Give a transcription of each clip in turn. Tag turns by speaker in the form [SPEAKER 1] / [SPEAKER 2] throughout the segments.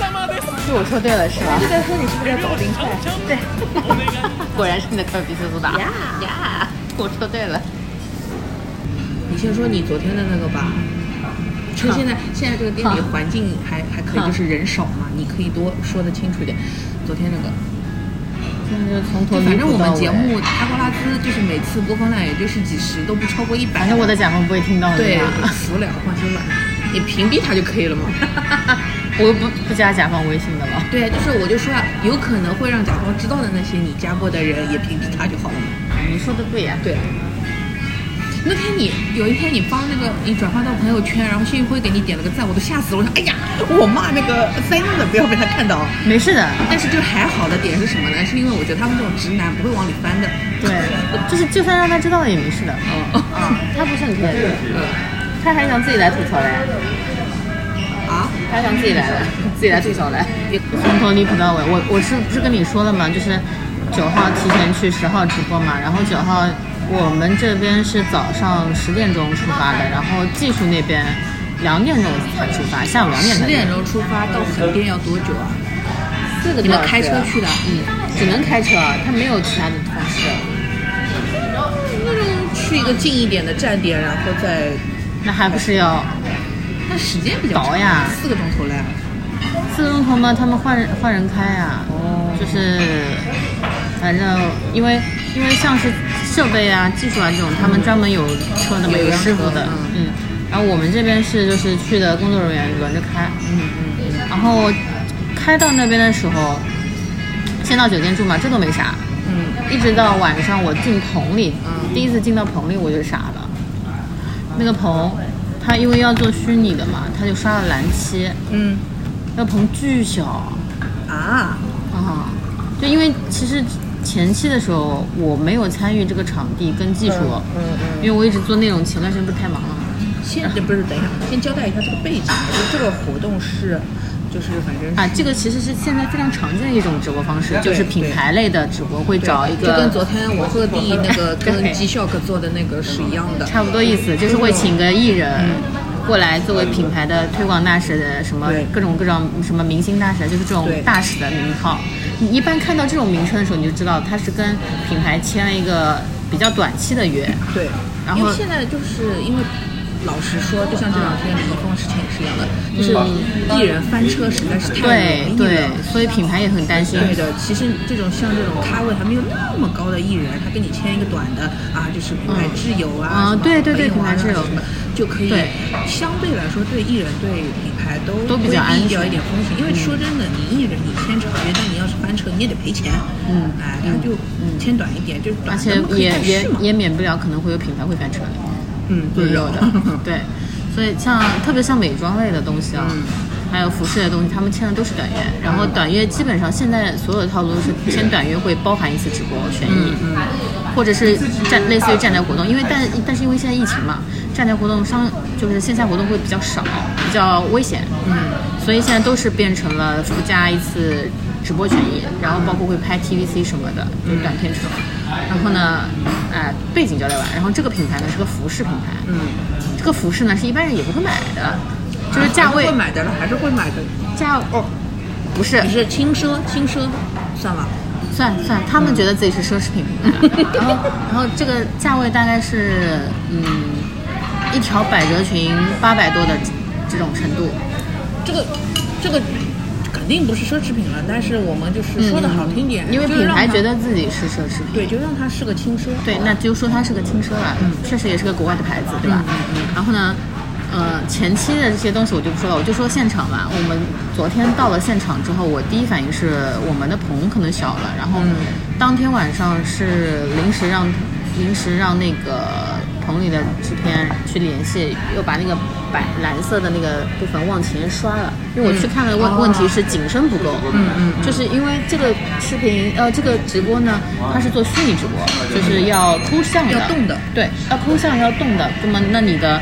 [SPEAKER 1] 是我说对了是吧？
[SPEAKER 2] 就在说你是不是在搞冰块？
[SPEAKER 1] 对，果然是你的科比斯苏打
[SPEAKER 2] 呀
[SPEAKER 1] 呀，我说对了。
[SPEAKER 2] 你先说你昨天的那个吧。就现在，现在这个店里
[SPEAKER 1] 好
[SPEAKER 2] 环境还还可以，
[SPEAKER 1] 好
[SPEAKER 2] 就是人少嘛，你可以多说的清楚一点。昨天那个，
[SPEAKER 1] 真的是从头
[SPEAKER 2] 就反正
[SPEAKER 1] 离
[SPEAKER 2] 我
[SPEAKER 1] 谱到
[SPEAKER 2] 们
[SPEAKER 1] 尾
[SPEAKER 2] 节目《阿瓜拉兹》就是每次播放量也就是几十，都不超过一百。
[SPEAKER 1] 反正我的甲方不会听到的啊
[SPEAKER 2] 对
[SPEAKER 1] 呀。，
[SPEAKER 2] 服了，放心吧，你屏蔽他就可以 了嘛。
[SPEAKER 1] 我又不不加甲方微信的了。
[SPEAKER 2] 对，就是我就说啊，有可能会让甲方知道的那些你加过的人，也屏蔽他就好了嘛。
[SPEAKER 1] 哎你说的对呀、
[SPEAKER 2] 对。啊那天你有一天你发那个，你转发到朋友圈，然后谢宇辉给你点了个赞，我都吓死了。我说，哎呀，我骂那个三亚的不要被他看到。
[SPEAKER 1] 没事的。
[SPEAKER 2] 但是就还好的点是什么呢？是因为我觉得他们这种直男不会往里翻的。
[SPEAKER 1] 对，就是就算让他知道了也没事的。
[SPEAKER 2] 哦，
[SPEAKER 1] 啊， 他不是很甜，他还想自己来吐槽嘞，
[SPEAKER 2] 啊，
[SPEAKER 1] 他还想自己来了，自己来吐槽嘞，从头离谱到尾。我我是不是跟你说了嘛？就是九号提前去，十号直播嘛。然后九号我们这边是早上十点钟出发的，然后技术那边两点钟才出发，下午两点才
[SPEAKER 2] 十
[SPEAKER 1] 出
[SPEAKER 2] 点钟出发到横店要多久啊？
[SPEAKER 1] 发。这个
[SPEAKER 2] 你
[SPEAKER 1] 多
[SPEAKER 2] 们
[SPEAKER 1] 少
[SPEAKER 2] 开
[SPEAKER 1] 钱啊
[SPEAKER 2] 车去的？
[SPEAKER 1] 嗯，只能开车，啊他没有其他的方式。
[SPEAKER 2] 那种嗯去一个近一点的站点，然后再，
[SPEAKER 1] 那还不是要
[SPEAKER 2] 那时间比较
[SPEAKER 1] 倒
[SPEAKER 2] 长
[SPEAKER 1] 呀
[SPEAKER 2] 四个钟头嘞。
[SPEAKER 1] 四个钟头嘛？他们换人换人开啊呀、
[SPEAKER 2] 哦
[SPEAKER 1] 就是反正因为因为像是设备啊、技术啊这种，他们专门有车的嘛，
[SPEAKER 2] 有
[SPEAKER 1] 有
[SPEAKER 2] 辆
[SPEAKER 1] 师傅
[SPEAKER 2] 车
[SPEAKER 1] 的，
[SPEAKER 2] 嗯
[SPEAKER 1] 嗯。然后我们这边是就是去的工作人员轮着开，
[SPEAKER 2] 嗯嗯
[SPEAKER 1] 然后开到那边的时候，先到酒店住嘛，这都没啥。
[SPEAKER 2] 嗯。
[SPEAKER 1] 一直到晚上我进棚里，
[SPEAKER 2] 嗯
[SPEAKER 1] 第一次进到棚里我就傻了。那个棚，它因为要做虚拟的嘛，它就刷了蓝漆，
[SPEAKER 2] 嗯
[SPEAKER 1] 那个棚巨小。
[SPEAKER 2] 啊，
[SPEAKER 1] 啊，就因为其实前期的时候我没有参与这个场地跟技术，
[SPEAKER 2] 嗯嗯，
[SPEAKER 1] 因为我一直做内容，前段时间不是太忙了嘛。
[SPEAKER 2] 先呃不是等一下，先交代一下这个背景，就是这个活动是，就是反正是
[SPEAKER 1] 啊，这个其实是现在非常常见的一种直播方式，
[SPEAKER 2] 对
[SPEAKER 1] 就是品牌类的直播会找一
[SPEAKER 2] 就跟昨
[SPEAKER 1] 个
[SPEAKER 2] 天我鹤棣那 个
[SPEAKER 1] 对
[SPEAKER 2] 跟 G Shock 做的那个是一样的。
[SPEAKER 1] 差不多意
[SPEAKER 2] 嗯
[SPEAKER 1] 思，就是会请个艺人过来作为品牌的推广大使的什么
[SPEAKER 2] 对
[SPEAKER 1] 各种各种什么明星大使，就是这种
[SPEAKER 2] 对
[SPEAKER 1] 大使的名号。你一般看到这种名称的时候，你就知道它是跟品牌签了一个比较短期的约。
[SPEAKER 2] 对，
[SPEAKER 1] 然后
[SPEAKER 2] 因为现在就是因为。老实说，就像这两天李易峰事情也是一样的，就是艺人翻车实在是太
[SPEAKER 1] 对
[SPEAKER 2] 容易
[SPEAKER 1] 对
[SPEAKER 2] 了。，
[SPEAKER 1] 所以品牌也很担心。
[SPEAKER 2] 对的，其实这种像这种咖位还没有那么高的艺人，他跟你签一个短的啊，就是品牌挚友
[SPEAKER 1] 嗯
[SPEAKER 2] 啊，什么
[SPEAKER 1] 对对对
[SPEAKER 2] 朋友
[SPEAKER 1] 品牌
[SPEAKER 2] 啊
[SPEAKER 1] 挚友
[SPEAKER 2] 什么，就可以
[SPEAKER 1] 对
[SPEAKER 2] 相对来说对艺人对品牌都
[SPEAKER 1] 都比较安全嗯
[SPEAKER 2] 规避掉一点风险。因为说真的，你艺人你签长约，但你要是翻车，你也得赔钱。
[SPEAKER 1] 嗯
[SPEAKER 2] 哎，他就签短一点，就是
[SPEAKER 1] 而
[SPEAKER 2] 短
[SPEAKER 1] 且
[SPEAKER 2] 的嘛可以
[SPEAKER 1] 也
[SPEAKER 2] 再
[SPEAKER 1] 也
[SPEAKER 2] 续嘛。
[SPEAKER 1] 也免不了可能会有品牌会翻车的，也
[SPEAKER 2] 嗯，对。
[SPEAKER 1] 有的对，所以像特别像美妆类的东西啊
[SPEAKER 2] 嗯，
[SPEAKER 1] 还有服饰类的东西，他们签的都是短约。然后短约基本上现在所有的套路都是签短约会包含一次直播权益，或者是站类似于站台活动，因为但但是因为现在疫情嘛，站台活动商就是线下活动会比较少，比较危险。嗯，所以现在都是变成了附加一次直播权益，然后包括会拍 TVC 什么的，就是短片这种。然后呢，哎、背景交代完，然后这个品牌呢是个服饰品牌，嗯，这个服饰呢是一般人也不会买的， 就是价位
[SPEAKER 2] 还是会买的了，还是会买的。
[SPEAKER 1] 价哦，不是
[SPEAKER 2] 你是轻奢，轻奢算了，
[SPEAKER 1] 算算，他们觉得自己是奢侈品品牌，然后然后这个价位大概是嗯，一条百褶裙八百多的这种程度，
[SPEAKER 2] 这个这个肯定不是奢侈品了，但是我们就是说的好听点，
[SPEAKER 1] 嗯因为
[SPEAKER 2] 就是
[SPEAKER 1] 品
[SPEAKER 2] 让
[SPEAKER 1] 牌
[SPEAKER 2] 它
[SPEAKER 1] 觉得自己是奢侈品。
[SPEAKER 2] 对，就让它是个轻奢。呃
[SPEAKER 1] 对，那就说它是个轻奢了，确实也是个国外的牌子，对吧？嗯然后呢，呃，前期的这些东西我就不说了，我就说现场吧。我们昨天到了现场之后，我第一反应是我们的棚可能小了，然后当天晚上是临时让临时让那个棚里的制片去联系，又把那个白蓝色的那个部分往前刷了，因为我去看了问、
[SPEAKER 2] 哦
[SPEAKER 1] 问题是景深不够，嗯嗯，就是因为这个视频呃这个直播呢，它是做虚嗯拟直播，就是要抠像的，
[SPEAKER 2] 要动的，
[SPEAKER 1] 对，要抠像要动的，那么那你的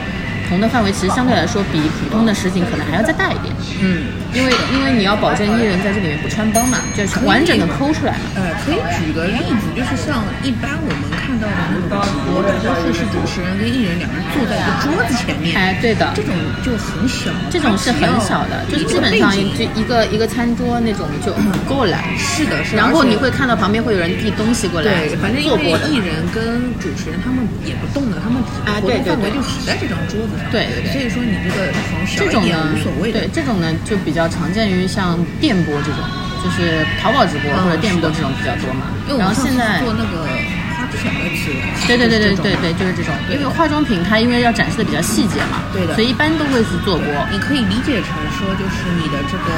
[SPEAKER 1] 红的范围其实相对来说比普通的实景可能还要再大一点，
[SPEAKER 2] 嗯，
[SPEAKER 1] 因为因为你要保证艺人在这里面不穿帮嘛，就是完整的抠出来嘛。
[SPEAKER 2] 呃，可以举个例子，就是像一般我们看到的那种直播，大多数是主持人跟艺人两个人坐在一个桌子前面，
[SPEAKER 1] 哎，对的，
[SPEAKER 2] 这种就很小，
[SPEAKER 1] 这种是很小的，就是基本上一就一个一个餐桌那种就够了。
[SPEAKER 2] 是的，是的。
[SPEAKER 1] 然后
[SPEAKER 2] 而且
[SPEAKER 1] 你会看到旁边会有人递东西过来，
[SPEAKER 2] 对，反正因
[SPEAKER 1] 做
[SPEAKER 2] 为
[SPEAKER 1] 过的。
[SPEAKER 2] 艺人跟主持人他们也不动的，他们
[SPEAKER 1] 啊
[SPEAKER 2] 活
[SPEAKER 1] 对对
[SPEAKER 2] 动范围
[SPEAKER 1] 对
[SPEAKER 2] 就只在这张桌子上，
[SPEAKER 1] 对对对
[SPEAKER 2] 所以说你这个从小
[SPEAKER 1] 这
[SPEAKER 2] 一
[SPEAKER 1] 种
[SPEAKER 2] 点
[SPEAKER 1] 呢
[SPEAKER 2] 无所谓，的
[SPEAKER 1] 对，这种呢就比较常见于像电播这种，就是淘宝直播
[SPEAKER 2] 嗯
[SPEAKER 1] 或者电播这种比较多嘛
[SPEAKER 2] 因为。我
[SPEAKER 1] 然后
[SPEAKER 2] 们上次
[SPEAKER 1] 现在
[SPEAKER 2] 做那个花知晓的直播，
[SPEAKER 1] 对对对对
[SPEAKER 2] 就是这种
[SPEAKER 1] 对对，就是这种，因为化妆品它因为要展示的比较细节嘛，
[SPEAKER 2] 对的哦
[SPEAKER 1] 所以一般都会去做播。
[SPEAKER 2] 你可以理解成说，就是你的这个，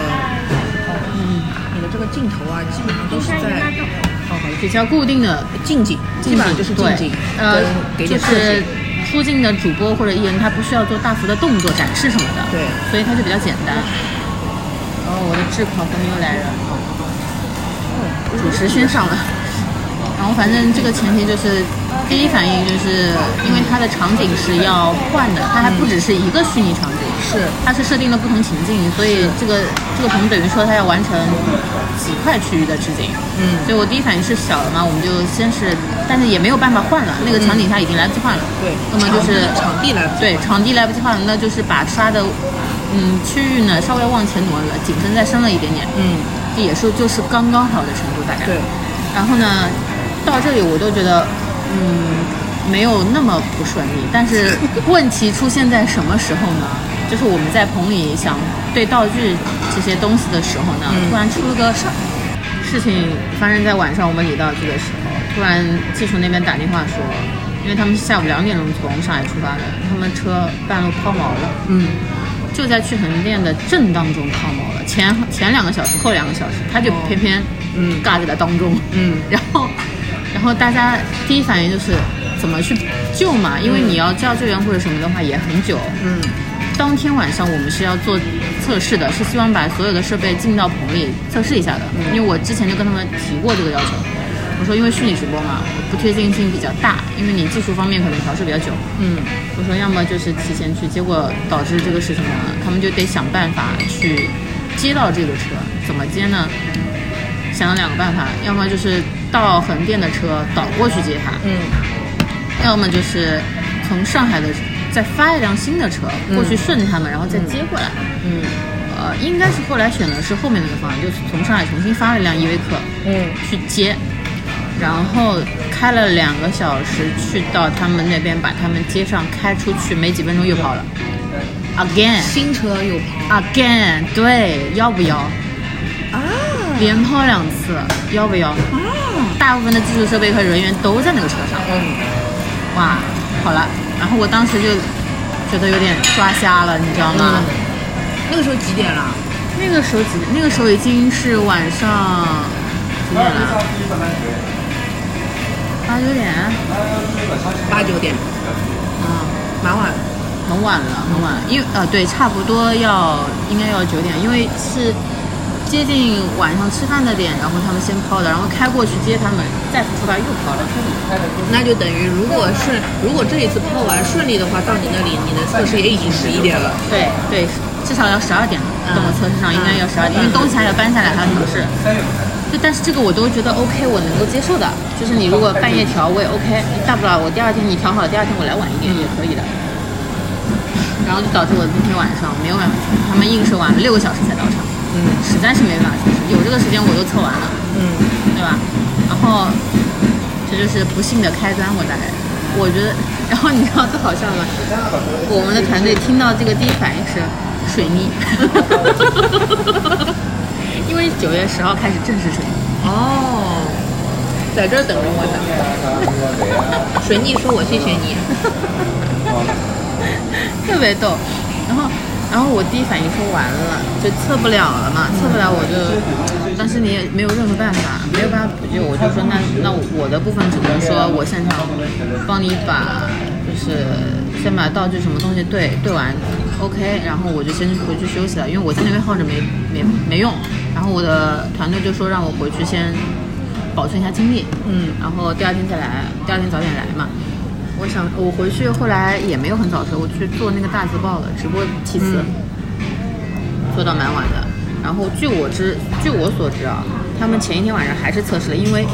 [SPEAKER 2] 嗯，你的这个镜头啊，基本上都是在
[SPEAKER 1] 比较固定的
[SPEAKER 2] 近景，基本上就是近
[SPEAKER 1] 对
[SPEAKER 2] 景，
[SPEAKER 1] 呃
[SPEAKER 2] 跟，给
[SPEAKER 1] 就
[SPEAKER 2] 点特写
[SPEAKER 1] 是。出镜的主播或者艺人，他不需要做大幅的动作展示什么的，
[SPEAKER 2] 对
[SPEAKER 1] 所以他就比较简单。然后我的炙烤和牛来人，哦
[SPEAKER 2] 哦
[SPEAKER 1] 主持先上了。然后反正这个前提就是，第一反应就是因为它的场景是要换的，它还不只是一个虚拟场景，
[SPEAKER 2] 是
[SPEAKER 1] 它是设定了不同情境，所以这个这个棚等于说它要完成几块区域的置景。
[SPEAKER 2] 嗯
[SPEAKER 1] 所以我第一反应是小了嘛，我们就先是，但是也没有办法换了，那个场
[SPEAKER 2] 嗯
[SPEAKER 1] 景它已经来不及换了。
[SPEAKER 2] 对
[SPEAKER 1] 那么就是
[SPEAKER 2] 场地场地来不及换
[SPEAKER 1] 对，场地来不及换了，那就是把刷的嗯区域呢稍微往前挪了，景深再深了一点点，
[SPEAKER 2] 嗯，
[SPEAKER 1] 这也是就是刚刚好的程度大概。
[SPEAKER 2] 对，
[SPEAKER 1] 然后呢，到这里我就觉得，嗯，没有那么不顺利。但 是问题出现在什么时候呢？就是我们在棚里想对道具这些东西的时候呢，
[SPEAKER 2] 嗯
[SPEAKER 1] 突然出了个事儿。事情发生在晚上，我们理道具的时候，突然技术那边打电话说，因为他们是下午两点钟从上海出发的，他们车半路抛锚了。
[SPEAKER 2] 嗯，
[SPEAKER 1] 就在去横店的正当中抛锚了，前前两个小时，后两个小时，他就
[SPEAKER 2] 哦
[SPEAKER 1] 偏偏
[SPEAKER 2] 嗯
[SPEAKER 1] 尬在了当中，
[SPEAKER 2] 嗯
[SPEAKER 1] 然后然后大家第一反应就是怎么去救嘛，因为你要叫救援或者什么的话也很久。
[SPEAKER 2] 嗯，
[SPEAKER 1] 当天晚上我们是要做测试的，是希望把所有的设备进到棚里测试一下的，
[SPEAKER 2] 嗯
[SPEAKER 1] 因为我之前就跟他们提过这个要求。我说，因为虚拟直播嘛，不确定性比较大，因为你技术方面可能调试比较久。
[SPEAKER 2] 嗯，
[SPEAKER 1] 我说要么就是提前去，结果导致这个事情呢，他们就得想办法去接到这个车，怎么接呢？想了两个办法，要么就是到横店的车倒过去接他，
[SPEAKER 2] 嗯，
[SPEAKER 1] 要么就是从上海的再发一辆新的车过去顺他们，然后再接过来。
[SPEAKER 2] 嗯，
[SPEAKER 1] 呃，应该是后来选的是后面那个方案，就是从上海重新发了一辆依维柯，
[SPEAKER 2] 嗯，
[SPEAKER 1] 去接，然后开了两个小时去到他们那边把他们接上，开出去没几分钟又跑了，again
[SPEAKER 2] 新车又抛
[SPEAKER 1] again，对，要不要？
[SPEAKER 2] 啊
[SPEAKER 1] 连抛两次，要不要？
[SPEAKER 2] 啊，
[SPEAKER 1] 大部分的技术设备和人员都在那个车上，
[SPEAKER 2] 嗯，
[SPEAKER 1] 哇，好了，然后我当时就觉得有点抓瞎了，你知道吗？
[SPEAKER 2] 嗯那个时候几点了？
[SPEAKER 1] 那个时候几？那个时候已经是晚上几点了？八九点，
[SPEAKER 2] 八九点，
[SPEAKER 1] 嗯，
[SPEAKER 2] 蛮晚。
[SPEAKER 1] 很晚了，很晚了。因为呃，对，差不多要应该要九点，因为是接近晚上吃饭的点，然后他们先抛的，然后开过去接他们，再出来又抛了。
[SPEAKER 2] 那就等于，如果顺，如果这一次抛完顺利的话，到你那里，你的测试也已经十一点了。
[SPEAKER 1] 对对，至少要十二点了。
[SPEAKER 2] 嗯
[SPEAKER 1] 等我测试上应该要十二点，因为东西还要搬下来，还要调试。就但是这个我都觉得 OK，我能够接受的。就是你如果半夜调，我也 OK，大不了我第二天你调好，第二天我来晚一点也可以的。然后就导致我今天晚上没有办法测，他们硬是晚了六个小时才到场，
[SPEAKER 2] 嗯
[SPEAKER 1] 实在是没办法测试。有这个时间我都测完了，
[SPEAKER 2] 嗯，
[SPEAKER 1] 对吧？然后这就是不幸的开端，我大概。我觉得，然后你知道最好笑吗？我们的团队听到这个第一反应是水 逆，因为九月十号开始正式水逆。
[SPEAKER 2] 哦，在这儿等着我呢。水逆说：“我谢谢你。
[SPEAKER 1] 特别逗。然后，然后我第一反应说完了，就测不了了嘛，测不了我就，但是你也没有任何办法，没有办法补救，我就说那那我的部分只能说我现场帮你把就是先把道具什么东西对对完，OK，然后我就先回去休息了，因为我在那边耗着没没没用。然后我的团队就说让我回去先保存一下精力，
[SPEAKER 2] 嗯
[SPEAKER 1] 然后第二天再来，第二天早点来嘛。我想我回去后来也没有很早睡，我去做那个大字报了，直播七次，做到蛮晚的。然后据我知，据我所知啊，他们前一天晚上还是测试了，因为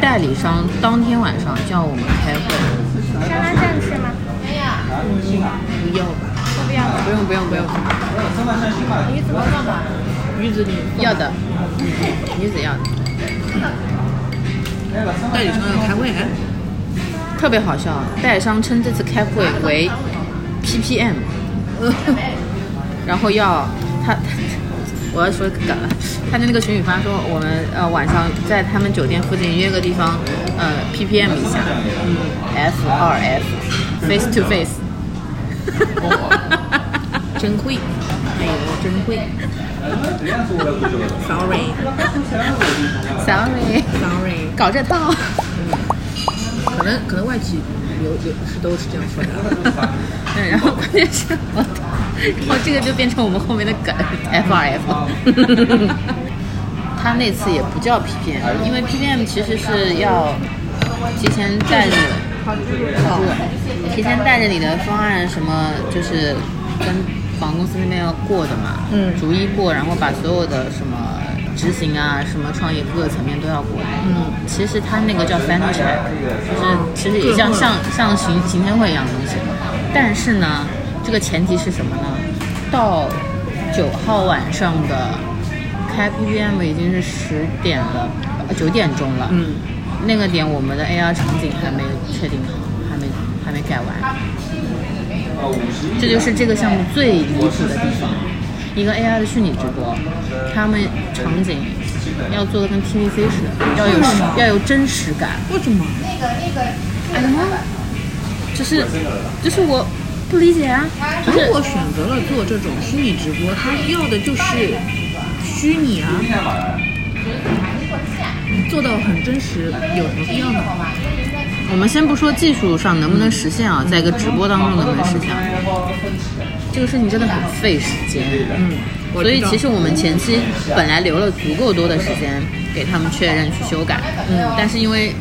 [SPEAKER 1] 代理商当天晚上叫我们开会，嗯
[SPEAKER 3] 沙拉酱吃吗？
[SPEAKER 1] 不要吧？
[SPEAKER 3] 不要。
[SPEAKER 1] 不用不用不用，
[SPEAKER 3] 鱼怎么弄的？
[SPEAKER 2] 鱼子你
[SPEAKER 1] 要的，女子要的。
[SPEAKER 2] 代理商要开会，
[SPEAKER 1] 特别好笑，代理商称这次开会为 PPM，然后要他他我要说梗了，他的那个群里发说我们呃晚上在他们酒店附近约个地方，呃 PPM 一下，嗯，F 二 F face to face，
[SPEAKER 2] 真会，哎呦，真会，sorry
[SPEAKER 1] sorry，
[SPEAKER 2] sorry，
[SPEAKER 1] 搞这套，
[SPEAKER 2] 可能嗯可能外企有有是都是这样 说的，
[SPEAKER 1] 嗯，然后关键是我，然后这个就变成我们后面的梗 F 二 F。他那次也不叫 PPM，因为 PPM 其实是要提前带着，哦提前带着你的方案什么，就是跟房公司那边要过的嘛，
[SPEAKER 2] 嗯
[SPEAKER 1] 逐一过，然后把所有的什么执行啊、什么创业各个层面都要过。嗯，其实他那个叫 final check，就是其实也像像像行行天会一样的东西，但是呢，这个前提是什么呢？到九号晚上的开 PPM 已经是十点了，呃九点钟了。
[SPEAKER 2] 嗯，
[SPEAKER 1] 那个点我们的 AR 场景还没确定好，还没还没改完。这就是这个项目最离谱的地方，一个 AI 的虚拟直播，他们场景要做的跟 TVC 似的，要有
[SPEAKER 2] 是吗
[SPEAKER 1] 要有真实感。
[SPEAKER 2] 为什么？
[SPEAKER 1] 哎呀妈，就是就是我不理解啊，就
[SPEAKER 2] 如
[SPEAKER 1] 是
[SPEAKER 2] 果选择了做这种虚拟直播，他要的就是虚拟啊，做到很真实，有什么必要呢？
[SPEAKER 1] 我们先不说技术上能不能实现啊，
[SPEAKER 2] 嗯
[SPEAKER 1] 在一个直播当中能不能实现啊，这个事情真的很费时间。嗯，
[SPEAKER 2] 我
[SPEAKER 1] 所以
[SPEAKER 2] 知道
[SPEAKER 1] 其实我们前期本来留了足够多的时间给他们确认去修改，嗯，但是因为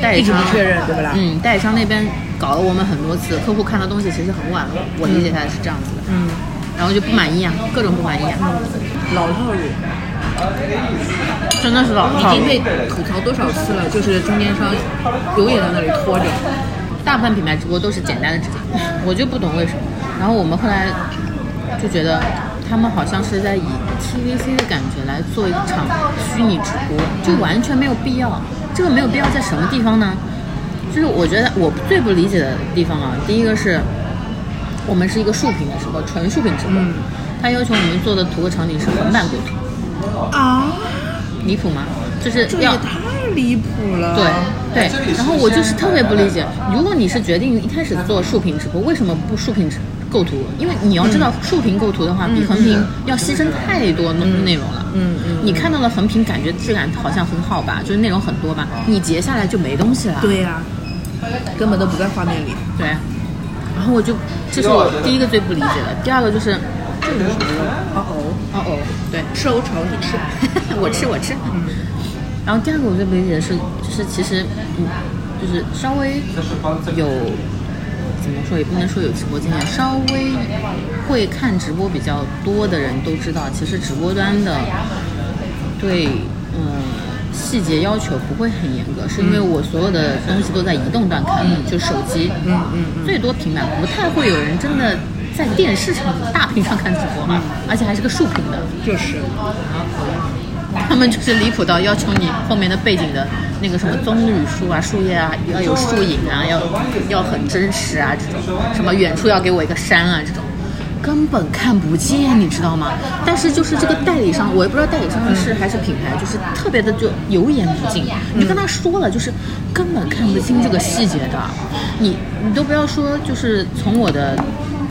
[SPEAKER 1] 代理
[SPEAKER 2] 一直
[SPEAKER 1] 商
[SPEAKER 2] 不确认，对不啦？
[SPEAKER 1] 嗯，代理商那边搞了我们很多次，客户看到东西其实很晚了，我理解他是这样子的，
[SPEAKER 2] 嗯，
[SPEAKER 1] 然后就不满意啊，各种不满意啊，
[SPEAKER 2] 老套路，
[SPEAKER 1] 真的是老
[SPEAKER 2] 已
[SPEAKER 1] 套路
[SPEAKER 2] 经。被吐槽多少次了，就是中间商永远在那里拖着。
[SPEAKER 1] 大部分品牌直播都是简单的直播，我就不懂为什么。然后我们后来就觉得，他们好像是在以 TVC 的感觉来做一场虚拟直播，就完全没有必要。这个没有必要在什么地方呢？就是我觉得我最不理解的地方啊，第一个是我们是一个竖屏的直播，纯竖屏直播，他要求我们做的图和场景是横版构图，
[SPEAKER 2] 啊，
[SPEAKER 1] 离谱吗？就是
[SPEAKER 2] 这也
[SPEAKER 1] 要
[SPEAKER 2] 太离谱了。
[SPEAKER 1] 对对，然后我哎就是特别不理解，如果你是决定一开始做竖屏直播，为什么不竖屏直构图？因为你要知道，竖屏构图的话，比横屏要牺牲太多内内容了。
[SPEAKER 2] 嗯嗯
[SPEAKER 1] 你看到了横屏，感觉质感好像很好吧，就是内容很多吧，你截下来就没东西了。
[SPEAKER 2] 嗯对呀、根本都不在画面里。
[SPEAKER 1] 对，然后我就，这是我第一个最不理解的，第二个就是，
[SPEAKER 2] 哦哦，
[SPEAKER 1] 哦哦，对，
[SPEAKER 2] 是我炒你吃。
[SPEAKER 1] 我吃我吃。嗯然后第二个我最不理解的是，就是其实，嗯，就是稍微有怎么说也不能说有直播经验，稍微会看直播比较多的人都知道，其实直播端的对嗯细节要求不会很严格，是因为我所有的东西都在移动端看的，就手机，嗯嗯，最多平板，不太会有人真的在电视上大屏上看直播嘛，而且还是个竖屏的。
[SPEAKER 2] 就是，
[SPEAKER 1] 他们就是离谱到要求你后面的背景的那个什么棕榈树啊、树叶啊，要有树影啊，要要很真实啊，这种什么远处要给我一个山啊，这种根本看不见，你知道吗？但是就是这个代理商，我也不知道代理商是还是品牌，就是特别的就油盐不进。你跟他说了，就是根本看不清这个细节的，你你都不要说，就是从我的。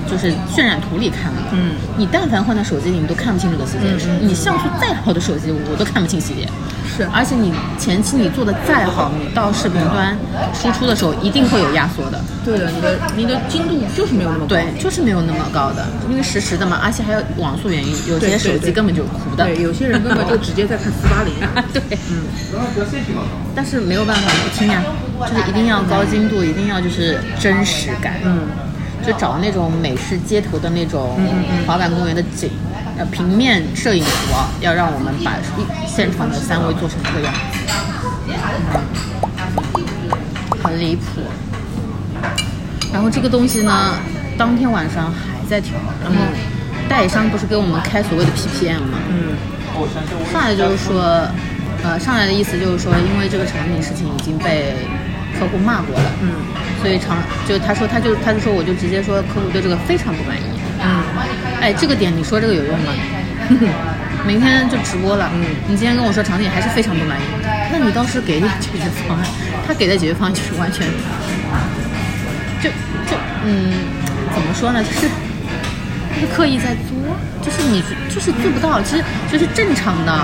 [SPEAKER 1] 就是渲染图里看了，
[SPEAKER 2] 嗯，
[SPEAKER 1] 你但凡换到手机里，你都看不清这个细节。你像素再好的手机，我都看不清细节。
[SPEAKER 2] 是
[SPEAKER 1] 而且你前期你做的再好，你到视频端输出的时候，一定会有压缩的。
[SPEAKER 2] 对的，你的你的精度就是没有那么高。
[SPEAKER 1] 对，就是没有那么高的，因为实时的嘛，而且还有网速原因，有些
[SPEAKER 2] 对对
[SPEAKER 1] 手机
[SPEAKER 2] 对
[SPEAKER 1] 根本就是糊的。
[SPEAKER 2] 对，有些人 根本就直接在看四八零。
[SPEAKER 1] 对，但是没有办法，不听呀。啊就是一定要高精度，一定要就是真实感，嗯，就找那种美式街头的那种滑板公园的景，呃，平面摄影图啊，要让我们把一现场的三维做成这个样子，很离谱。然后这个东西呢，当天晚上还在调，然后代理商不是给我们开所谓的 PPM 吗？
[SPEAKER 2] 嗯，
[SPEAKER 1] 上来就是说，呃，上来的意思就是说，因为这个场景事情已经被客户骂过了，嗯，所以场就他说他就他就说我就直接说客户对这个非常不满意，嗯，哎，这个点你说这个有用吗？ 明天就直播了，嗯，你今天跟我说场景还是非常不满意，那你倒是给点解决方案，他给的解决方案就是完全，就就嗯，怎么说呢，就是。就是刻意在作，就是你就是做不到，其实就是正常的。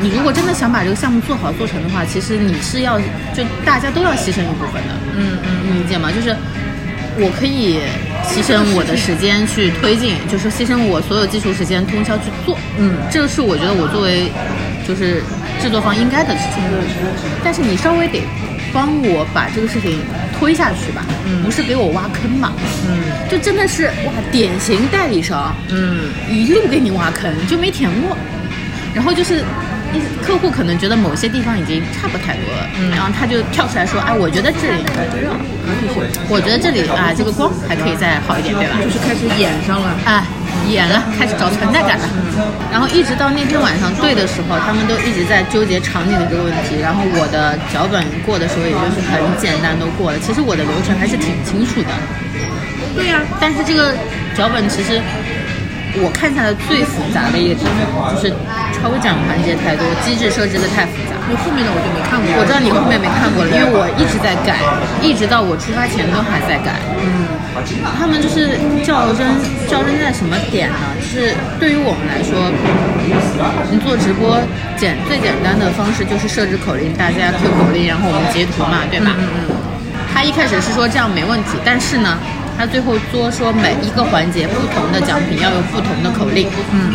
[SPEAKER 1] 你如果真的想把这个项目做好做成的话，其实你是要就大家都要牺牲一部分的，嗯嗯，你理解吗？就是我可以牺牲我的时间去推进，就是牺牲我所有技术时间通宵去做，嗯，这是我觉得我作为就是制作方应该的事情。但是你稍微得帮我把这个事情推下去吧，不是给我挖坑嘛，嗯，就真的是哇，典型代理商，嗯，一路给你挖坑就没填过，然后就是。一客户可能觉得某些地方已经差不太多了，然后他就跳出来说：“哎，我觉得这里，我觉得这里啊，这个光还可以再好一点，对吧？”
[SPEAKER 2] 就是开始演上了。
[SPEAKER 1] 哎，演了，开始找存在感了。然后一直到那天晚上对的时候，他们都一直在纠结场景的这个问题。然后我的脚本过的时候，也就是很简单都过了。其实我的流程还是挺清楚的，
[SPEAKER 2] 对呀、
[SPEAKER 1] 但是这个脚本其实我看下来最复杂的一个地方就是抽奖环节太多，机制设置的太复杂。
[SPEAKER 2] 我后面的我就没看过。
[SPEAKER 1] 我知道你后面没看过了，因为我一直在改，一直到我出发前都还在改。嗯，他们就是较真，较真在什么点呢？就是对于我们来说，你做直播简最简单的方式就是设置口令，大家 Q 口令，然后我们截图嘛，对吧？嗯嗯。他一开始是说这样没问题，但是呢，他最后作说每一个环节不同的奖品要有不同的口令。嗯。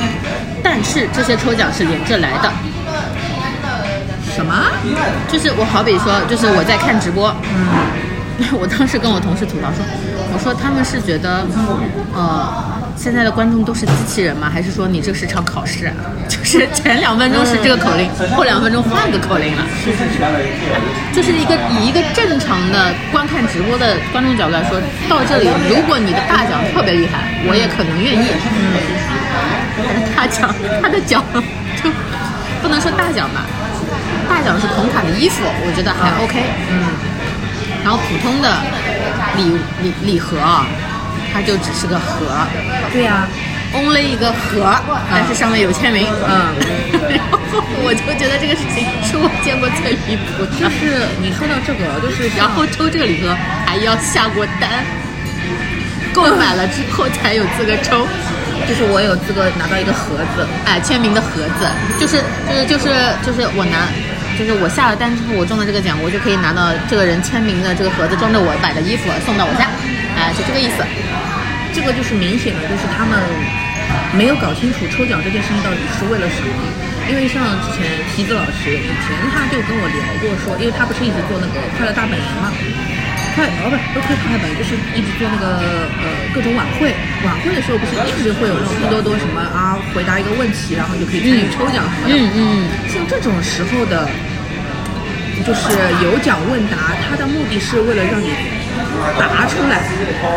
[SPEAKER 1] 但是这些抽奖是连着来的，
[SPEAKER 2] 什么？
[SPEAKER 1] 就是我好比说，就是我在看直播，嗯， 我当时跟我同事吐槽说，我说他们是觉得，呃，现在的观众都是机器人吗？还是说你这是场考试啊？ 就是前两分钟是这个口令，后两分钟换个口令了，就是一个以一个正常的观看直播的观众角度来说，到这里，如果你的大奖特别厉害，我也可能愿意。大奖，他的奖就不能说大奖吧，大奖是孔卡的衣服，我觉得
[SPEAKER 2] 啊
[SPEAKER 1] 还 OK。嗯，然后普通的礼礼礼盒啊，它就只是个盒
[SPEAKER 2] 对呀、啊
[SPEAKER 1] ，only 一个盒，但是上面有签名。
[SPEAKER 2] 嗯，
[SPEAKER 1] 然后我就觉得这个事情是我见过最离谱的。
[SPEAKER 2] 就是你说到这个，就是
[SPEAKER 1] 然后抽这个礼盒还要下过单，购买了之后才有资格抽。
[SPEAKER 2] 就是我有资格拿到一个盒子，
[SPEAKER 1] 哎，签名的盒子，就是就是就是就是我拿，就是我下了单之后，我中了这个奖，我就可以拿到这个人签名的这个盒子，装着我买的衣服送到我家，哎，就这个意思。
[SPEAKER 2] 这个就是明显的，就是他们没有搞清楚抽奖这件事情到底是为了什么。因为像之前皮子老师，以前他就跟我聊过说，因为他不是一直做那个快乐大本营嘛，快哦不是不是快乐大本营，就是一直做那个呃各种晚会，晚会的时候不是一直会有那种拼多多什么啊回答一个问题，然后你就可以参与抽奖什么的。
[SPEAKER 1] 嗯嗯，
[SPEAKER 2] 像这种时候的，就是有奖问答，它的目的是为了让你答出来，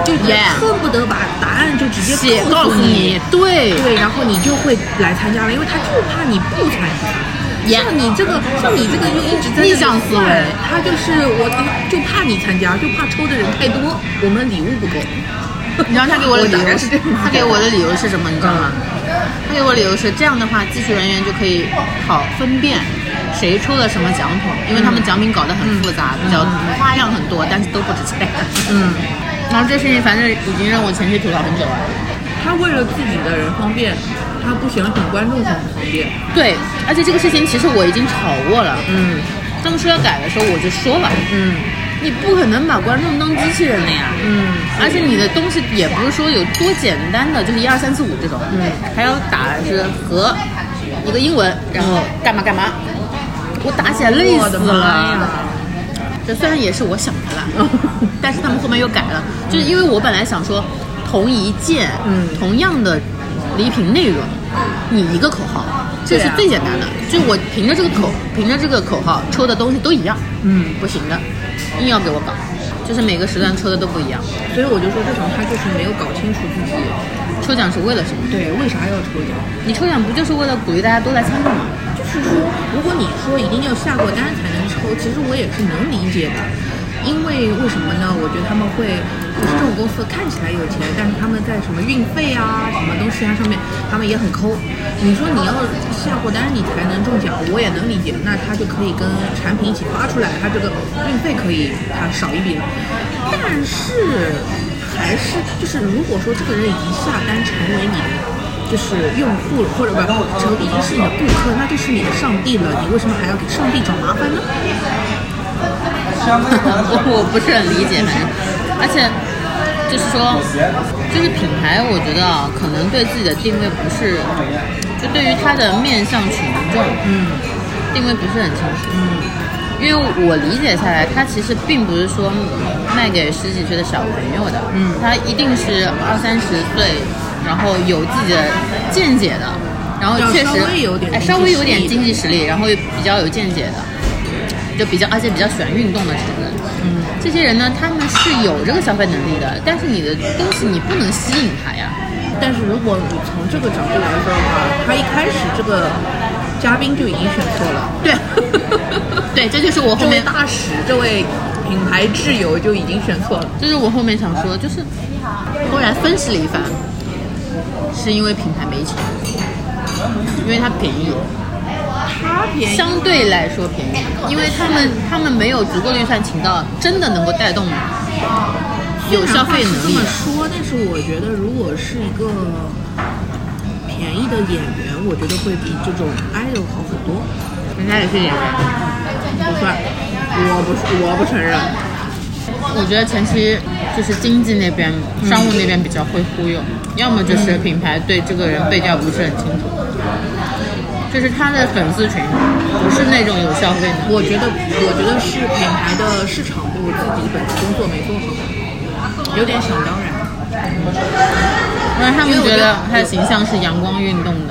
[SPEAKER 2] 就
[SPEAKER 1] Yeah
[SPEAKER 2] 恨不得把答案就直接
[SPEAKER 1] 写告诉
[SPEAKER 2] 你
[SPEAKER 1] 你，，对
[SPEAKER 2] 对，然后你就会来参加了，因为他就怕你不参加。
[SPEAKER 1] Yeah
[SPEAKER 2] 像你这个，像你这个就一直在那里
[SPEAKER 1] 逆向思维
[SPEAKER 2] 算他就是我就怕你参加，就怕抽的人太多，我们礼物不够。
[SPEAKER 1] 你知道他给我的理
[SPEAKER 2] 我大概
[SPEAKER 1] 由
[SPEAKER 2] 是这样
[SPEAKER 1] 他给我的理由是什么？你知道吗？他给我理由是这样的话，技术人员就可以好分辨谁抽了什么奖品，因为他们奖品搞得很复杂，比较花样很多，但是都不值钱。
[SPEAKER 2] 嗯，
[SPEAKER 1] 然后这事情反正已经让我前期吐槽很久了。
[SPEAKER 2] 他为了自己的人方便，他不想等观众才不方便。
[SPEAKER 1] 对，而且这个事情其实我已经吵过了。嗯，当初要改的时候我就说了，
[SPEAKER 2] 嗯
[SPEAKER 1] 你不可能把观众当机器人的呀。
[SPEAKER 2] 嗯，
[SPEAKER 1] 而且你的东西也不是说有多简单的，就是一二三四五这种，嗯，还要打是和一个英文，然后干嘛干嘛，我打起来累
[SPEAKER 2] 嗯我
[SPEAKER 1] 死
[SPEAKER 2] 的妈呀
[SPEAKER 1] 了。这虽然也是我想的 啦，但是他们后面又改了，就是因为我本来想说，同一件，
[SPEAKER 2] 嗯
[SPEAKER 1] 同样的礼品内容，你一个口号，这
[SPEAKER 2] 对
[SPEAKER 1] 是
[SPEAKER 2] 啊
[SPEAKER 1] 最简单的，就是我凭着这个口，凭着这个口号抽的东西都一样，
[SPEAKER 2] 嗯
[SPEAKER 1] 不行的，硬要给我搞，就是每个时段抽的都不一样，
[SPEAKER 2] 所以我就说，这种他就是没有搞清楚自己
[SPEAKER 1] 抽奖是为了什么？
[SPEAKER 2] 对为啥要抽奖。
[SPEAKER 1] 你抽奖不就是为了鼓励大家都来参与吗？
[SPEAKER 2] 就是说，如果你说一定要下过单才能抽，其实我也是能理解的。因为为什么呢？我觉得他们会，就是这种公司看起来有钱，但是他们在什么运费啊、什么东西啊上面，他们也很抠。你说你要下过单你才能中奖，我也能理解。那他就可以跟产品一起发出来，他这个运费可以他少一笔了。但是还是就是，如果说这个人已经下单成为你的就是用户或者不成已经是你的顾客，那就是你的上帝了，你为什么还要给上帝找麻烦呢？
[SPEAKER 1] 我我不是很理解，反正，而且就是说，就是品牌，我觉得啊，可能对自己的定位不是，就对于它的面向群众，
[SPEAKER 2] 嗯
[SPEAKER 1] 定位不是很清楚。
[SPEAKER 2] 嗯
[SPEAKER 1] 因为我理解下来，它其实并不是说卖给十几岁的小朋友的，
[SPEAKER 2] 嗯
[SPEAKER 1] 它一定是二三十岁，然后有自己的见解的，然后确实
[SPEAKER 2] 要稍微有点
[SPEAKER 1] 哎
[SPEAKER 2] 经济
[SPEAKER 1] 稍微有点
[SPEAKER 2] 实力的
[SPEAKER 1] 经济实力，然后又比较有见解的，就比较而且比较喜欢运动的这种人，
[SPEAKER 2] 嗯，
[SPEAKER 1] 这些人呢，他们是有这个消费能力的，但是你的东西你不能吸引他呀。
[SPEAKER 2] 但是如果你从这个角度来说的话，他一开始这个嘉宾就已经选错了。
[SPEAKER 1] 对，对，这就是我后
[SPEAKER 2] 这位
[SPEAKER 1] 面，
[SPEAKER 2] 大使，这位品牌挚友就已经选错了。
[SPEAKER 1] 这是我后面想说，就是后来分析了一番，是因为品牌没钱，因为它便宜，
[SPEAKER 2] 他便宜，
[SPEAKER 1] 相对来说便宜，因为他们他们没有足够的预算，请到真的能够带动有消费能力
[SPEAKER 2] 这么
[SPEAKER 1] 的。
[SPEAKER 2] 说，但是我觉得如果是一个便宜的演员，我觉得会比这种 idol 好很多。
[SPEAKER 1] 人家也是演员。
[SPEAKER 2] 不算，我不是，我不承认。
[SPEAKER 1] 我觉得前期就是经济那边、商务那边比较会忽悠，要么就是品牌对这个人背调不是很清楚，就是他的粉丝群不是那种有消费能力。
[SPEAKER 2] 我觉得，我觉得是品牌的市场部自己本职工作没做好，有点想当然。
[SPEAKER 1] 让他们
[SPEAKER 2] 因为我
[SPEAKER 1] 觉
[SPEAKER 2] 觉
[SPEAKER 1] 得
[SPEAKER 2] 得
[SPEAKER 1] 他的形象是阳光运动的。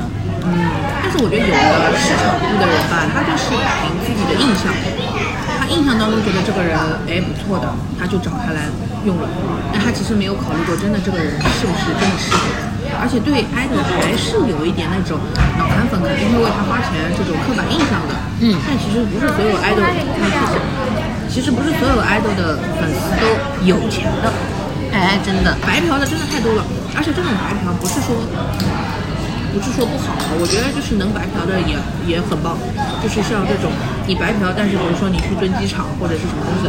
[SPEAKER 2] 但是我觉得有的市场部的人吧，他就是凭自己的印象，他印象当中觉得这个人哎不错的，他就找他来用了。但他其实没有考虑过，真的这个人是不是真的适合。而且对 idol 还是有一点那种脑残粉肯定会为他花钱这种刻板印象的。
[SPEAKER 1] 嗯
[SPEAKER 2] 但其实不是所有 idol，你去想其实不是所有 idol 的粉丝都有钱的，
[SPEAKER 1] 哎，真的，
[SPEAKER 2] 白嫖的真的太多了。而且这种白嫖不是说不是说不好，我觉得就是能白嫖的也也很棒，就是像这种你白嫖，但是比如说你去蹲机场或者是什么东西，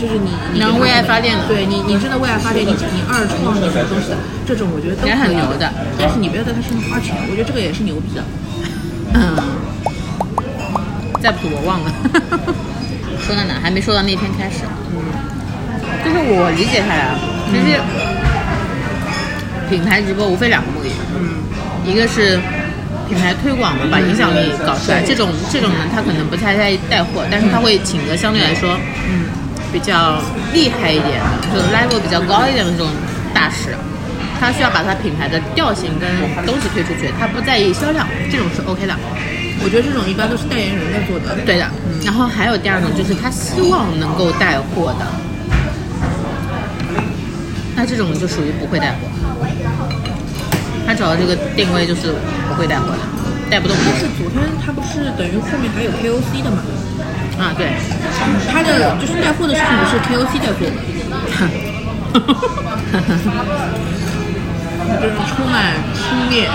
[SPEAKER 2] 就是你你
[SPEAKER 1] 能为爱发电的
[SPEAKER 2] 对你你真的为爱发电，你你二创你什么东西的，这种我觉得都可以
[SPEAKER 1] 也很牛的，
[SPEAKER 2] 但是你不要在他身上花钱，我觉得这个也是牛逼的。嗯，
[SPEAKER 1] 再谱我忘了。 说到哪？还没说到那天开始。嗯就是我理解下来，啊，就是品牌直播无非两个目的，一个是品牌推广，把影响力搞出来。这种这种呢，他可能不太在意带货，但是他会请个相对来说，嗯，比较厉害一点的，就 level 比较高一点的这种大使。他需要把他品牌的调性跟东西推出去，他不在意销量，这种是 OK 的。
[SPEAKER 2] 我觉得这种一般都是代言人在做的。
[SPEAKER 1] 对的，然后还有第二种就是他希望能够带货的，那这种就属于不会带货，他找的这个定位就是不会带货的，带不动
[SPEAKER 2] 但是昨天他不是等于后面还有 KOC 的嘛？
[SPEAKER 1] 啊，对，
[SPEAKER 2] 他的就是带货的事情不是 KOC 在做吗？就是充满轻蔑。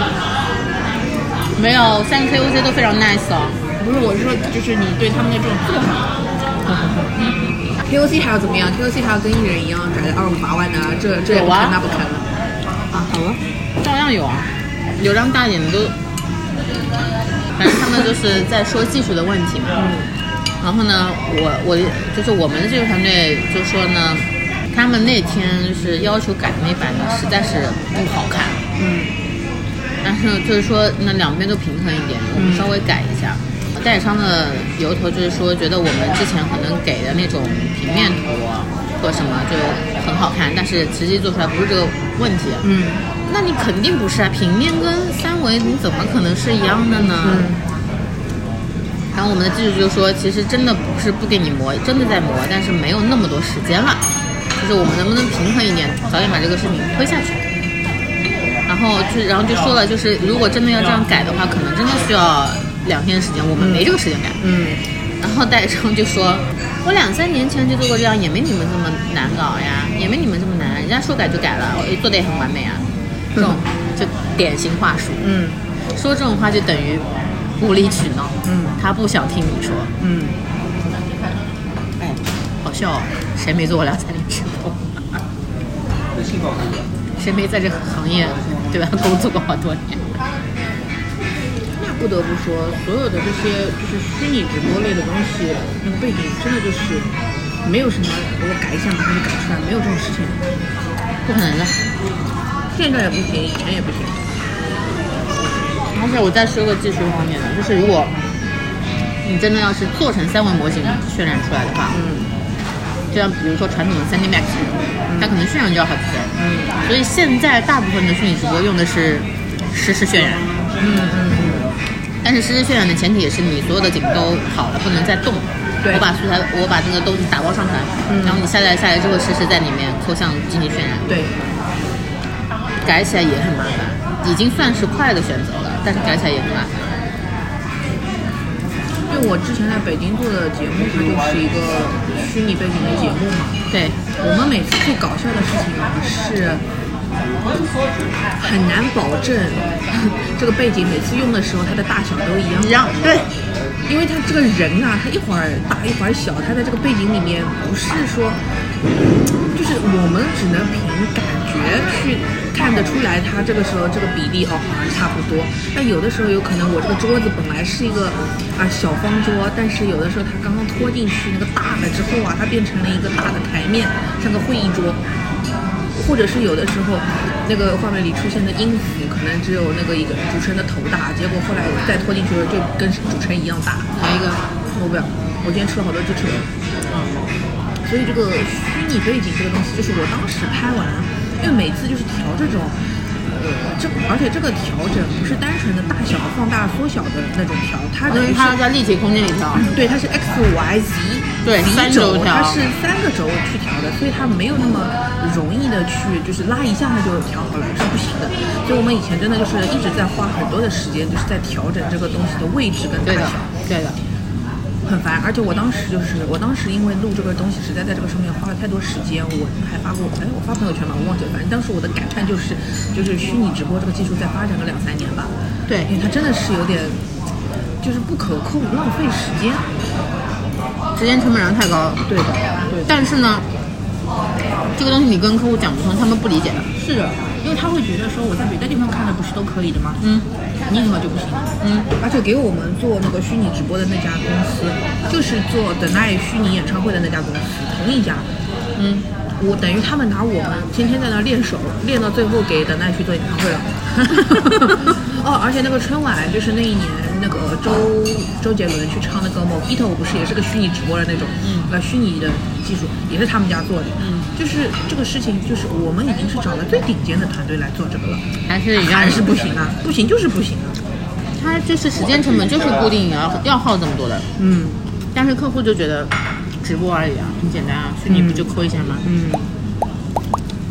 [SPEAKER 1] 没有三 KOC 都非常 nice 哦，
[SPEAKER 2] 不是，我是说，就是你对他们的这种做法。KOC 还要怎么样？KOC 还要跟艺人一样宅二五八万的、这这也不
[SPEAKER 1] 有啊
[SPEAKER 2] 看那不看的。啊，好了，
[SPEAKER 1] 照样有啊，流量大一点的都，反正他们就是在说技术的问题嘛。然后呢，我我就是我们的这个团队就说呢，他们那天就是要求改的那版呢，实在是不好看。
[SPEAKER 2] 嗯，
[SPEAKER 1] 但是就是说，那两边都平衡一点，我们稍微改一下。代理商的由头就是说，觉得我们之前可能给的那种平面图和什么就很好看，但是实际做出来不是这个问题。啊
[SPEAKER 2] 嗯，
[SPEAKER 1] 那你肯定不是啊，平面跟三维你怎么可能是一样的呢？然后我们的技术就说，其实真的不是不给你磨，真的在磨，但是没有那么多时间了。就是我们能不能平衡一点，早点把这个事情推下去。然后就然后就说了，就是如果真的要这样改的话，可能真的需要两天的时间，我们没这个时间改。
[SPEAKER 2] 嗯，
[SPEAKER 1] 然后代理商就说，我两三年前就做过这样，也没你们这么难搞呀，也没你们这么难，人家说改就改了，我做的也很完美啊。这种就典型话术，
[SPEAKER 2] 嗯
[SPEAKER 1] 说这种话就等于无理取闹。
[SPEAKER 2] 嗯
[SPEAKER 1] 他不想听你说，
[SPEAKER 2] 嗯，
[SPEAKER 1] 哎，好笑、哦，谁没做过两三年直播？谁没在这个行业对吧工作过好多年？
[SPEAKER 2] 那不得不说，所有的这些就是虚拟直播类的东西，那个背景真的就是没有什么我改一下马上就改出来，没有这种事情。
[SPEAKER 1] 不可能的。
[SPEAKER 2] 现在也不行，以前也不行。
[SPEAKER 1] 而且我再说个技术方面的，就是如果你真的要是做成三维模型渲染出来的话，
[SPEAKER 2] 嗯
[SPEAKER 1] 就像比如说传统的 3D Max，它可能渲染就要好几天。
[SPEAKER 2] 嗯
[SPEAKER 1] 所以现在大部分的虚拟直播用的是实时渲染，
[SPEAKER 2] 嗯嗯
[SPEAKER 1] 但是实时渲染的前提也是你所有的景都好了，不能再动。
[SPEAKER 2] 对
[SPEAKER 1] 我把素材，我把那个东西打包上传，
[SPEAKER 2] 嗯
[SPEAKER 1] 然后你下载下来之后，实时在里面抠像进行渲染，
[SPEAKER 2] 嗯，对，
[SPEAKER 1] 改起来也很麻烦，已经算是快的选择了，但是改起来也很麻烦。
[SPEAKER 2] 就我之前在北京做的节目，它就是一个虚拟背景的节目嘛。
[SPEAKER 1] 对，
[SPEAKER 2] 我们每次做搞笑的事情啊，是很难保证 这个背景每次用的时候它的大小都一样，
[SPEAKER 1] 一样，对，
[SPEAKER 2] 因为他这个人啊，他一会儿大一会儿小，他在这个背景里面不是说，就是我们只能凭感觉去看得出来，他这个时候这个比例哦好像差不多。但有的时候有可能我这个桌子本来是一个啊小方桌，但是有的时候他刚刚拖进去那个大的之后啊，它变成了一个大的台面，像个会议桌。或者是有的时候，那个画面里出现的音符可能只有那个一个主持人的头大，结果后来再拖进去了，就跟主持人一样大。
[SPEAKER 1] 来一个，
[SPEAKER 2] 我不要，我今天吃了好多鸡翅膀。所以这个虚拟背景这个东西，就是我当时拍完，因为每次就是调这种，呃，这而且这个调整不是单纯的大小、放大、缩小的那种调，它等
[SPEAKER 1] 因
[SPEAKER 2] 于
[SPEAKER 1] 为
[SPEAKER 2] 是
[SPEAKER 1] 它要在立体空间里跳，
[SPEAKER 2] 对，它是 X Y Z
[SPEAKER 1] 对
[SPEAKER 2] Z
[SPEAKER 1] 三轴
[SPEAKER 2] 它
[SPEAKER 1] 调
[SPEAKER 2] 是三个轴去调的，所以它没有那么容易的去就是拉一下它就调好了是不行的。所以我们以前真的就是一直在花很多的时间，就是在调整这个东西的位置跟
[SPEAKER 1] 对的
[SPEAKER 2] 大小。，
[SPEAKER 1] 对的，
[SPEAKER 2] 很烦，而且我当时就是，我当时因为录这个东西，实在在这个上面花了太多时间，我还发过，哎，我发朋友圈嘛，我忘记了，反正当时我的感叹就是，就是虚拟直播这个技术再发展个两三年吧，
[SPEAKER 1] 对
[SPEAKER 2] 因为它真的是有点，就是不可控，浪费时间，
[SPEAKER 1] 时间成本上太高了。
[SPEAKER 2] 对的，对的，
[SPEAKER 1] 但是呢，这个东西你跟客户讲不通，他们不理解的。
[SPEAKER 2] 是的，因为他会觉得说我在别的地方看的不是都可以的吗？
[SPEAKER 1] 嗯，
[SPEAKER 2] 你怎么就不行？
[SPEAKER 1] 嗯，
[SPEAKER 2] 而且给我们做那个虚拟直播的那家公司，就是做 The Night 虚拟演唱会的那家公司，同一家。
[SPEAKER 1] 嗯，
[SPEAKER 2] 我等于他们拿我们天天在那练手，练到最后给等待去做演唱会了。 哦，而且那个春晚就是那一年那个周周杰伦去唱那个《Mojito》，不是也是个虚拟直播的那种，嗯，呃，虚拟的技术也是他们家做的，嗯，就是这个事情，就是我们已经是找了最顶尖的团队来做这个了，
[SPEAKER 1] 还是一样
[SPEAKER 2] 还
[SPEAKER 1] 的
[SPEAKER 2] 是不行啊，不行就是不行啊，
[SPEAKER 1] 它就是时间成本就是固定要要耗这么多的，
[SPEAKER 2] 嗯
[SPEAKER 1] 但是客户就觉得直播而已啊，很简单啊，虚拟不就抠一下吗？
[SPEAKER 2] 嗯，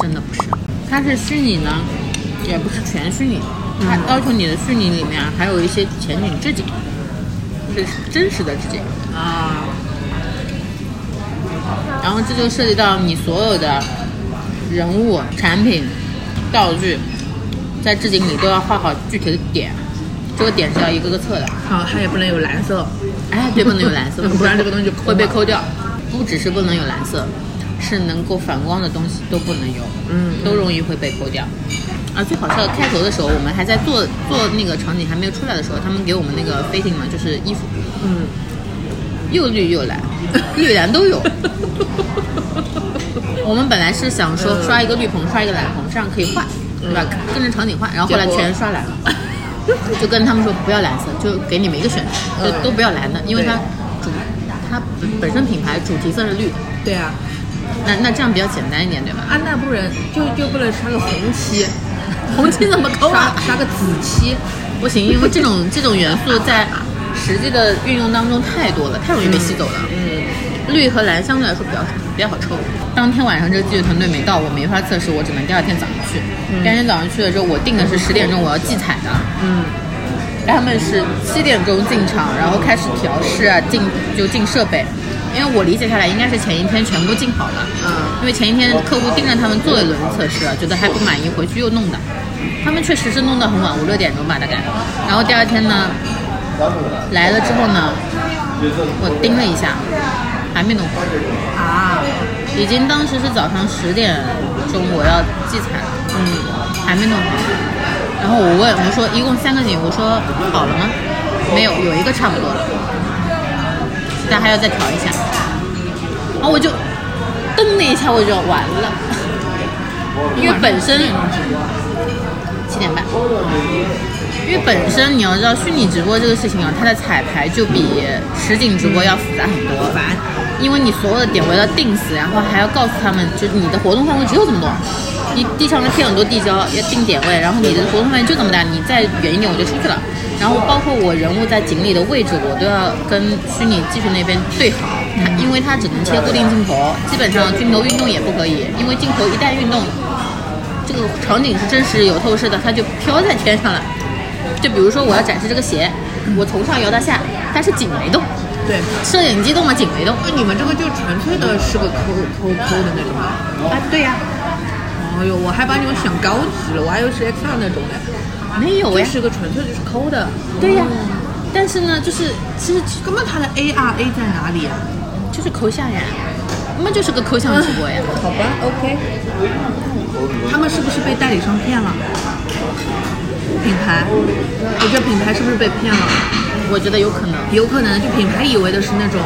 [SPEAKER 1] 真的不是，它是虚拟呢，也不是全虚拟，它要求你的虚拟里面啊还有一些前景置景，是真实的置景，
[SPEAKER 2] 啊，
[SPEAKER 1] 然后这就涉及到你所有的人物、产品、道具，在置景里都要画好具体的点，这个点是要一个个测的。
[SPEAKER 2] 好，它也不能有蓝色，
[SPEAKER 1] 哎， 对，不能有蓝色，
[SPEAKER 2] 不然这个东西就抠
[SPEAKER 1] 会被
[SPEAKER 2] 嘛
[SPEAKER 1] 抠掉。不只是不能有蓝色，是能够反光的东西都不能有，
[SPEAKER 2] 嗯
[SPEAKER 1] 都容易会被抠掉。啊，最好笑的，开头的时候，我们还在做做那个场景还没有出来的时候，他们给我们那个 fitting 嘛，就是衣服
[SPEAKER 2] 嗯，
[SPEAKER 1] 又绿又蓝， 绿蓝都有。 我们本来是想
[SPEAKER 2] 嗯
[SPEAKER 1] 说刷一个绿棚，刷一个蓝棚，这样可以换，对吧？跟着场景换，然后后来全刷蓝了。就跟他们说不要蓝色，就给你们一个选择，就
[SPEAKER 2] 嗯
[SPEAKER 1] 都不要蓝的，因为它
[SPEAKER 2] 对
[SPEAKER 1] 主它本本身品牌主题色是绿的，
[SPEAKER 2] 对啊，
[SPEAKER 1] 那那这样比较简单一点，对吧？
[SPEAKER 2] 安娜不忍就就不能刷个红漆，
[SPEAKER 1] 红旗怎么抠
[SPEAKER 2] 刷
[SPEAKER 1] 啊？
[SPEAKER 2] 刷个紫漆，
[SPEAKER 1] 不行，因为这种这种元素在实际的运用当中太多了，太容易被吸走了。
[SPEAKER 2] 嗯，
[SPEAKER 1] 绿和蓝相对来说比较比较好抽。当天晚上这个技术团队没到，我没法测试，我只能第二天早上去。第二天早上去的时候，我定的是十点钟我要集采的，
[SPEAKER 2] 嗯，
[SPEAKER 1] 他们是七点钟进场，然后开始调试啊，进就进设备。因为我理解下来，应该是前一天全部进好了，
[SPEAKER 2] 嗯，
[SPEAKER 1] 因为前一天客户盯着他们做了一轮测试，啊觉得还不满意，回去又弄的。他们确实是弄得很晚，五六点钟吧大概。然后第二天呢，来了之后呢，我盯了一下，还没弄好。
[SPEAKER 2] 啊，
[SPEAKER 1] 已经当时是早上十点钟，我要集采了，嗯，还没弄好。然后我问我说一共三个景，我说好了吗？没有，有一个差不多了，但还要再调一下。然后我就噔的一下，我就完了，因为本身七点半，因为本身你要知道虚拟直播这个事情啊，它的彩排就比实景直播要复杂很多。
[SPEAKER 2] 烦，
[SPEAKER 1] 因为你所有的点位要定死，然后还要告诉他们，就是你的活动范围只有这么多。你地上面贴很多地胶，要定点位，然后你的活动范围就这么大，你再远一点我就出去了。然后包括我人物在景里的位置，我都要跟虚拟技术那边对好，它因为它只能切固定镜头，基本上镜头运动也不可以，因为镜头一旦运动，这个场景是真实有透视的，它就飘在天上了。就比如说我要展示这个鞋，我从上摇到下，但是景没动，
[SPEAKER 2] 对，
[SPEAKER 1] 摄影机动了，景没动。
[SPEAKER 2] 那你们这个就纯粹的是个抠抠抠的那种啊？
[SPEAKER 1] 啊，对呀、
[SPEAKER 2] 哎呦，我还把你们想高级了，我还以为是 X 二那种呢，
[SPEAKER 1] 没有
[SPEAKER 2] 就
[SPEAKER 1] 呀，
[SPEAKER 2] 是个纯粹就是抠的。
[SPEAKER 1] 对呀、但是呢，就是其实
[SPEAKER 2] 那么它的 ARA 在哪里啊？
[SPEAKER 1] 就是抠像呀，那就是个抠像直播 呀。
[SPEAKER 2] 好吧，OK。他们是不是被代理商骗了？品牌，我觉得品牌是不是被骗了？
[SPEAKER 1] 我觉得有可能
[SPEAKER 2] 有可能，就品牌以为的是那种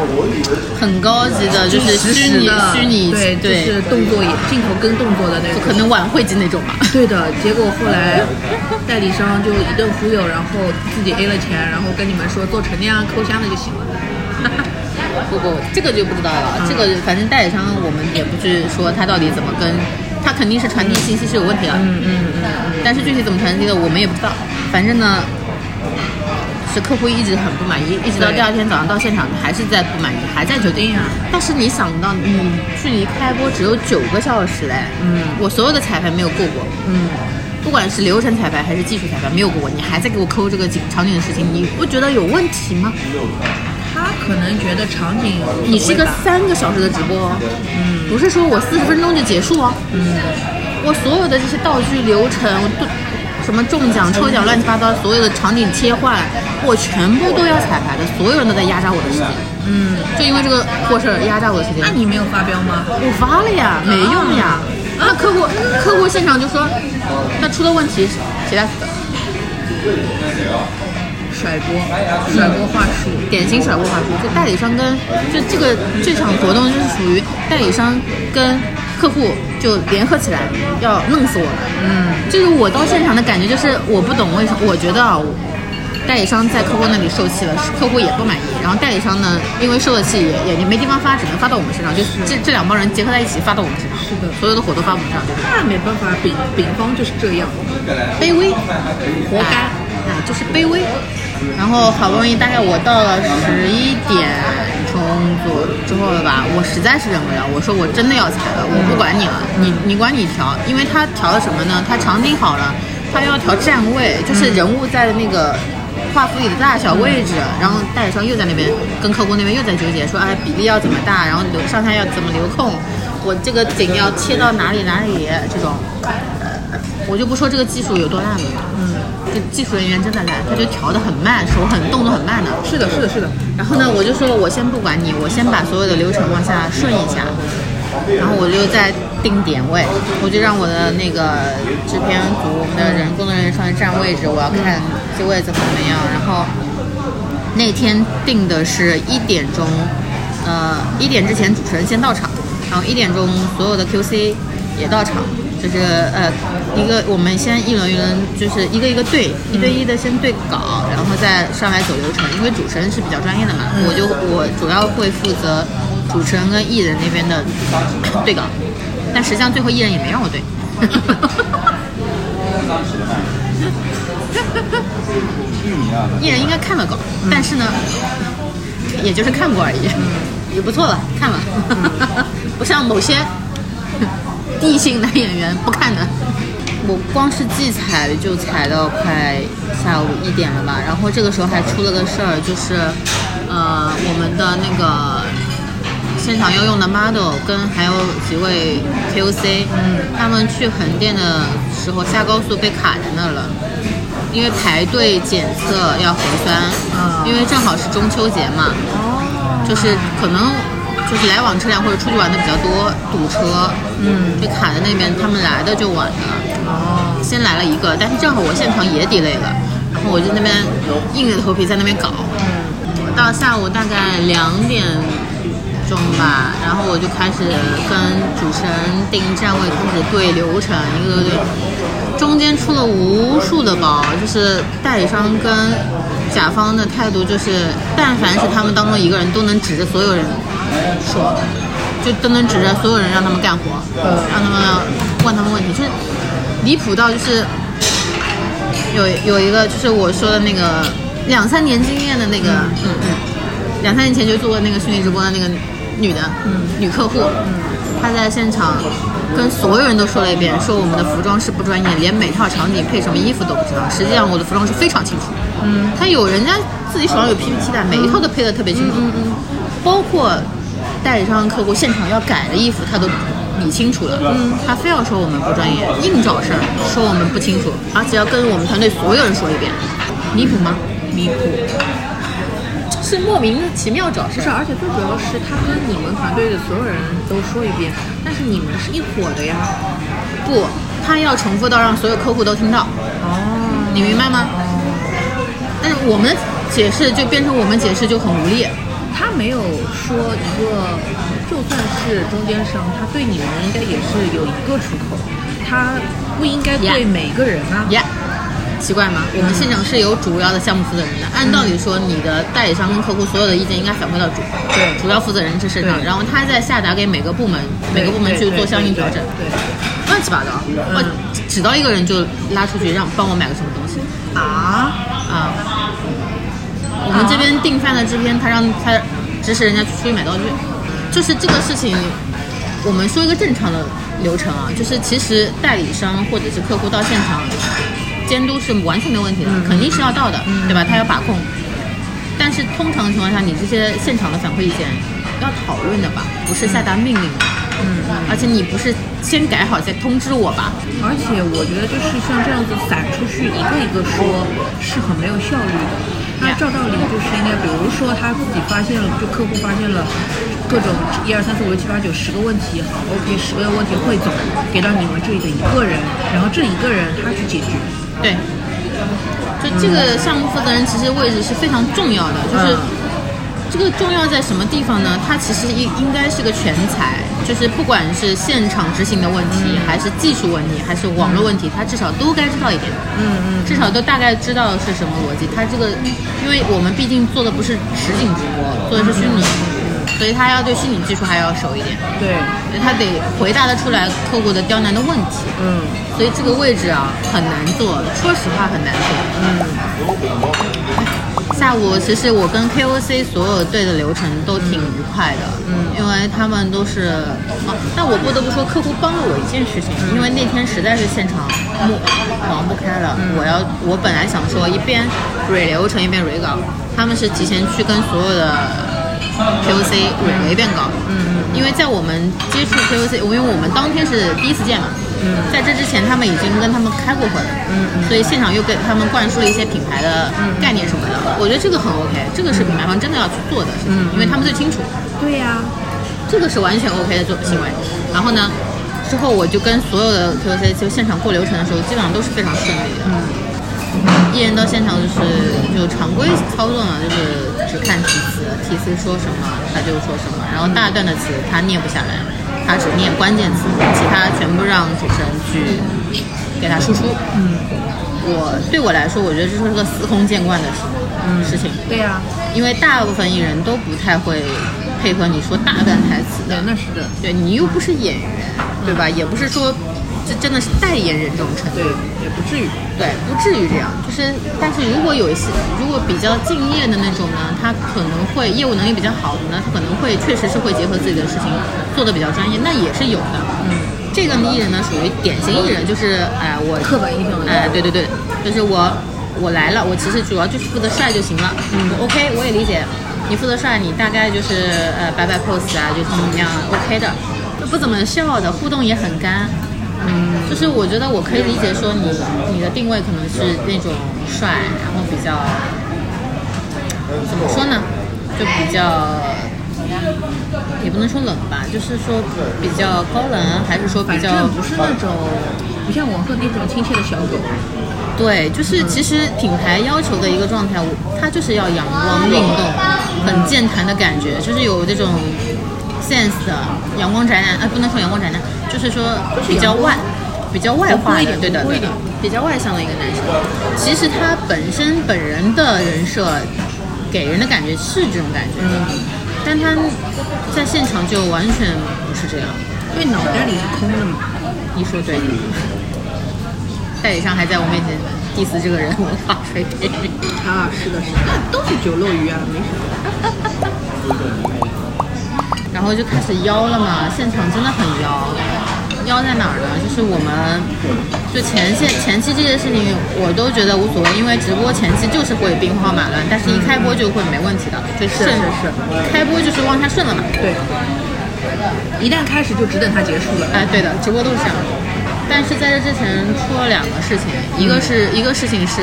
[SPEAKER 1] 很高级的，就是
[SPEAKER 2] 实
[SPEAKER 1] 虚
[SPEAKER 2] 时
[SPEAKER 1] 拟
[SPEAKER 2] 的，
[SPEAKER 1] 虚拟
[SPEAKER 2] 对，就是动作也镜头跟动作的那
[SPEAKER 1] 就
[SPEAKER 2] 种。
[SPEAKER 1] 可能晚会级那种吧。
[SPEAKER 2] 对的，结果后来代理商就一顿忽悠，然后自己 A 了钱，然后跟你们说做成那样抠香的就行了。
[SPEAKER 1] 不不，这个就不知道了。
[SPEAKER 2] 嗯
[SPEAKER 1] 这个反正代理商我们也不去说他到底怎么跟，他肯定是传递信息是有问题的。
[SPEAKER 2] 嗯嗯嗯，
[SPEAKER 1] 但是具体怎么传递的我们也不知道。反正呢，是客户一直很不满意，一直到
[SPEAKER 2] 对
[SPEAKER 1] 第二天早上到现场还是在不满意，还在纠结
[SPEAKER 2] 呀。
[SPEAKER 1] 但是你想到，嗯，距离开播只有九个小时嘞，
[SPEAKER 2] 嗯
[SPEAKER 1] 我所有的彩排没有过过，
[SPEAKER 2] 嗯，
[SPEAKER 1] 不管是流程彩排还是技术彩排没有过过，你还在给我抠这个景场景的事情，你不觉得有问题吗？
[SPEAKER 2] 他可能觉得场景无所谓
[SPEAKER 1] 你是一个
[SPEAKER 2] 吧
[SPEAKER 1] 三个小时的直播哦，不是说我四十分钟就结束哦，我所有的这些道具流程，我都什么中奖、抽奖、乱七八糟，所有的场景切换，我全部都要彩排的，所有人都在压榨我的时间，
[SPEAKER 2] 嗯，
[SPEAKER 1] 就因为这个破事儿压榨我的时间
[SPEAKER 2] 那。你没有发飙吗？
[SPEAKER 1] 我发了呀，啊没用呀。那客户客户现场就说，那出了问题谁来负责？
[SPEAKER 2] 甩锅，甩锅话术。
[SPEAKER 1] 典型甩锅话术，就代理商跟就这个这场活动就是属于代理商跟客户就联合起来要弄死我了。
[SPEAKER 2] 嗯，
[SPEAKER 1] 就是我到现场的感觉就是我不懂为什么，我觉得啊，我代理商在客户那里受气了，客户也不满意，然后代理商呢因为受了气也也没地方发，只能发到我们身上，就是这这两帮人结合在一起发到我们身上，
[SPEAKER 2] 是的
[SPEAKER 1] 所有的火都发我们身上，
[SPEAKER 2] 那没办法，丙丙方就是这样，
[SPEAKER 1] 卑微，
[SPEAKER 2] 活该
[SPEAKER 1] 哎，哎，就是卑微。然后好不容易，大概我到了十一点钟左之后了吧，我实在是忍不了，我说我真的要踩了，我不管你了，你你管你调，因为他调了什么呢？他场景好了，他要调站位，就是人物在那个。画幅里的大小位置，然后代理商又在那边跟客户那边又在纠结，说哎比例要怎么大，然后留上下要怎么留空，我这个景要切到哪里哪里这种，我就不说这个技术有多烂了，嗯，这技术人员真的烂，他就调的很慢，手很动作很慢的。
[SPEAKER 2] 是的，是的，是的，
[SPEAKER 1] 然后呢，我就说我先不管你，我先把所有的流程往下顺一下，然后我就在定点位，我就让我的那个制片组我们的人工作人员上去站位置，我要看这位置怎么样。然后那天定的是一点钟，呃，一点之前主持人先到场，然后一点钟所有的 QC 也到场，就就是呃一个我们先一轮一轮就是一个一个对一对一的先对稿，然后再上来走流程，因为主持人是比较专业的嘛，我就我主要会负责主持人跟艺人那边的对稿，但实际上最后艺人也没让我对。
[SPEAKER 4] 玉米啊，
[SPEAKER 1] 艺人应该看了稿，但是呢，也就是看过而已，也不错了，看了， 不像某些地性男演员不看的。我光是记彩就踩到快下午一点了吧，然后这个时候还出了个事儿，就是，呃，我们的那个现场要用的 model 跟还有几位 KOC，他们去横店的时候下高速被卡在那儿了，因为排队检测要核酸，
[SPEAKER 2] 啊
[SPEAKER 1] 因为正好是中秋节嘛，就是可能就是来往车辆或者出去玩的比较多，堵车，嗯，被卡在那边，他们来的就晚了。
[SPEAKER 2] 哦，
[SPEAKER 1] 先来了一个，但是正好我现场也 delay 了，然后我就那边硬着头皮在那边搞，到下午大概两点钟吧，然后我就开始跟主持人定站位，开始对流程，一个个对，中间出了无数的包，就是代理商跟甲方的态度就是，但凡是他们当中一个人都能指着所有人说，就都能指着所有人让他们干活，
[SPEAKER 2] 嗯
[SPEAKER 1] 让他们问他们问题，就是离谱到就是有有一个就是我说的那个两三年经验的那个，嗯嗯，两三年前就做过那个虚拟直播的那个女的，嗯，女客户，她在现场跟所有人都说了一遍，说我们的服装是不专业，连每套场景配什么衣服都不知道。实际上我的服装是非常清楚，嗯，她有人家自己手上有 PPT
[SPEAKER 2] 嗯
[SPEAKER 1] 的，每一套都配的特别清楚，嗯嗯，包括代理商客户现场要改的衣服，她都。理清楚了，嗯，她非要说我们不专业，硬找事儿，说我们不清楚，而且要跟我们团队所有人说一遍，离谱吗？
[SPEAKER 2] 离谱。
[SPEAKER 1] 是莫名其妙找事
[SPEAKER 2] 不是，而且最主要是他跟你们团队的所有人都说一遍，但是你们是一伙的呀。
[SPEAKER 1] 不，他要重复到让所有客户都听到，
[SPEAKER 2] 哦，
[SPEAKER 1] 你明白吗？但是我们解释就变成我们解释就很无力，
[SPEAKER 2] 他没有说一个，就算是中间商，他对你们应该也是有一个出口，他不应该对
[SPEAKER 1] Yeah
[SPEAKER 2] 每个人啊。
[SPEAKER 1] 耶、奇怪吗？我们现场是有主要的项目负责人的，按道理说你的代理商跟客户所有的意见应该反馈到主
[SPEAKER 2] 对
[SPEAKER 1] 主要负责人这身上，
[SPEAKER 2] 对
[SPEAKER 1] 然后他再下达给每个部门，每个部门去
[SPEAKER 2] 对
[SPEAKER 1] 做相应调整。
[SPEAKER 2] 对对对嗯
[SPEAKER 1] 乱七八糟，我只到一个人就拉出去让帮我买个什么东西
[SPEAKER 2] 对啊，
[SPEAKER 1] 啊。我们这边订饭的制片，他让他指使人家出去买道具，就是这个事情。我们说一个正常的流程啊，就是其实代理商或者是客户到现场监督是完全没问题的，肯定是要到的，对吧？他要把控。但是通常情况下，你这些现场的反馈意见要讨论的吧，不是下达命令的。嗯，而且你不是先改好再通知我吧？
[SPEAKER 2] 而且我觉得就是像这样子散出去一个一个说，是很没有效率的。
[SPEAKER 1] Yeah
[SPEAKER 2] 那照道理就是应该，比如说他自己发现了，就客户发现了各种一二三四五六七八九十个问题，好，OK，十个问题汇总给到你们这里的一个人，然后这一个人他去解决。
[SPEAKER 1] 对，就这个项目负责人其实位置是非常重要的，就是
[SPEAKER 2] 嗯
[SPEAKER 1] 这个重要在什么地方呢？他其实应应该是个全才，就是不管是现场执行的问
[SPEAKER 2] 嗯
[SPEAKER 1] 题，还是技术问题，还是网络问题，他至少都该知道一点，
[SPEAKER 2] 嗯嗯，
[SPEAKER 1] 至少都大概知道是什么逻辑。他这个，因为我们毕竟做的不是实景直
[SPEAKER 2] 嗯
[SPEAKER 1] 播，做的是虚拟，所以他要对虚拟技术还要熟一点，
[SPEAKER 2] 对，
[SPEAKER 1] 他得回答得出来客户的刁难的问题。
[SPEAKER 2] 嗯，
[SPEAKER 1] 所以这个位置啊很难做，说实话很难做。嗯，下午其实我跟 KOC 所有队的流程都挺愉快的，嗯，因为他们都是，哦、但我不得不说客户帮了我一件事情，因为那天实在是现场忙忙不开了，我要我本来想说一边蕊流程一边蕊稿，他们是提前去跟所有的 KOC 蕊了一遍稿，嗯，因为在我们接触 KOC，因为我们当天是第一次见嘛，嗯，在这之前他们已经跟他们开过会了，嗯，所以现场又给他们灌输了一些品牌的概念什么的，我觉得这个很 OK，这个是品牌方真的要去做的事情，因为他们最清楚，
[SPEAKER 2] 对呀、
[SPEAKER 1] 这个是完全 OK 的做行为。然后呢，之后我就跟所有的 KOC 就现场过流程的时候，基本上都是非常顺利的，嗯。艺人到现场就是就常规操作嘛，就是只看提词，提词说什么他就说什么，然后大段的词他念不下来，他只念关键词，其他全部让主持人去给他输出。嗯，我对我来说，我觉得这是个司空见惯的事、事情，
[SPEAKER 2] 对啊呀、
[SPEAKER 1] 因为大部分艺人都不太会配合你说大段台词的
[SPEAKER 2] 对，。那是的，
[SPEAKER 1] 对你又不是演员，对吧？也不是说这真的是代言人这种程度
[SPEAKER 2] 对，，也不至于。
[SPEAKER 1] 对，不至于这样。就是，但是如果有一些如果比较敬业的那种呢，他可能会业务能力比较好的呢，他可能会确实是会结合自己的事情做的比较专业，那也是有的。嗯，这个艺人呢属于典型艺人，就是哎、我
[SPEAKER 2] 刻板印象的
[SPEAKER 1] 哎、对对对，就是我我来了，我其实主要就是负责帅就行了。嗯，OK，我也理解。你负责帅，你大概就是呃摆摆 pose 啊，就是怎么样
[SPEAKER 2] 嗯
[SPEAKER 1] OK 的，就不怎么笑的，互动也很干。嗯，就是我觉得我可以理解说你你的定位可能是那种帅，然后比较怎么说呢，就比较。也不能说冷吧，就是说比较高冷，还是说比
[SPEAKER 2] 反
[SPEAKER 1] 较
[SPEAKER 2] 正不是那种，不像王鹤棣这种亲切的小狗。
[SPEAKER 1] 对，就是其实品牌要求的一个状态，我它就是要阳光运动，很健谈的感觉，就是有这种 sense 的阳光宅男，哎，不能说阳光宅男，就是说比较外。比较外化
[SPEAKER 2] 活泼
[SPEAKER 1] 的
[SPEAKER 2] 嗯一点
[SPEAKER 1] 对的，
[SPEAKER 2] 活泼
[SPEAKER 1] 对
[SPEAKER 2] 一
[SPEAKER 1] 的
[SPEAKER 2] 点，
[SPEAKER 1] 比较外向的一个男生。其实他本身本人的人设，给人的感觉是这种感觉，
[SPEAKER 2] 嗯
[SPEAKER 1] 但他在现场就完全不是这样。
[SPEAKER 2] 因为脑袋里是空的嘛，
[SPEAKER 1] 你说对。代理商还在我面前 diss 这个人，我发水给你。
[SPEAKER 2] 啊，是的，是的，都是酒漏鱼啊，没什么。
[SPEAKER 1] 然后就开始邀了嘛，现场真的很邀。邀在哪儿呢？就是我们就前线前期这些事情，我都觉得无所谓，因为直播前期就是会兵荒马乱，但是一开播就会没问题的，就顺
[SPEAKER 2] 是是
[SPEAKER 1] 开播就是往下顺了嘛。
[SPEAKER 2] 对，一旦开始就只等它结束了。
[SPEAKER 1] 哎，对的，直播都是这样的。但是在这之前出了两个事情，一个是、一个事情是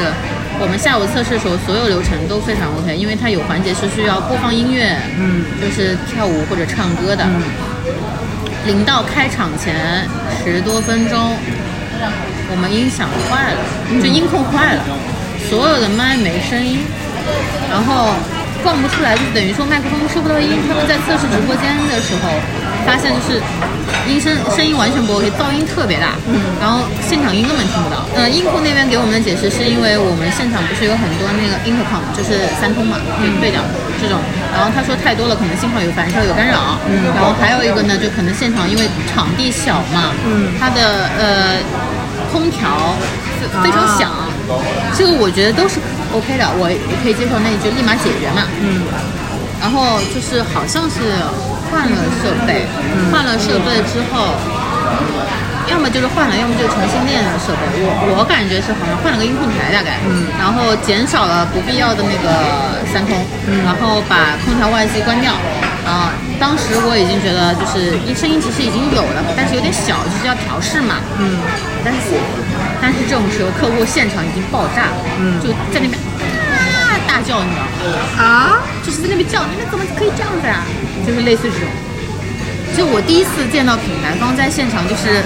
[SPEAKER 1] 我们下午测试的时候，所有流程都非常 OK，因为它有环节是需要播放音乐，嗯，就是跳舞或者唱歌的。临到开场前十多分钟，我们音响坏了，就音控坏了，所有的麦没声音，然后放不出来，就等于说麦克风收不到音。他们在测试直播间的时候，发现就是音声声音完全不 OK，噪音特别大，然后现场音根本听不到。呃，音控那边给我们的解释是因为我们现场不是有很多那个 intercom，就是三通嘛，对对讲这种。然后他说太多了，可能信号有反射、有干扰。然后还有一个呢，就可能现场因为场地小嘛，它的呃空调非非常响。这个我觉得都是 OK 的，我也可以接受，那你就立马解决嘛。嗯。然后就是好像是换了设备，换了设备之后，要么就是换了，要么就重新练了设备。我我感觉是好像换了个音控台，大概，嗯，然后减少了不必要的那个三通，然后把空调外机关掉。啊、当时我已经觉得就是音声音其实已经有了，但是有点小，就是要调试嘛，嗯，但是但是这种时候客户现场已经爆炸了，嗯，就在那边啊大叫，你知道吗？
[SPEAKER 2] 啊，
[SPEAKER 1] 就是在那边叫，你们怎么可以这样子啊？就是类似这种。就我第一次见到品牌方在现场就是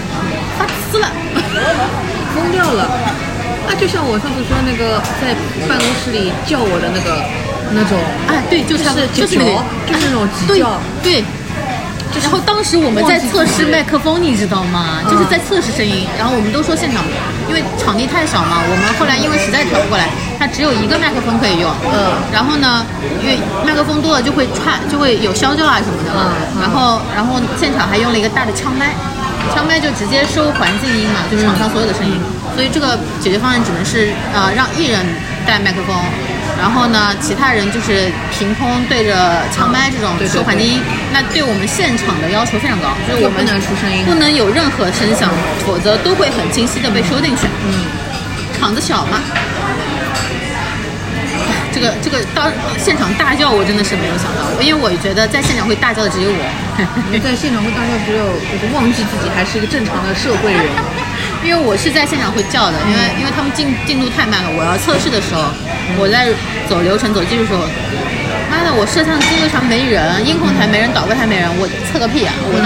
[SPEAKER 1] 发呲 了，
[SPEAKER 2] 疯掉了。啊，就像我上次说那个在办公室里叫我的那个那种，
[SPEAKER 1] 哎，对，就差不多，
[SPEAKER 2] 啊就是
[SPEAKER 1] 那个
[SPEAKER 2] 急叫就是那种急
[SPEAKER 1] 对
[SPEAKER 2] 叫
[SPEAKER 1] 对。然后当时我们在测试麦克风，你知道吗？
[SPEAKER 2] 嗯
[SPEAKER 1] 就是在测试声音。然后我们都说现场，因为场地太小嘛，我们后来因为实在调不过来，它只有一个麦克风可以用。
[SPEAKER 2] 嗯
[SPEAKER 1] 然后呢，因为麦克风多了就会串，就会有消叫啊什么的嘛。
[SPEAKER 2] 嗯嗯
[SPEAKER 1] 然后，然后现场还用了一个大的枪麦，枪麦就直接收环境音
[SPEAKER 2] 嗯
[SPEAKER 1] 嘛，就场上所有的声音。所以这个解决方案只能是呃让艺人带麦克风，然后呢，其他人就是凭空对着枪麦这种
[SPEAKER 2] 嗯对对
[SPEAKER 1] 收环境音。那对我们现场的要求非常高，就是我们
[SPEAKER 2] 就不能出声音
[SPEAKER 1] 不能有任何声响，否则都会很清晰的被收进去。嗯，场子小嘛。这个这个当现场大叫，我真的是没有想到，因为我觉得在现场会大叫的只有我，
[SPEAKER 2] 你在现场会大笑，只有就是忘记自己还是一个正常的社会人。
[SPEAKER 1] 因为我是在现场会叫的，因为因为他们进进度太慢了，我要测试的时候，我在走流程走技术的时候，妈的，我摄像机为啥没人，音控台没人，导播台没人，我测个屁啊！我当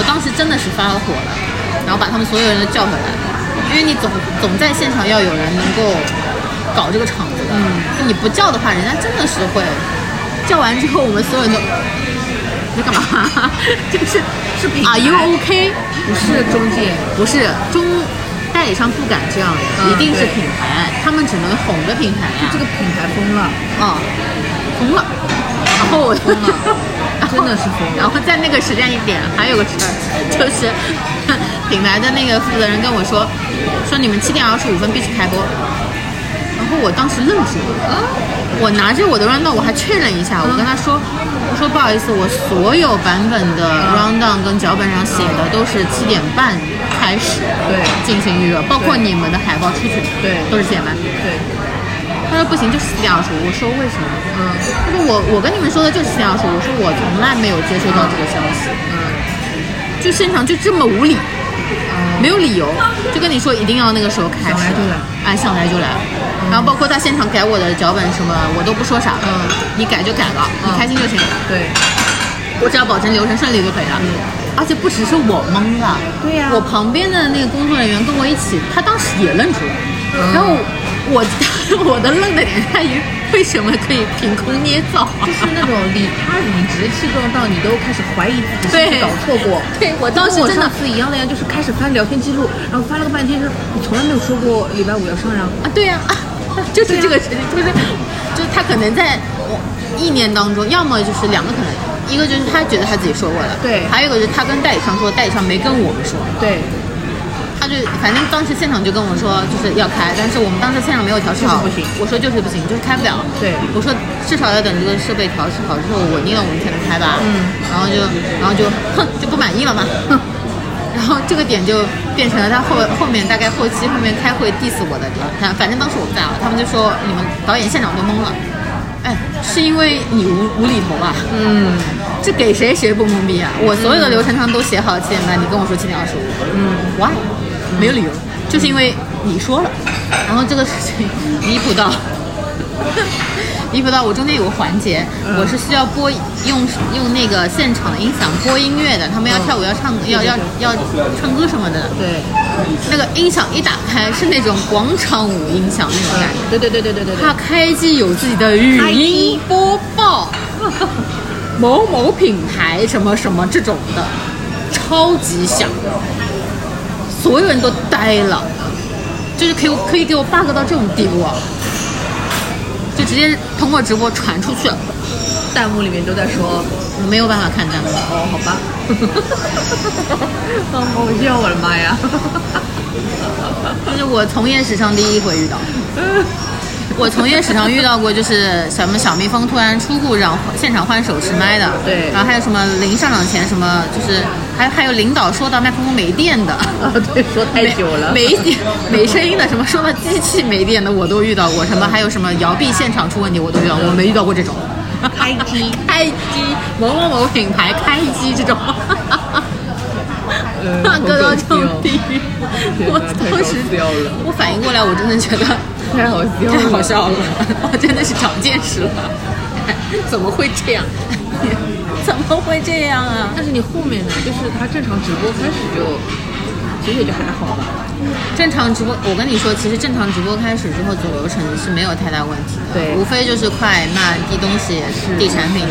[SPEAKER 1] 我当时真的是发了火了，然后把他们所有人都叫回来，因为你总总在现场要有人能够搞这个场子的，就你不叫的话，人家真的是会叫完之后，我们所有人都。 你干嘛？ 就是
[SPEAKER 2] 是品牌
[SPEAKER 1] Are you OK？
[SPEAKER 2] 不是中介，
[SPEAKER 1] 不是中代理商不敢这样的，
[SPEAKER 2] 嗯
[SPEAKER 1] 一定是
[SPEAKER 2] 对
[SPEAKER 1] 品牌，他们只能哄着品牌呀、
[SPEAKER 2] 这个品牌疯了，
[SPEAKER 1] 哦，疯了， 然后我
[SPEAKER 2] 疯了 真的是疯了
[SPEAKER 1] 然后在那个时间一点，还有个事儿，就是 品牌的那个负责人跟我说，说你们七点二十五分必须开播。然后我当时愣住了，我拿着我的 rundown，我还确认一下，我跟他说，我说不好意思，我所有版本的 rundown 跟脚本上写的都是七点半开始
[SPEAKER 2] 对
[SPEAKER 1] 进行预热，包括
[SPEAKER 2] 对
[SPEAKER 1] 你们的海报出去
[SPEAKER 2] 对
[SPEAKER 1] 都是七点半。
[SPEAKER 2] 对，
[SPEAKER 1] 他说不行，就是四点二十五。我说为什么？
[SPEAKER 2] 嗯
[SPEAKER 1] 他说我我跟你们说的就是四点二十五。我说我从来没有接收到这个消息，
[SPEAKER 2] 嗯啊
[SPEAKER 1] 就现场就这么无理，没有理由，就跟你说一定要那个时候开始，
[SPEAKER 2] 想来就来
[SPEAKER 1] 哎，想来就嗯来。然后包括他现场改我的脚本什么，我都不说啥，
[SPEAKER 2] 嗯，
[SPEAKER 1] 你改就改了，
[SPEAKER 2] 嗯
[SPEAKER 1] 你开心就行，
[SPEAKER 2] 对，
[SPEAKER 1] 我只要保证流程顺利就可以了。而且不只是我懵啊了，
[SPEAKER 2] 对呀
[SPEAKER 1] 我旁边的那个工作人员跟我一起，他当时也愣住了，然后我 我的愣的点在于为什么可以凭空捏造啊？
[SPEAKER 2] 就是那种理他理直气壮到你都开始怀疑自己是不
[SPEAKER 1] 对
[SPEAKER 2] 是搞错过。
[SPEAKER 1] 对我当时
[SPEAKER 2] 跟我
[SPEAKER 1] 真的
[SPEAKER 2] 上次一样的呀，就是开始翻聊天记录，然后翻了个半天，说你从来没有说过礼拜五要上呀，
[SPEAKER 1] 啊，对呀、就是这个事情，就是就是他可能在我意念当中，要么就是两个可能，一个就是他觉得他自己说过了，
[SPEAKER 2] 对
[SPEAKER 1] 还有一个就是他跟代理商说，代理商没跟我们说，
[SPEAKER 2] 对，
[SPEAKER 1] 他就反正当时现场就跟我说就是要开，但是我们当时现场没有调试好，
[SPEAKER 2] 就是不行
[SPEAKER 1] 我说就是不行，就是开不了。
[SPEAKER 2] 对
[SPEAKER 1] 我说至少要等这个设备调试好之后稳定了，我们才能开吧。
[SPEAKER 2] 嗯，
[SPEAKER 1] 然后就然后就哼就不满意了嘛，哼。然后这个点就变成了他后后面大概后期后面开会 diss 我的点，反反正当时我不在啊，他们就说你们导演现场都懵了，哎，是因为你无无厘头啊，
[SPEAKER 2] 嗯
[SPEAKER 1] 这给谁谁不懵逼啊？我所有的流程上都写好七点半，你跟我说七点二十五，嗯，why？没有理由，就是因为你说了，然后这个事情 离谱到离谱到我中间有个环节，我是需要播用用那个现场的音响播音乐的，他们要跳舞要唱要要要唱歌什么的，
[SPEAKER 2] 对，
[SPEAKER 1] 那个音响一打开是那种广场舞音响那种
[SPEAKER 2] 嗯
[SPEAKER 1] 感觉。
[SPEAKER 2] 对对对对对对对
[SPEAKER 1] 它，开机有自己的语音播报，某某品牌什么什么这种的，超级响，所有人都呆了，就是可以可以给我 bug 到这种地步啊，就直接通过直播传出去了，
[SPEAKER 2] 弹幕里面都在说，
[SPEAKER 1] 我没有办法看弹幕。
[SPEAKER 2] 哦，好 吧，好笑，哦我的妈呀！
[SPEAKER 1] 这是我从业史上第一回遇到。我从业史上遇到过，就是什么小蜜蜂突然出故障，现场换手持麦的，
[SPEAKER 2] 对
[SPEAKER 1] 然后还有什么临上场前什么，就是还还有领导说到麦克风没电的，
[SPEAKER 2] 啊， 对，说太久了，
[SPEAKER 1] 没没没声音的，什么说到机器没电的我都遇到过，什么还有什么摇臂现场出问题我都遇到过，我没遇到过这种。
[SPEAKER 2] 开机，
[SPEAKER 1] 开机，某某某品牌开机这种，
[SPEAKER 2] 嗯
[SPEAKER 1] 割到这种地狱，
[SPEAKER 2] 天
[SPEAKER 1] 我
[SPEAKER 2] 哪太
[SPEAKER 1] 当时
[SPEAKER 2] 搞笑了
[SPEAKER 1] 我反应过来，我真的觉得
[SPEAKER 2] 太好笑了，
[SPEAKER 1] 太好笑了，我 真的是长见识了， 怎么会这样？ 怎么会这样啊？
[SPEAKER 2] 但是你后面呢，就是他正常直播开始就，其实也就还好吧。
[SPEAKER 1] 正常直播，我跟你说，其实正常直播开始之后走流程是没有太大问题的，
[SPEAKER 2] 对
[SPEAKER 1] 无非就是快慢递东西、递产品，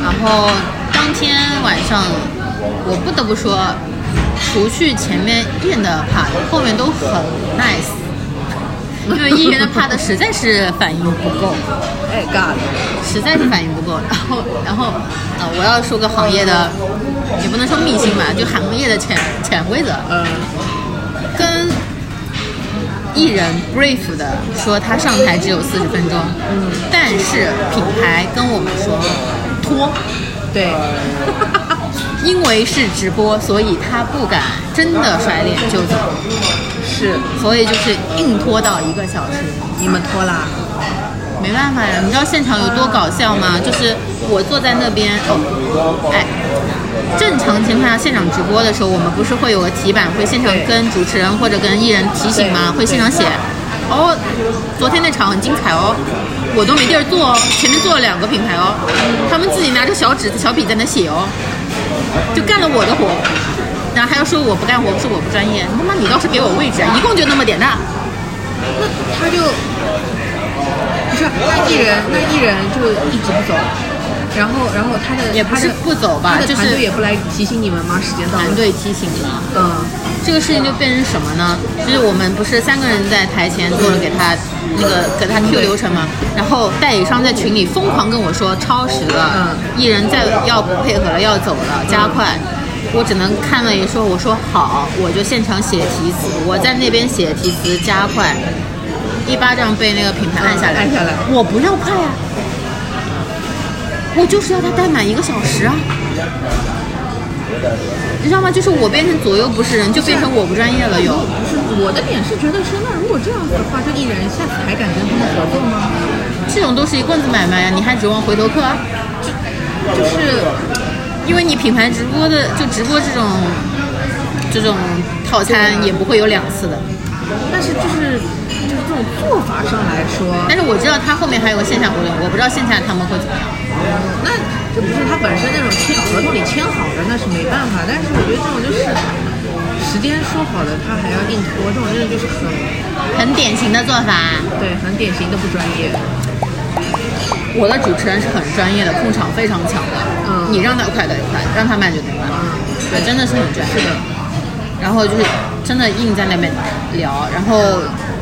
[SPEAKER 1] 然后当天晚上，我不得不说，除去前面艺人的 part，后面都很 nice，因为艺人的 part 实在是反应不够。
[SPEAKER 2] 哎尬了，
[SPEAKER 1] 实在是反应不够。然后，然后，啊、我要说个行业的，也不能说秘辛吧，就行业的潜潜规则，呃
[SPEAKER 2] 嗯，
[SPEAKER 1] 跟艺人 brief 的说他上台只有四十分钟，嗯，但是品牌跟我们说拖，
[SPEAKER 2] 对，
[SPEAKER 1] 呃因为是直播，所以他不敢真的甩脸就走，
[SPEAKER 2] 是
[SPEAKER 1] 所以就是硬拖到一个小时。
[SPEAKER 2] 你们拖拉，
[SPEAKER 1] 没办法呀，你知道现场有多搞笑吗？就是我坐在那边，哦，哎，正常情况下现场直播的时候，我们不是会有个题板，会现场
[SPEAKER 2] 对
[SPEAKER 1] 跟主持人或者跟艺人提醒吗？
[SPEAKER 2] 对
[SPEAKER 1] 会现场写。哦，昨天那场很精彩哦，我都没地儿坐哦，前面坐了两个品牌哦，他们自己拿着小纸小笔在那写哦，就干了我的活，然后还要说我不干活，是我不专业，他妈你倒是给我位置，啊一共就那么点大。
[SPEAKER 2] 那他就不是那艺人，那艺人就一直不走，然后然后他的
[SPEAKER 1] 也不是
[SPEAKER 2] 他的
[SPEAKER 1] 不走吧
[SPEAKER 2] 他的
[SPEAKER 1] 就是哎
[SPEAKER 2] 团队也不来提醒你们吗？时间到了，
[SPEAKER 1] 团队提醒了。
[SPEAKER 2] 嗯，
[SPEAKER 1] 这个事情就变成什么呢？就是我们不是三个人在台前做了给他那个给他 Q 流程嘛，然后代理商在群里疯狂跟我说超时
[SPEAKER 2] 嗯
[SPEAKER 1] 了，艺人再要不配合了，要走了，加快。我只能看了一说，我说好，我就现场写题词，我在那边写题词加快，一巴掌被那个品牌按下来，
[SPEAKER 2] 嗯按下来
[SPEAKER 1] 我不要快啊，我就是要他待满一个小时啊。你知道吗？就是我变成左右不是人，就变成我不专业了又。
[SPEAKER 2] 不是我的点是觉得是那如果这样子的话，这艺人下次还敢跟他们合作吗？
[SPEAKER 1] 这种都是一棍子买卖呀，你还指望回头客啊？
[SPEAKER 2] 就是
[SPEAKER 1] 因为你品牌直播的，就直播这种这种套餐也不会有两次的。
[SPEAKER 2] 但是就是就是这种做法上来说，
[SPEAKER 1] 但是我知道他后面还有个线下活动，我不知道线下他们会怎么样。
[SPEAKER 2] 那这不是他本身那种签合同里签好的，那是没办法。但是我觉得这种就是时间说好了，他还要硬拖，这种真的就是很
[SPEAKER 1] 很典型的做法。啊
[SPEAKER 2] 对，很典型的不专业。
[SPEAKER 1] 我的主持人是很专业的，控场非常强的。
[SPEAKER 2] 嗯
[SPEAKER 1] 你让他快他就快，让他慢就得慢。
[SPEAKER 2] 嗯，
[SPEAKER 1] 对，真的是很专业。
[SPEAKER 2] 是的。
[SPEAKER 1] 然后就是真的硬在那边聊，然后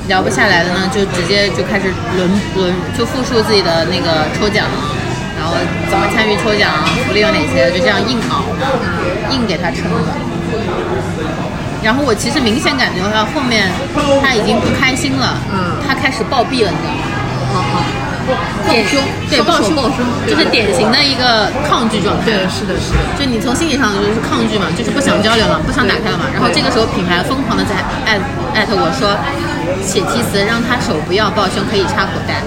[SPEAKER 1] 聊不下来的呢，就直接就开始轮轮就复述自己的那个抽奖，然后怎么参与抽奖，福利有哪些，就这样硬熬，硬给他撑着。然后我其实明显感觉到后面他已经不开心了，
[SPEAKER 2] 嗯
[SPEAKER 1] 他开始暴毙了，你知道吗？
[SPEAKER 2] 哦哦，
[SPEAKER 1] 典
[SPEAKER 2] 凶
[SPEAKER 1] 对暴
[SPEAKER 2] 双手
[SPEAKER 1] 胸，
[SPEAKER 2] 暴胸
[SPEAKER 1] 就是典型的一个抗拒状态。
[SPEAKER 2] 对，是的，是的，
[SPEAKER 1] 就你从心理上就是抗拒嘛，就是不想交流了，不想打开了嘛。然后这个时候品牌疯狂的在艾艾特我说，写题词让他手不要抱胸，可以插口袋。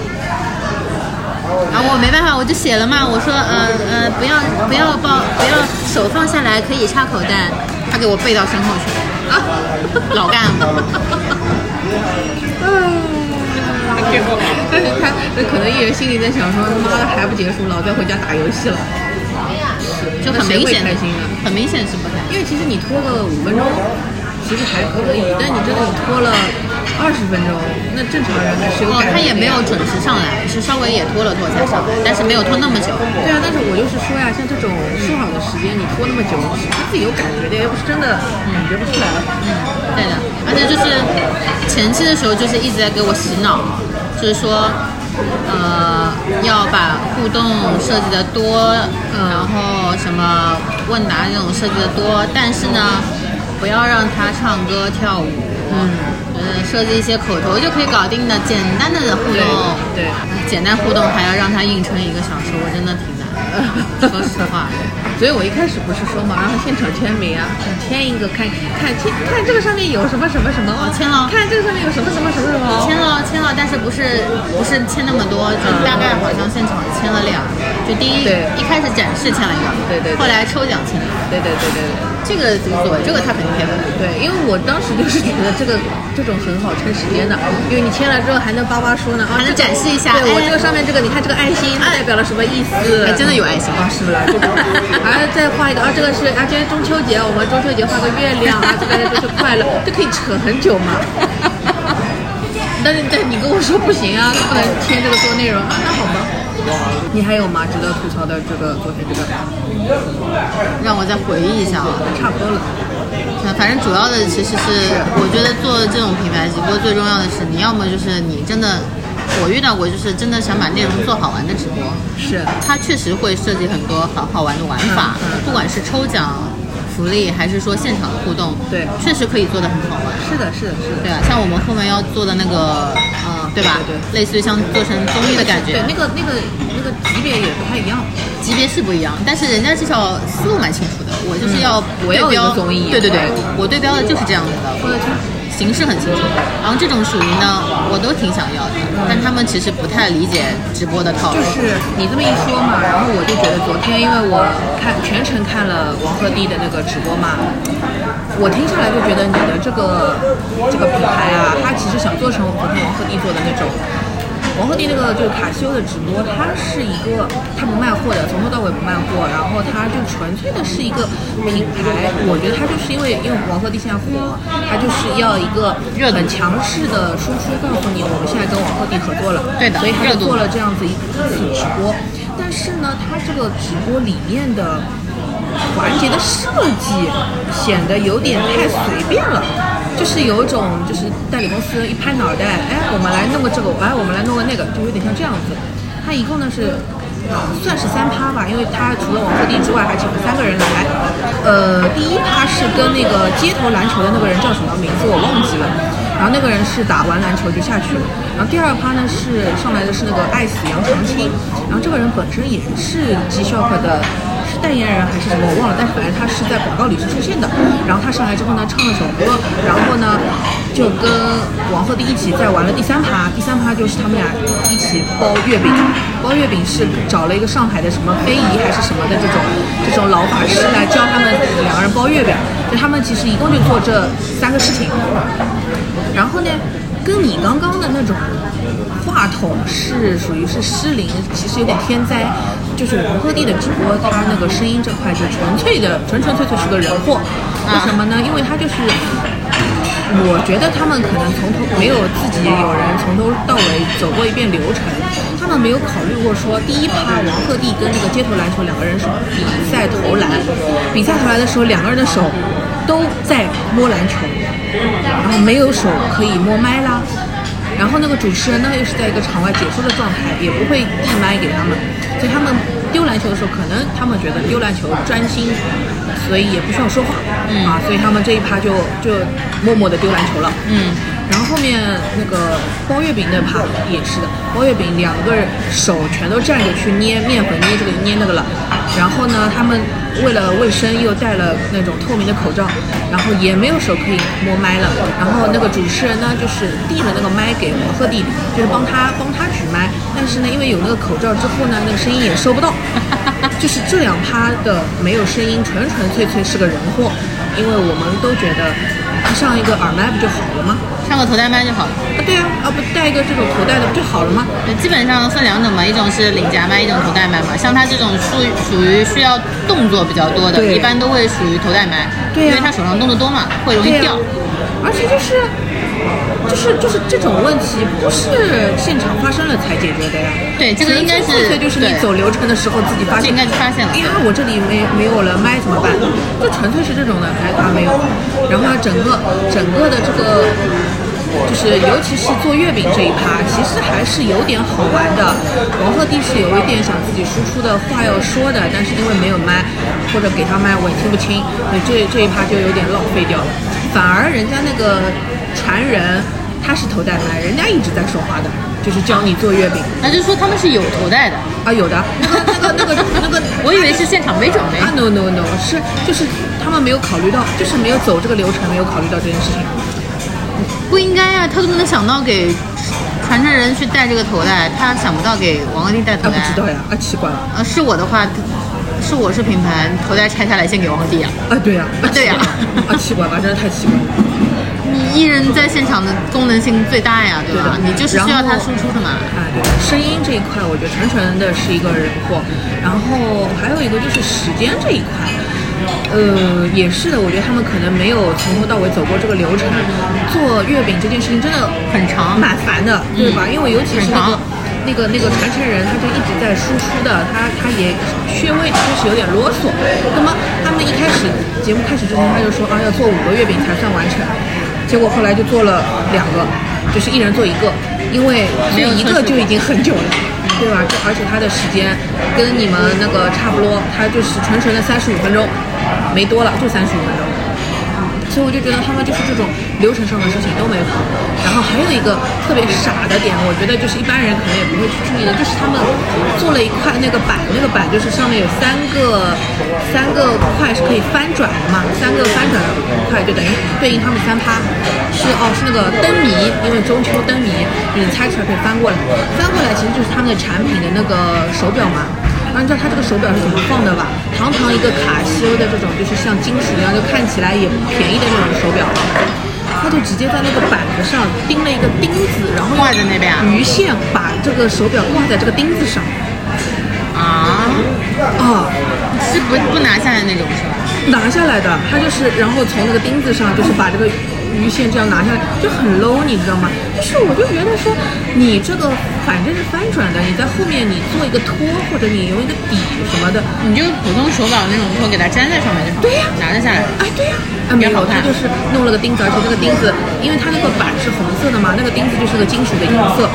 [SPEAKER 1] 然后我没办法，我就写了嘛，我说呃呃不要不要抱不要手放下来，可以插口袋。他给我背到身后去了，啊，老干部。
[SPEAKER 2] 但是他那可能艺人心里在想说，妈的还不结束，老子要回家打游戏了。
[SPEAKER 1] 就很明显
[SPEAKER 2] 那谁会开心啊，
[SPEAKER 1] 很明显是不太。
[SPEAKER 2] 因为其实你拖个五分钟，其实还可以，但你真的你拖了二十分钟，那正常人还是有
[SPEAKER 1] 哦
[SPEAKER 2] 感觉、，
[SPEAKER 1] 他也没有准时上来，是稍微也拖了拖才上来，但是没有拖那么久。
[SPEAKER 2] 对啊，但是我就是说呀，像这种说好的时间，你拖那么久，是他自己有感觉的，又不是真的感觉不出来了。
[SPEAKER 1] 对的，而且就是前期的时候，就是一直在给我洗脑，就是说，呃，要把互动设计的多，呃然后什么问答这种设计的多，但是呢，不要让他唱歌跳舞，嗯，呃，设计一些口头就可以搞定的简单的互动，
[SPEAKER 2] 对对
[SPEAKER 1] 简单互动还要让他硬撑一个小时，我真的挺 难的，嗯说实话。
[SPEAKER 2] 所以我一开始不是说嘛，让啊他现场签名啊，签一个看看签看这个上面有什么什么什么
[SPEAKER 1] 哦签了
[SPEAKER 2] 看这个上面有什么什么什么什么，
[SPEAKER 1] 签了签了，但是不是不是签那么多，就大概好像现场签了两，就第一
[SPEAKER 2] 嗯对
[SPEAKER 1] 一开始展示签了一个，
[SPEAKER 2] 对对对
[SPEAKER 1] 后来抽奖签了一个，
[SPEAKER 2] 对对对对对。
[SPEAKER 1] 这个无所谓，这个他肯定配合。
[SPEAKER 2] 对，因为我当时就是觉得这个这种很好撑时间的，因为你签了之后还能叭叭说呢，啊
[SPEAKER 1] 还能
[SPEAKER 2] 这个
[SPEAKER 1] 展示一下
[SPEAKER 2] 对我
[SPEAKER 1] 哎啊
[SPEAKER 2] 这个上面这个，你看这个爱心它代表了什么意思？
[SPEAKER 1] 还真的有爱心
[SPEAKER 2] 啊， 是不啦？这种，啊，再画一个啊，这个是啊，今天中秋节，我们中秋节画个月亮啊，祝大家中秋快乐，这可以扯很久 嘛。但是但你跟我说不行啊，不能签这个做内容啊，那好吧。你还有吗？值得吐槽的这个昨天这个
[SPEAKER 1] 让我再回忆一下啊，
[SPEAKER 2] 差不多了，
[SPEAKER 1] 那反正主要的其实是，我觉得做这种品牌直播最重要的是，你要么就是你真的，我遇到过就是真的想把内容做好玩的直播，
[SPEAKER 2] 是
[SPEAKER 1] 它确实会设计很多好好玩的玩法
[SPEAKER 2] 嗯嗯，
[SPEAKER 1] 不管是抽奖福利还是说现场的互动，
[SPEAKER 2] 对
[SPEAKER 1] 确实可以做得很好玩。
[SPEAKER 2] 是的，是的，是的。
[SPEAKER 1] 对啊，像我们后面要做的那个，嗯，对吧？
[SPEAKER 2] 对
[SPEAKER 1] 类似于像做成综艺的感觉，
[SPEAKER 2] 对，那个那个那个级别也不太一样。
[SPEAKER 1] 级别是不一样，但是人家至少思路蛮清楚的。嗯我就是要
[SPEAKER 2] 我要
[SPEAKER 1] 对
[SPEAKER 2] 一
[SPEAKER 1] 标
[SPEAKER 2] 个综艺
[SPEAKER 1] 对对对，嗯我对标的就是这样子的，
[SPEAKER 2] 说的清楚。
[SPEAKER 1] 形式很清楚。然后这种属于呢，我都挺想要的，但他们其实不太理解直播的套路
[SPEAKER 2] 就。是你这么一说嘛，然后我就觉得昨天，因为我看全程看了王鹤棣的那个直播嘛，我听下来就觉得你的这个这个品牌啊，它其实想做成昨天王鹤棣做的那种。王鹤棣那个就是卡西欧的直播，它是一个它不卖货的，从头到尾不卖货，然后它就纯粹的是一个品牌。我觉得它就是因为因为王鹤棣现在火，它就是要一个
[SPEAKER 1] 热度
[SPEAKER 2] 很强势的输出，告诉你我们现在跟王鹤棣合作了，
[SPEAKER 1] 对的
[SPEAKER 2] 所以他
[SPEAKER 1] 热
[SPEAKER 2] 就
[SPEAKER 1] 度
[SPEAKER 2] 做了这样子一次直播。但是呢，它这个直播里面的环节的设计显得有点太随便了，就是有一种就是代理公司一拍脑袋，哎，我们来弄个这个，哎，我们来弄个那个，就有点像这样子。它一共呢是。算是三趴吧，因为它除了王鹤棣之外，还请了三个人来。呃，第一趴是跟那个街头篮球的那个人叫什么名字我忘记了，然后那个人是打完篮球就下去了。然后第二趴呢是上来的是那个爱死杨长青，然后这个人本身也是 G Shock 的是代言人还是什么我忘了，但是反正他是在广告里是出现的。然后他上来之后呢，唱了首歌，然后呢就跟王鹤棣一起在玩了第三趴，第三趴就是他们俩一起包月饼，包月饼是找了一个上海的什么非遗还是什么的这种这种老法师来教他们两个人包月饼，就他们其实一共就做这三个事情。然后呢，跟你刚刚的那种话筒是属于是失灵，其实有点天灾。就是王鹤棣的直播，他那个声音这块就纯粹的、纯纯粹粹是个人祸。为什么呢？因为他就是，我觉得他们可能从头没有自己有人从头到尾走过一遍流程，他们没有考虑过说第一趴王鹤棣跟那个街头篮球两个人是比赛投篮，比赛投篮的时候两个人的手都在摸篮球，然后没有手可以摸麦啦。然后那个主持人呢又是在一个场外解说的状态，也不会递麦给他们，所以他们丢篮球的时候，可能他们觉得丢篮球专心，所以也不需要说话、啊，所以他们这一趴就就默默的丢篮球了。嗯，然后后面那个包月饼那趴也是的，包月饼两个人手全都站着去捏面粉，捏这个捏那个了。然后呢，他们为了卫生又戴了那种透明的口罩，然后也没有手可以摸麦了。然后那个主持人呢，就是递了那个麦给王鹤棣，就是帮他帮他举麦。但是呢，因为有那个口罩之后呢，那个声音也收不到。就是这两趴的没有声音，纯纯粹粹是个人祸。因为我们都觉得上一个耳麦不就好了吗？
[SPEAKER 1] 上个头戴麦就好了。
[SPEAKER 2] 啊，对啊，啊不戴一个这种头戴的不就好了吗？
[SPEAKER 1] 对基本上分两种嘛，一种是领夹麦，一种头戴麦嘛。像他这种属于属于需要动作比较多的，
[SPEAKER 2] 对
[SPEAKER 1] 一般都会属于头戴麦，
[SPEAKER 2] 对呀
[SPEAKER 1] 因为他手上动作多嘛，会容易
[SPEAKER 2] 对呀、
[SPEAKER 1] 掉。
[SPEAKER 2] 而且就是就是就是这种问题不是现场发生了才解决的呀。
[SPEAKER 1] 对这个应该是
[SPEAKER 2] 纯粹就是你
[SPEAKER 1] 对
[SPEAKER 2] 走流程的时候自己发
[SPEAKER 1] 这
[SPEAKER 2] 现，
[SPEAKER 1] 应该是发现了
[SPEAKER 2] 哎呀，我这里没没有了麦怎么办？就纯粹是这种的，哎，他没有。然后呢，整个整个的这个。就是，尤其是做月饼这一趴，其实还是有点好玩的。王鹤棣是有一点想自己输出的话要说的，但是因为没有麦，或者给他麦我也听不清，所以这这一趴就有点浪费掉了。反而人家那个传人，他是头戴麦，人家一直在说话的，就是教你做月饼
[SPEAKER 1] 那就是说他们是有头戴的，
[SPEAKER 2] 啊，有的那个那个那个那个，
[SPEAKER 1] 我以为是现场没准备。
[SPEAKER 2] 啊 no no no，是就是他们没有考虑到，就是没有走这个流程，没有考虑到这件事情。啊
[SPEAKER 1] 不应该啊，他怎么能想到给传承人去戴这个头带？他想不到给王鹤棣戴
[SPEAKER 2] 啊，
[SPEAKER 1] 头带
[SPEAKER 2] 不
[SPEAKER 1] 啊。
[SPEAKER 2] 知道呀，啊，奇怪了，
[SPEAKER 1] 呃，是我的话，是我是品牌，头带拆下来先给王鹤棣啊。
[SPEAKER 2] 啊，对呀、啊，
[SPEAKER 1] 对呀
[SPEAKER 2] 啊，奇怪吧，真的太奇怪了。
[SPEAKER 1] 你艺人在现场的功能性最大呀，对
[SPEAKER 2] 对
[SPEAKER 1] 吧
[SPEAKER 2] 的？
[SPEAKER 1] 你就是需要他输出的嘛。
[SPEAKER 2] 啊，对，声音这一块，我觉得纯纯的是一个人祸，然后还有一个就是时间这一块。呃，也是的，我觉得他们可能没有从头到尾走过这个流程。做月饼这件事情真的
[SPEAKER 1] 很长嗯
[SPEAKER 2] 蛮烦的，对吧？因为尤其是那
[SPEAKER 1] 很
[SPEAKER 2] 个
[SPEAKER 1] 长
[SPEAKER 2] 那个那个传承人，他就一直在输出的，他他也稍微开始有点啰嗦。那么他们一开始节目开始之前，他就说啊要做五个月饼才算完成，结果后来就做了两个，就是一人做一个，因为
[SPEAKER 1] 没有
[SPEAKER 2] 做一
[SPEAKER 1] 测
[SPEAKER 2] 个
[SPEAKER 1] 试
[SPEAKER 2] 就
[SPEAKER 1] 过
[SPEAKER 2] 已经很久了。对吧？这而且他的时间跟你们那个差不多，他就是纯纯的三十五分钟，没多了，就三十五分钟。所以我就觉得他们就是这种流程上的事情都没有考虑。然后还有一个特别傻的点，我觉得就是一般人可能也不会去注意的，就是他们做了一块那个板，那个板就是上面有三个三个块是可以翻转的嘛，三个翻转的块就等于对应他们三趴。是哦，是那个灯谜，因为中秋灯谜，你猜出来可以翻过来，翻过来其实就是他们的产品的那个手表嘛。然后你知道它这个手表是怎么放的吧？堂堂一个卡西欧的这种，就是像金属一样，就看起来也不便宜的那种手表，它就直接在那个板子上钉了一个钉子，然后
[SPEAKER 1] 挂在那边啊
[SPEAKER 2] 鱼线把这个手表挂在这个钉子上
[SPEAKER 1] 啊，
[SPEAKER 2] 啊，
[SPEAKER 1] 是不不拿下来那种是吧？
[SPEAKER 2] 拿下来的。它就是，然后从那个钉子上就是把这个鱼线这样拿下来，就很 low，你知道吗？就是我就觉得说，你这个反正是翻转的，你在后面你做一个托，或者你用一个底什么的，
[SPEAKER 1] 你就普通手把那种托给它粘在上面就好了，
[SPEAKER 2] 对呀
[SPEAKER 1] 拿得下来。
[SPEAKER 2] 哎，对呀、啊，没
[SPEAKER 1] 也好
[SPEAKER 2] 有，
[SPEAKER 1] 看
[SPEAKER 2] 它就是弄了个钉子，而且这个钉子，因为它那个板是红色的嘛，那个钉子就是个金属的银色，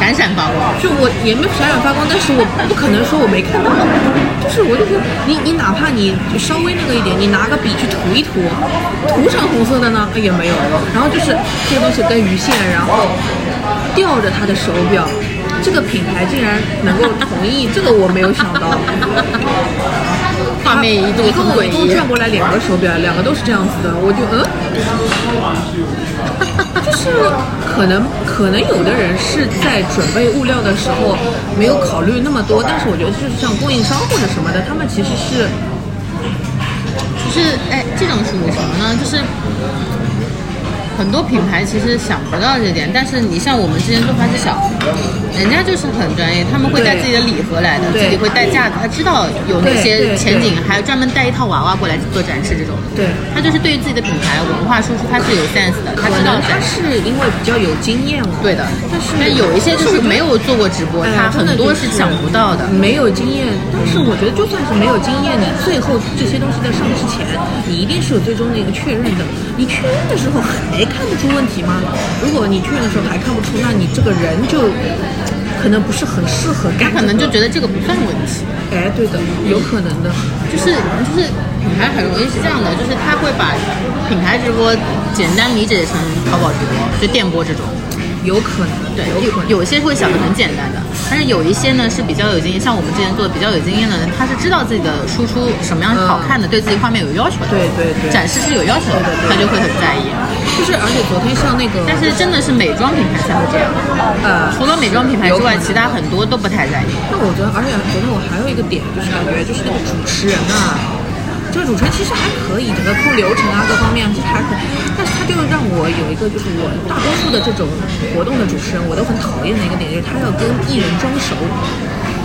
[SPEAKER 1] 闪闪发光。
[SPEAKER 2] 就我也没有闪闪发光，但是我不可能说我没看到，就是我就说你你哪怕你就稍微那个一点，你拿个笔去涂一涂，涂成红色的呢哎也没有，然后就是这个东西跟鱼线，然后吊着它的手表，这个品牌竟然能够同意，这个我没有想到。
[SPEAKER 1] 画面一度
[SPEAKER 2] 一
[SPEAKER 1] 很
[SPEAKER 2] 共
[SPEAKER 1] 诡
[SPEAKER 2] 一共
[SPEAKER 1] 异。
[SPEAKER 2] 转过来两个手表，两个都是这样子的，我就嗯，就是可能可能有的人是在准备物料的时候没有考虑那么多，但是我觉得就是像供应商或者什么的，他们其实是
[SPEAKER 1] 就是哎，这种属于什么呢？就是很多品牌其实想不到这点，但是你像我们之前做花知晓，人家就是很专业，他们会带自
[SPEAKER 2] 对
[SPEAKER 1] 己的礼盒来的，
[SPEAKER 2] 对
[SPEAKER 1] 自己会带架子，他知道有那
[SPEAKER 2] 对
[SPEAKER 1] 些
[SPEAKER 2] 对
[SPEAKER 1] 前景，还专门带一套娃娃过来做展示这种。
[SPEAKER 2] 对。
[SPEAKER 1] 他就是对于自己的品牌文化输出，他是有 sense 的，他
[SPEAKER 2] 可
[SPEAKER 1] 知道
[SPEAKER 2] 能他
[SPEAKER 1] 展示。
[SPEAKER 2] 是因为比较有经验了，
[SPEAKER 1] 对的，
[SPEAKER 2] 但是
[SPEAKER 1] 但有一些就
[SPEAKER 2] 但是
[SPEAKER 1] 是
[SPEAKER 2] 我觉得
[SPEAKER 1] 没有做过直播，
[SPEAKER 2] 哎
[SPEAKER 1] 他
[SPEAKER 2] 呀真的
[SPEAKER 1] 很多
[SPEAKER 2] 就是是
[SPEAKER 1] 想不到的。
[SPEAKER 2] 没有经验，但是我觉得就算是没有经验，你最后这些东西在上之前，你一定是有最终的一个确认的。你确认的时候还看不出问题吗？如果你确认的时候还看不出，那你这个人就可能不是很适合干、
[SPEAKER 1] 他可能就觉得这个不算问题，
[SPEAKER 2] 得，哎，对的，有可能的。
[SPEAKER 1] 就是就是品牌很容易是这样的，就是他会把品牌直播简单理解成淘宝直播，就电播这种。
[SPEAKER 2] 有可能，
[SPEAKER 1] 对，
[SPEAKER 2] 有可能，
[SPEAKER 1] 有有些会想的很简单的，但是有一些呢是比较有经验，像我们之前做的比较有经验的人，他是知道自己的输出什么样是好看的，对自己画面有要求的，
[SPEAKER 2] 对对对
[SPEAKER 1] 展示是有要求的，他就会很在意。
[SPEAKER 2] 就是而且昨天像那个，
[SPEAKER 1] 但是真的是美妆品牌才会这样，
[SPEAKER 2] 呃，
[SPEAKER 1] 除了美妆品牌之
[SPEAKER 2] 有可
[SPEAKER 1] 外，
[SPEAKER 2] 能
[SPEAKER 1] 其他很多都不太在意。
[SPEAKER 2] 那我觉得，而且昨天我还有一个点，就是感觉就是那个主持人啊，这个主持人其实还可以，整个控流程啊各方面其实还可以，但是他就让我有一个就是我大多数的这种活动的主持人我都很讨厌的一个点，就是他要跟艺人装熟。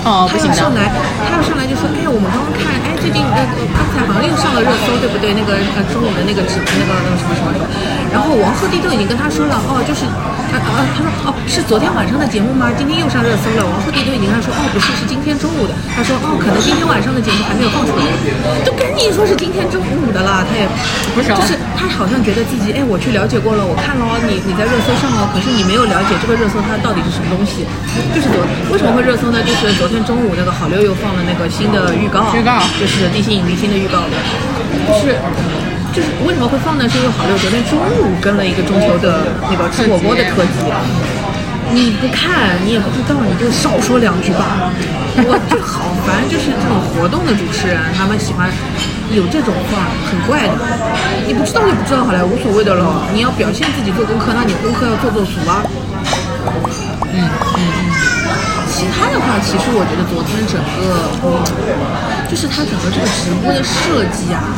[SPEAKER 1] 哦，不行
[SPEAKER 2] 他要
[SPEAKER 1] 的
[SPEAKER 2] 上。来，他要上来就说，哎呀，我们刚刚看，哎，最近那个刚才好像又上了热搜，对不对？那个呃，中午的那个直那个那个什么什么什么，然后王鹤棣都已经跟他说了，哦，就是，啊啊，他说，哦，是昨天晚上的节目吗？今天又上热搜了。王鹤棣都已经跟他说，哦，不是，是今天中午的。他说，哦，可能今天晚上的节目还没有放出来，都跟你说是今天中午的啦，他也
[SPEAKER 1] 不啊熟
[SPEAKER 2] 就是他好像觉得自己，哎，我去了解过了，我看了哦，你你在热搜上哦，可是你没有了解这个热搜它到底是什么东西。就是昨为什么会热搜呢？就是昨天中午那个好六又放了那个新的预告，
[SPEAKER 1] 预告
[SPEAKER 2] 就是地心引力新的预告的，就是。就是为什么会放呢？是因为好六昨天中午跟了一个中秋的那个吃火锅的特辑，啊你不看你也不知道，你就少说两句吧。我就好烦，就是这种活动的主持人，他们喜欢有这种话，很怪的。你不知道就不知道好了，无所谓的了。你要表现自己做功课，那你功课要做做足啊。嗯其他的话，其实我觉得昨天整个，嗯就是他整个这个直播的设计啊，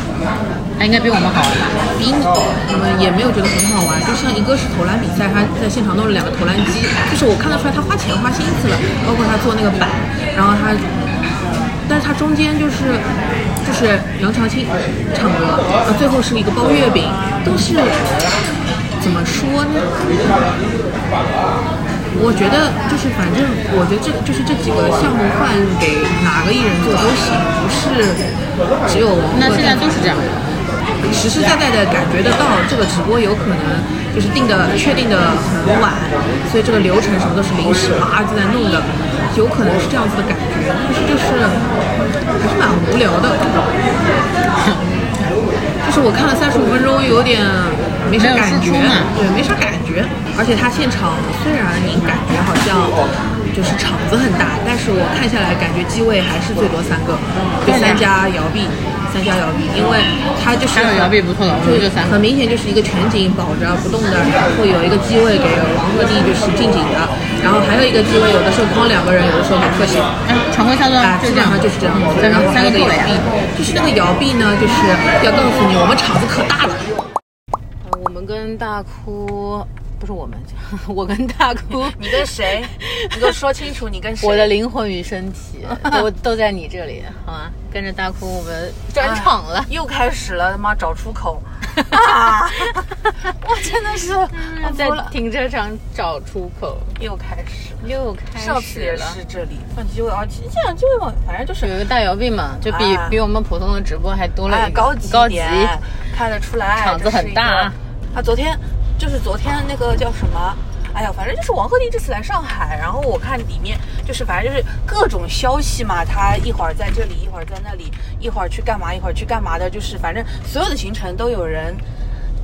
[SPEAKER 1] 他应该比我们好玩吧？
[SPEAKER 2] 比你
[SPEAKER 1] 哦
[SPEAKER 2] 们嗯也没有觉得很好玩，就像一个是投篮比赛，他在现场弄了两个投篮机，就是我看得出来他花钱花心思了，包括他做那个板，然后他，但是他中间就是就是杨长青唱歌，然后最后是一个包月饼，都是怎么说呢？我觉得就是，反正我觉得这就是这几个项目换给哪个艺人做都行，不是只有王
[SPEAKER 1] 那
[SPEAKER 2] 鹤
[SPEAKER 1] 现在
[SPEAKER 2] 棣
[SPEAKER 1] 都是这样的。
[SPEAKER 2] 实实在在的感觉得到，这个直播有可能就是定的确定的很晚，所以这个流程什么都是临时啪就在弄的，有可能是这样子的感觉，但是就是还是蛮无聊的。就是我看了三十五分钟，有点没啥
[SPEAKER 1] 没有啊
[SPEAKER 2] 感
[SPEAKER 1] 输
[SPEAKER 2] 觉
[SPEAKER 1] 出嘛，
[SPEAKER 2] 对，没啥感觉。而且他现场虽然你感觉好像就是场子很大，但是我看下来感觉机位还是最多三个，就三家摇臂，三家摇臂，因为他就是
[SPEAKER 1] 三个摇臂不错了我们就三个
[SPEAKER 2] 很明显就是一个全景保着不动的，然后有一个机位给王鹤棣就是近景的，然后还有一个机位有的时候光两个人，有的时候给特写。
[SPEAKER 1] 哎，常规操作
[SPEAKER 2] 啊，
[SPEAKER 1] 就是这
[SPEAKER 2] 基本
[SPEAKER 1] 样
[SPEAKER 2] 上，就是这样子。
[SPEAKER 1] 三
[SPEAKER 2] 然后
[SPEAKER 1] 个三
[SPEAKER 2] 还有
[SPEAKER 1] 个啊
[SPEAKER 2] 个
[SPEAKER 1] 够
[SPEAKER 2] 摇
[SPEAKER 1] 了呀
[SPEAKER 2] 臂。，就是那个摇臂呢，就是要告诉你，我们场子可大了。
[SPEAKER 1] 呃我们跟大哭，不是我们， 我跟大哭，
[SPEAKER 2] 你跟谁？你给我说清楚，你跟谁？
[SPEAKER 1] 我的灵魂与身体 都都在你这里，好吗？跟着大哭，我们转场了。
[SPEAKER 2] 又开始了，他妈找出口。啊！ 我真的是我
[SPEAKER 1] 在
[SPEAKER 2] 啊服了，
[SPEAKER 1] 停车场找出口，
[SPEAKER 2] 又开始。
[SPEAKER 1] 又开始了。
[SPEAKER 2] 上次也是这里，反正就往这样就会往，反正就是
[SPEAKER 1] 有一个大摇臂嘛，就比、
[SPEAKER 2] 啊
[SPEAKER 1] 比我们普通的直播还多了
[SPEAKER 2] 哎
[SPEAKER 1] 一个、
[SPEAKER 2] 高级
[SPEAKER 1] 高
[SPEAKER 2] 一
[SPEAKER 1] 级
[SPEAKER 2] 点，看得出来
[SPEAKER 1] 场子
[SPEAKER 2] 这是
[SPEAKER 1] 很
[SPEAKER 2] 一个
[SPEAKER 1] 大啊
[SPEAKER 2] 啊。昨天就是昨天那个叫什么？哎呀，反正就是王鹤棣这次来上海，然后我看里面就是反正就是各种消息嘛，他一会儿在这里，一会儿在那里，一会儿去干嘛，一会儿去干嘛的，就是反正所有的行程都有人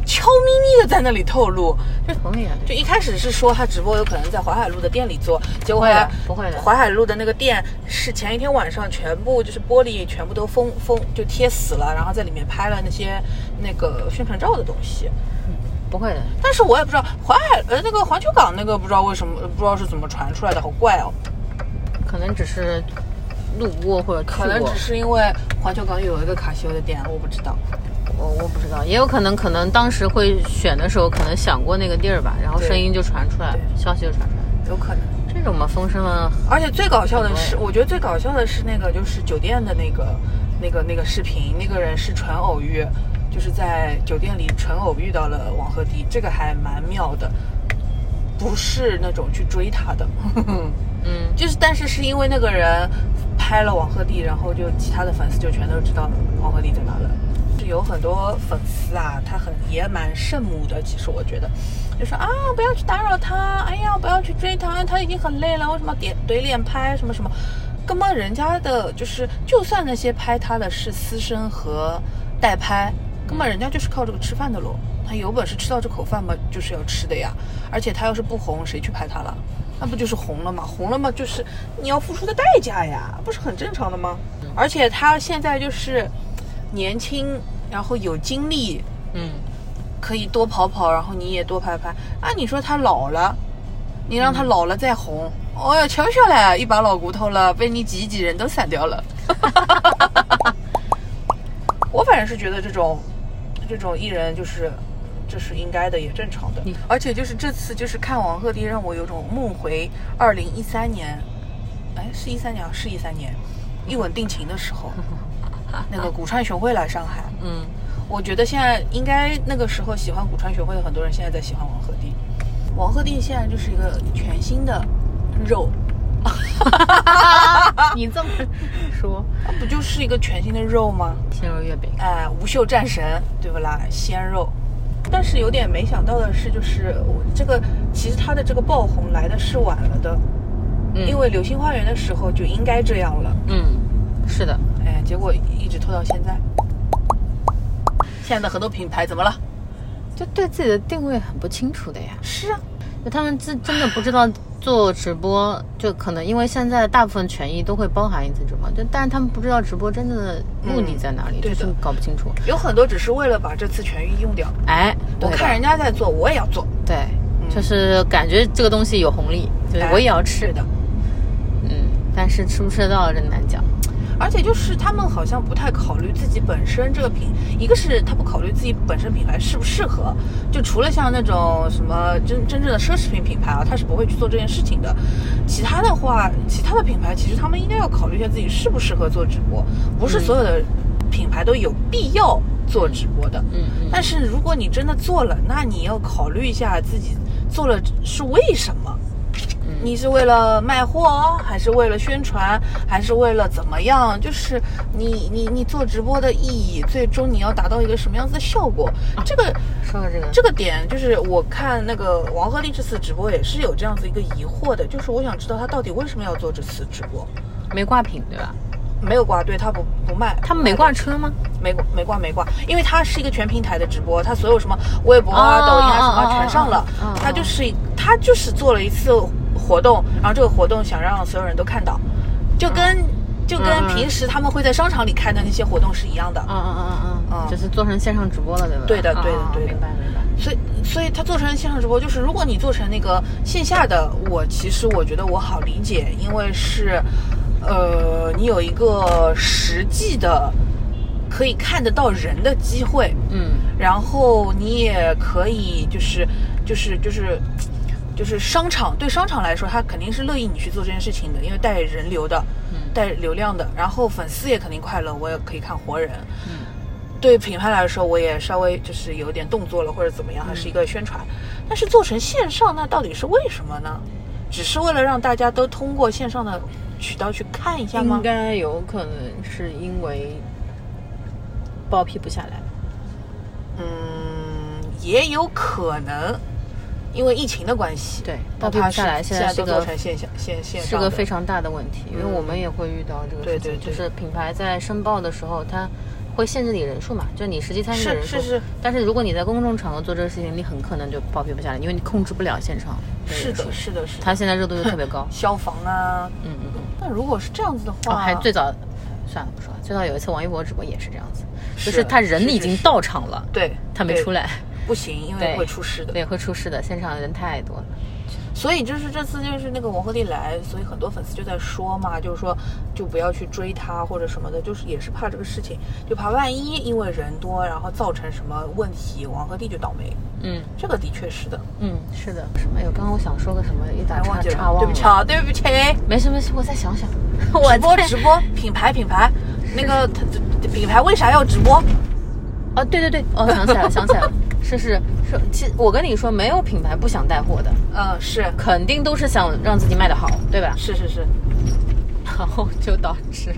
[SPEAKER 2] 悄咪咪的在那里透露，就
[SPEAKER 1] 同意啊，对
[SPEAKER 2] 就一开始是说他直播有可能在淮海路的店里做，结果后来
[SPEAKER 1] 不会的不会的
[SPEAKER 2] 淮海路的那个店是前一天晚上全部就是玻璃全部都封封就贴死了，然后在里面拍了那些那个宣传照的东西。
[SPEAKER 1] 不会的，
[SPEAKER 2] 但是我也不知道淮海呃那个环球港那个不知道为什么不知道是怎么传出来的，好怪哦。
[SPEAKER 1] 可能只是路过或者去
[SPEAKER 2] 可能
[SPEAKER 1] 过
[SPEAKER 2] 只，是因为环球港有一个卡西欧的店，我不知道。
[SPEAKER 1] 我我不知道，也有可能可能当时会选的时候可能想过那个地儿吧，然后
[SPEAKER 2] 对
[SPEAKER 1] 声音就传出来，
[SPEAKER 2] 对
[SPEAKER 1] 消息就传出来。
[SPEAKER 2] 有可能。
[SPEAKER 1] 这种嘛，风声啊嘛，
[SPEAKER 2] 而且最搞笑的是，
[SPEAKER 1] 很
[SPEAKER 2] 我觉得最搞笑的是那个就是酒店的那个那个那个视频，那个人是纯偶遇，就是在酒店里纯偶遇到了王鹤棣，这个还蛮妙的，不是那种去追他的，
[SPEAKER 1] 嗯，
[SPEAKER 2] 就是但是是因为那个人拍了王鹤棣，然后就其他的粉丝就全都知道王鹤棣在哪了。就是有很多粉丝啊，他很也蛮圣母的，其实我觉得，就说啊不要去打扰他，哎呀不要去追他，他已经很累了，为什么要点怼脸拍什么什么？根本人家的就是，就算那些拍他的是私生和代拍，根本人家就是靠这个吃饭的喽。他有本事吃到这口饭嘛，就是要吃的呀。而且他要是不红，谁去拍他了？那不就是红了吗？红了嘛，就是你要付出的代价呀，不是很正常的吗？而且他现在就是年轻，然后有精力，
[SPEAKER 1] 嗯，
[SPEAKER 2] 可以多跑跑，然后你也多拍拍。啊，你说他老了，你让他老了再红，哦哟，瞧瞧嘞，一把老骨头了，被你挤一挤，人都散掉了。 我反正是觉得这种，这种艺人就是，这是应该的，也正常的。而且就是这次就是看王鹤棣，让我有种梦回二零一三年，哎，是一三年啊，是一三年，一吻定情的时候，那个古川雄辉来上海，
[SPEAKER 1] 嗯，
[SPEAKER 2] 我觉得现在应该那个时候喜欢古川学会的很多人现在在喜欢王鹤棣，王鹤棣现在就是一个全新的肉，
[SPEAKER 1] 嗯 你这么说，
[SPEAKER 2] 他不就是一个全新的肉吗？
[SPEAKER 1] 鲜肉月饼，
[SPEAKER 2] 哎，无袖战神，对不啦？鲜肉。但是有点没想到的是，就是我这个其实他的这个爆红来的是晚了的，
[SPEAKER 1] 嗯
[SPEAKER 2] 因为《流星花园》的时候就应该这样了，
[SPEAKER 1] 嗯，是的，
[SPEAKER 2] 哎，结果一直拖到现在。现在的很多品牌怎么了？
[SPEAKER 1] 就对自己的定位很不清楚的呀。
[SPEAKER 2] 是啊，
[SPEAKER 1] 就他们真真的不知道做直播，就可能因为现在大部分权益都会包含一次直播，就但是他们不知道直播真正的目的在哪里，
[SPEAKER 2] 嗯对
[SPEAKER 1] 就
[SPEAKER 2] 的
[SPEAKER 1] 是搞不清楚。
[SPEAKER 2] 有很多只是为了把这次痊愈用掉。
[SPEAKER 1] 哎，
[SPEAKER 2] 我
[SPEAKER 1] 对的
[SPEAKER 2] 看人家在做，我也要做。
[SPEAKER 1] 对，就是感觉这个东西有红利，哎就是我也要吃
[SPEAKER 2] 哎是，的，
[SPEAKER 1] 嗯，但是吃不吃得到真难讲。
[SPEAKER 2] 而且就是他们好像不太考虑自己本身这个品，一个是他不考虑自己本身品牌适不适合，就除了像那种什么真真正的奢侈品品牌啊，他是不会去做这件事情的。其他的话，其他的品牌其实他们应该要考虑一下自己适不适合做直播，不是所有的品牌都有必要做直播的。
[SPEAKER 1] 嗯嗯，
[SPEAKER 2] 但是如果你真的做了，那你要考虑一下自己做了是为什么。你是为了卖货，还是为了宣传，还是为了怎么样？就是你你你做直播的意义，最终你要达到一个什么样子的效果？这个
[SPEAKER 1] 说到这个，
[SPEAKER 2] 这个点，就是我看那个王鹤棣这次直播也是有这样子一个疑惑的，就是我想知道他到底为什么要做这次直播？
[SPEAKER 1] 没挂品对吧？
[SPEAKER 2] 没有挂，对他不不卖，
[SPEAKER 1] 他们没挂车吗？
[SPEAKER 2] 没挂没挂没挂，因为它是一个全平台的直播，它所有什么微博
[SPEAKER 1] 哦
[SPEAKER 2] 啊、抖音啊什
[SPEAKER 1] 哦哦
[SPEAKER 2] 么全上了
[SPEAKER 1] 哦哦，
[SPEAKER 2] 它就是一它就是做了一次活动，然后这个活动想让所有人都看到，就跟
[SPEAKER 1] 嗯
[SPEAKER 2] 就跟平时他们会在商场里开的那些活动是一样的，
[SPEAKER 1] 嗯嗯嗯嗯，
[SPEAKER 2] 嗯
[SPEAKER 1] 就是做成线上直播了对吧？
[SPEAKER 2] 对的对的
[SPEAKER 1] 哦
[SPEAKER 2] 对的
[SPEAKER 1] 明白明白。
[SPEAKER 2] 所以所以它做成线上直播，就是如果你做成那个线下的，我其实我觉得我好理解，因为是呃你有一个实际的可以看得到人的机会，
[SPEAKER 1] 嗯，
[SPEAKER 2] 然后你也可以就是就是就是就是商场对商场来说，他肯定是乐意你去做这件事情的，因为带人
[SPEAKER 1] 嗯嗯
[SPEAKER 2] 流的，带流量的，然后粉丝也肯定快乐，我也可以看活人。对品牌来说，我也稍微就是有点动作了，或者怎么
[SPEAKER 1] 嗯
[SPEAKER 2] 样，它是一个宣传。但是做成线上，那到底是为什么呢？只是为了让大家都通过线上的渠道去看一下吗
[SPEAKER 1] 应？该有可能是因为包批不下来，
[SPEAKER 2] 嗯，也有可能，因为疫情的关系，
[SPEAKER 1] 对
[SPEAKER 2] 那
[SPEAKER 1] 包括
[SPEAKER 2] 它
[SPEAKER 1] 下
[SPEAKER 2] 是
[SPEAKER 1] 来现
[SPEAKER 2] 现
[SPEAKER 1] 在
[SPEAKER 2] 在
[SPEAKER 1] 是
[SPEAKER 2] 都
[SPEAKER 1] 个
[SPEAKER 2] 做成线下线线
[SPEAKER 1] 是
[SPEAKER 2] 上
[SPEAKER 1] 个
[SPEAKER 2] 的嗯
[SPEAKER 1] 非常大的问题，因为我们也会遇到这个
[SPEAKER 2] 对
[SPEAKER 1] 事情，
[SPEAKER 2] 对对
[SPEAKER 1] 就是品牌在申报的时候，它会限制你人数嘛，就你实际参与的
[SPEAKER 2] 是
[SPEAKER 1] 人数。
[SPEAKER 2] 是是
[SPEAKER 1] 但是如果你在公众场合做这个事情，你很可能就报批不下来，因为你控制不了现场人数。
[SPEAKER 2] 是的，是的，是的。。
[SPEAKER 1] 它现在热度就特别高
[SPEAKER 2] 消防啊，
[SPEAKER 1] 嗯嗯嗯。
[SPEAKER 2] 那如果是这样子的话，
[SPEAKER 1] 哦，还最早，算了不说了，最早有一次王一博直播也是这样子，就是是他人
[SPEAKER 2] 是啊
[SPEAKER 1] 已
[SPEAKER 2] 是
[SPEAKER 1] 经
[SPEAKER 2] 是
[SPEAKER 1] 到场了，
[SPEAKER 2] 对
[SPEAKER 1] 他没
[SPEAKER 2] 对
[SPEAKER 1] 出来，
[SPEAKER 2] 不行，因为
[SPEAKER 1] 对
[SPEAKER 2] 会出事的。
[SPEAKER 1] 对，会出事的，现场人太多了。
[SPEAKER 2] 所以就是这次就是那个王鹤棣来，所以很多粉丝就在说嘛，就是说就不要去追他或者什么的，就是也是怕这个事情，就怕万一因为人多，然后造成什么问题，王鹤棣就倒霉。
[SPEAKER 1] 嗯
[SPEAKER 2] 这个的确是的，
[SPEAKER 1] 嗯，是的。什么？有刚刚我想说个什么，一打
[SPEAKER 2] 哎，
[SPEAKER 1] 岔
[SPEAKER 2] 忘记
[SPEAKER 1] 岔
[SPEAKER 2] 了，
[SPEAKER 1] 忘
[SPEAKER 2] 对不起啊，对不起。
[SPEAKER 1] 没事没事，我再想 想。
[SPEAKER 2] 直播直播，品牌品牌，那个他品牌为啥要直播？
[SPEAKER 1] 哦，对对对， 哦，想起来了，想起来了，是是是，其实我跟你说，没有品牌不想带货的，
[SPEAKER 2] 嗯，是
[SPEAKER 1] 肯定都是想让自己卖得好，对吧？
[SPEAKER 2] 是是是，
[SPEAKER 1] 然后就导致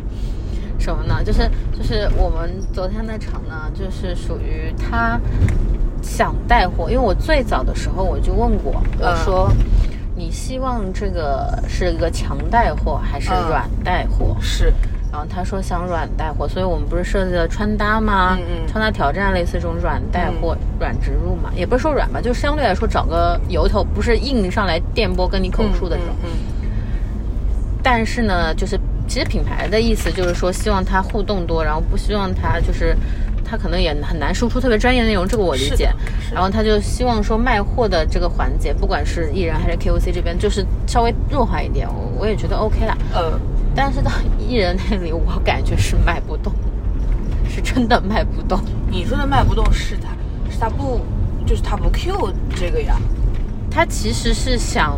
[SPEAKER 1] 什么呢？ 就是就是我们昨天那场呢，就是属于他想带货，因为我最早的时候我就问过，我
[SPEAKER 2] 嗯
[SPEAKER 1] 说。你希望这个是一个强带货还是
[SPEAKER 2] 嗯
[SPEAKER 1] 软带货？
[SPEAKER 2] 是，
[SPEAKER 1] 然后他说想软带货，所以我们不是设计了穿搭吗？
[SPEAKER 2] 嗯嗯
[SPEAKER 1] 穿搭挑战类似这种软带货、软植入嘛，也不是说软吧，就相对来说找个由头，不是硬上来电波跟你口述的这种。
[SPEAKER 2] 嗯，嗯
[SPEAKER 1] 但是呢，就是其实品牌的意思就是说，希望它互动多，然后不希望它就是。它可能也很难输出特别专业的内容，这个我理
[SPEAKER 2] 是的
[SPEAKER 1] 解
[SPEAKER 2] 是。的
[SPEAKER 1] 然后他就希望说卖货的这个环节，不管是艺人还是 KOC 这边，就是稍微弱化一点，我我也觉得 OK 啦。
[SPEAKER 2] 嗯呃，
[SPEAKER 1] 但是到艺人那里，我感觉是卖不动，是真的卖不动。
[SPEAKER 2] 你说的卖不动是他，是他不，就是他不 Q 这个呀，
[SPEAKER 1] 他其实是想，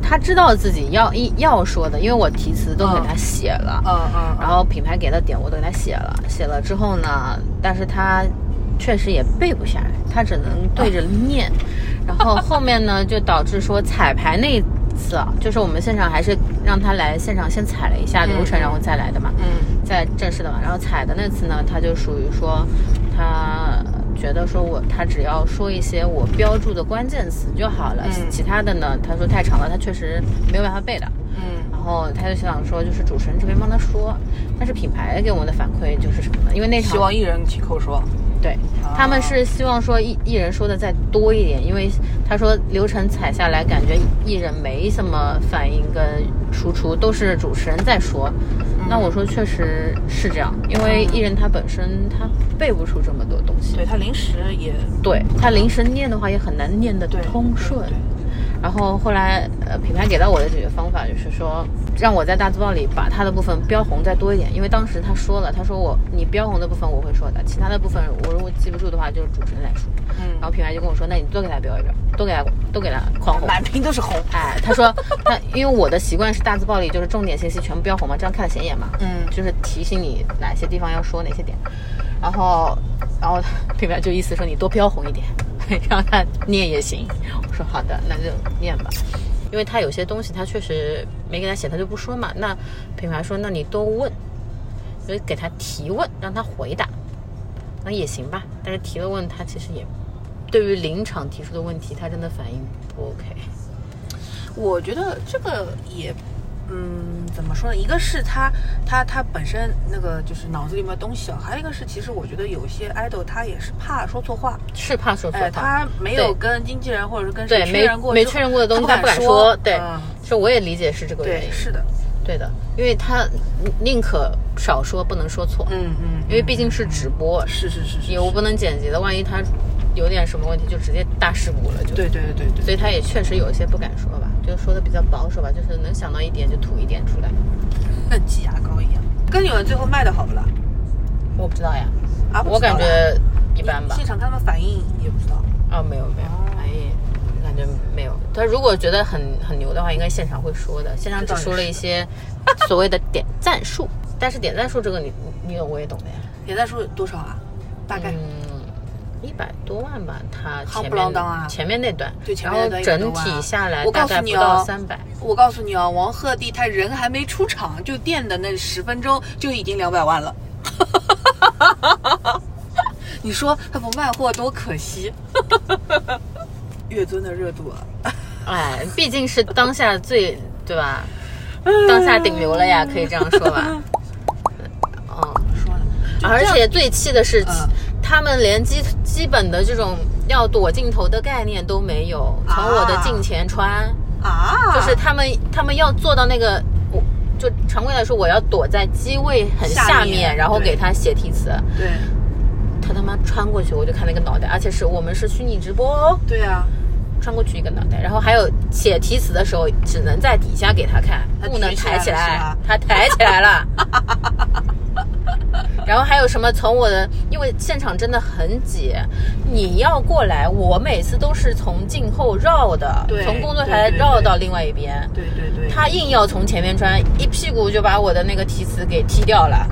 [SPEAKER 1] 他知道自己要一要说的，因为我题词都给他写了，
[SPEAKER 2] 嗯嗯，
[SPEAKER 1] 然后品牌给的点我都给他写了，写了之后呢，但是他确实也背不下来，他只能对着念，然后后面呢就导致说彩排那一次啊，就是我们现场还是让他来现场先踩了一下流程，
[SPEAKER 2] 嗯
[SPEAKER 1] 然后再来的嘛，
[SPEAKER 2] 嗯
[SPEAKER 1] 在正式的嘛，然后踩的那次呢，他就属于说，他觉得说我他只要说一些我标注的关键词就好了，
[SPEAKER 2] 嗯
[SPEAKER 1] 其他的呢，他说太长了，他确实没有办法背的。
[SPEAKER 2] 嗯
[SPEAKER 1] 然后他就想说，就是主持人这边帮他说，但是品牌给我们的反馈就是什么呢？因为那场
[SPEAKER 2] 希望艺人亲口说，
[SPEAKER 1] 对，他们是希望说艺艺人说的再多一点，因为他说流程踩下来，感觉艺人没什么反应跟输出，都是主持人在说。那我说确实是这样，因为艺人他本身他背不出这么多东西，
[SPEAKER 2] 对他临时也
[SPEAKER 1] 对他临时念的话也很难念得
[SPEAKER 2] 对
[SPEAKER 1] 通
[SPEAKER 2] 对
[SPEAKER 1] 顺
[SPEAKER 2] 对。
[SPEAKER 1] 然后后来，呃，品牌给到我的解决方法就是说，让我在大字报里把他的部分标红再多一点，因为当时他说了，他说我你标红的部分我会说的，其他的部分我如果记不住的话，就是主持人来说。
[SPEAKER 2] 嗯
[SPEAKER 1] 然后品牌就跟我说，那你多给他标一标，多给他多给他狂红。
[SPEAKER 2] 满屏都是红，
[SPEAKER 1] 哎，他说他因为我的习惯是大字报里就是重点信息全部标红嘛，这样看得显眼嘛。
[SPEAKER 2] 嗯
[SPEAKER 1] 就是提醒你哪些地方要说哪些点，然后，然后品牌就意思说你多标红一点， 让他念也行。我说好的，那就念吧，因为他有些东西他确实没给他写，他就不说嘛。那品牌说，那你多问，就是给他提问，让他回答，那也行吧。但是提了问，他其实也对于临场提出的问题，他真的反应不 OK。
[SPEAKER 2] 我觉得这个也，嗯，怎么说呢？一个是他他他本身那个就是脑子里面的东西啊，还有一个是其实我觉得有些 idol 他也是怕说错话，
[SPEAKER 1] 是怕说错话，
[SPEAKER 2] 哎，他没有
[SPEAKER 1] 对
[SPEAKER 2] 跟经纪人或者是跟
[SPEAKER 1] 对
[SPEAKER 2] 谁
[SPEAKER 1] 没
[SPEAKER 2] 确认过之
[SPEAKER 1] 没
[SPEAKER 2] 后，
[SPEAKER 1] 确认过的东西，他
[SPEAKER 2] 他
[SPEAKER 1] 不敢
[SPEAKER 2] 说，
[SPEAKER 1] 对
[SPEAKER 2] 嗯，
[SPEAKER 1] 这我也理解是这个原因
[SPEAKER 2] 对，。是的，
[SPEAKER 1] 对的，因为他宁可少说，不能说错，
[SPEAKER 2] 嗯嗯，
[SPEAKER 1] 因为毕竟是直播，
[SPEAKER 2] 是是是是，
[SPEAKER 1] 也我不能剪辑的，万一他有点什么问题，就直接大事故了，就。
[SPEAKER 2] 对对对对对。
[SPEAKER 1] 所以他也确实有一些不敢说吧，就说的比较保守吧，就是能想到一点就吐一点出来。
[SPEAKER 2] 跟挤牙膏一样。跟你们最后卖的好不啦？
[SPEAKER 1] 我不知道呀，
[SPEAKER 2] 啊，不
[SPEAKER 1] 我
[SPEAKER 2] 知道
[SPEAKER 1] 感
[SPEAKER 2] 啦
[SPEAKER 1] 觉一般吧
[SPEAKER 2] 现。场看他们反应也不知道。
[SPEAKER 1] 啊，没有没有，哎，感觉没有。他如果觉得很很牛的话，应该现场会说的，现场只说了一些所谓的点赞数，但是点赞数这个你你懂我也懂的呀。
[SPEAKER 2] 点赞数多少啊？大
[SPEAKER 1] 嗯
[SPEAKER 2] 概。
[SPEAKER 1] 一百多万吧，它
[SPEAKER 2] 夯
[SPEAKER 1] 前
[SPEAKER 2] 不啷
[SPEAKER 1] 面
[SPEAKER 2] 当啊
[SPEAKER 1] 前面那段，
[SPEAKER 2] 对前
[SPEAKER 1] 然
[SPEAKER 2] 面
[SPEAKER 1] 后
[SPEAKER 2] 那段
[SPEAKER 1] 整
[SPEAKER 2] 100多万啊
[SPEAKER 1] 体下来
[SPEAKER 2] 我
[SPEAKER 1] 大
[SPEAKER 2] 告诉
[SPEAKER 1] 概不
[SPEAKER 2] 你
[SPEAKER 1] 到
[SPEAKER 2] 哦
[SPEAKER 1] 三百，
[SPEAKER 2] 我告诉你啊，王鹤棣他人还没出场，就垫的那十分钟就已经两百万了。 你说他不卖货多可惜？月尊的热度啊，
[SPEAKER 1] 哎，毕竟是当下最对吧？当下顶流了呀，可以这样说 吧。嗯，
[SPEAKER 2] 说了，就
[SPEAKER 1] 而
[SPEAKER 2] 这样
[SPEAKER 1] 且最气的是，
[SPEAKER 2] 嗯
[SPEAKER 1] 他们连基基本的这种要躲镜头的概念都没有，从我的镜前穿，
[SPEAKER 2] 啊，
[SPEAKER 1] 就是他们他们要做到那个，我就常规来说，我要躲在机位很
[SPEAKER 2] 下
[SPEAKER 1] 下面，
[SPEAKER 2] 面
[SPEAKER 1] 然后
[SPEAKER 2] 对
[SPEAKER 1] 给他写题词。
[SPEAKER 2] 对
[SPEAKER 1] 他他妈穿过去，我就看那个脑袋，而且是我们是虚拟直播哦，
[SPEAKER 2] 对啊，
[SPEAKER 1] 穿过去一个脑袋，然后还有写题词的时候，只能在底下给他看，
[SPEAKER 2] 他
[SPEAKER 1] 不能
[SPEAKER 2] 举起
[SPEAKER 1] 抬起
[SPEAKER 2] 来了
[SPEAKER 1] 来，他抬起来 了。然后还有什么？从我的，因为现场真的很挤，你要过来，我每次都是从镜后绕的，
[SPEAKER 2] 对
[SPEAKER 1] 从工作
[SPEAKER 2] 对
[SPEAKER 1] 台
[SPEAKER 2] 对
[SPEAKER 1] 绕
[SPEAKER 2] 对
[SPEAKER 1] 到另外一边。
[SPEAKER 2] 对对对，
[SPEAKER 1] 他硬要从前面穿，一屁股就把我的那个题词给踢掉了。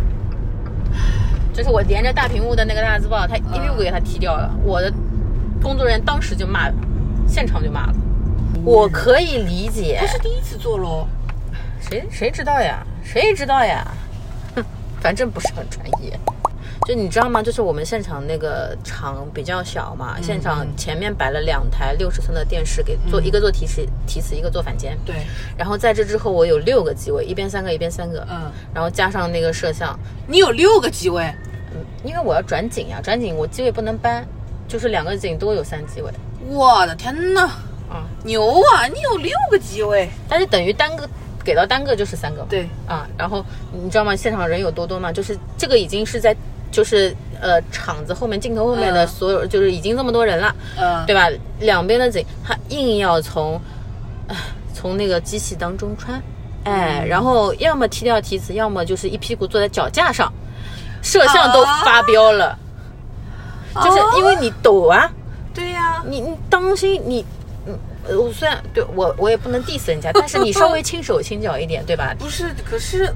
[SPEAKER 1] 就是我连着大屏幕的那个大字报，他一屁股给他踢掉了。我的工作人员当时就骂，现场就骂了。我可以理解
[SPEAKER 2] 他，是第一次做喽，
[SPEAKER 1] 谁谁知道呀？谁知道呀？ 哼反正不是很专业。就你知道吗？就是我们现场那个场比较小嘛，现场前面摆了两台六十寸的电视，给做、一个做提示提词，一个做反间。
[SPEAKER 2] 对，
[SPEAKER 1] 然后在这之后，我有六个机位，一边三个，一边三个，
[SPEAKER 2] 嗯，
[SPEAKER 1] 然后加上那个摄像，
[SPEAKER 2] 你有六个机位，
[SPEAKER 1] 嗯，因为我要转景呀，转景我机位不能搬，就是两个景都有三机位
[SPEAKER 2] 我的天呐，
[SPEAKER 1] 啊，
[SPEAKER 2] 牛啊，你有六个机位，
[SPEAKER 1] 但是等于单个给到单个就是三个嘛，
[SPEAKER 2] 对，
[SPEAKER 1] 啊，然后你知道吗？现场人有多多吗？就是这个已经是在就是呃场子后面镜头后面的
[SPEAKER 2] 嗯
[SPEAKER 1] 所有，就是已经这么多人了，
[SPEAKER 2] 嗯，
[SPEAKER 1] 对吧？两边的景，他硬要从，唉从那个机器当中穿，
[SPEAKER 2] 嗯
[SPEAKER 1] 哎，然后要么踢掉题词，要么就是一屁股坐在脚架上，摄
[SPEAKER 2] 啊
[SPEAKER 1] 像都发飙了，就是因为你抖啊，
[SPEAKER 2] 对呀、
[SPEAKER 1] 你你当心你。嗯，呃我虽然对我我也不能 diss 人家，但是你稍 微轻手轻脚一点，对吧？
[SPEAKER 2] 不是，可是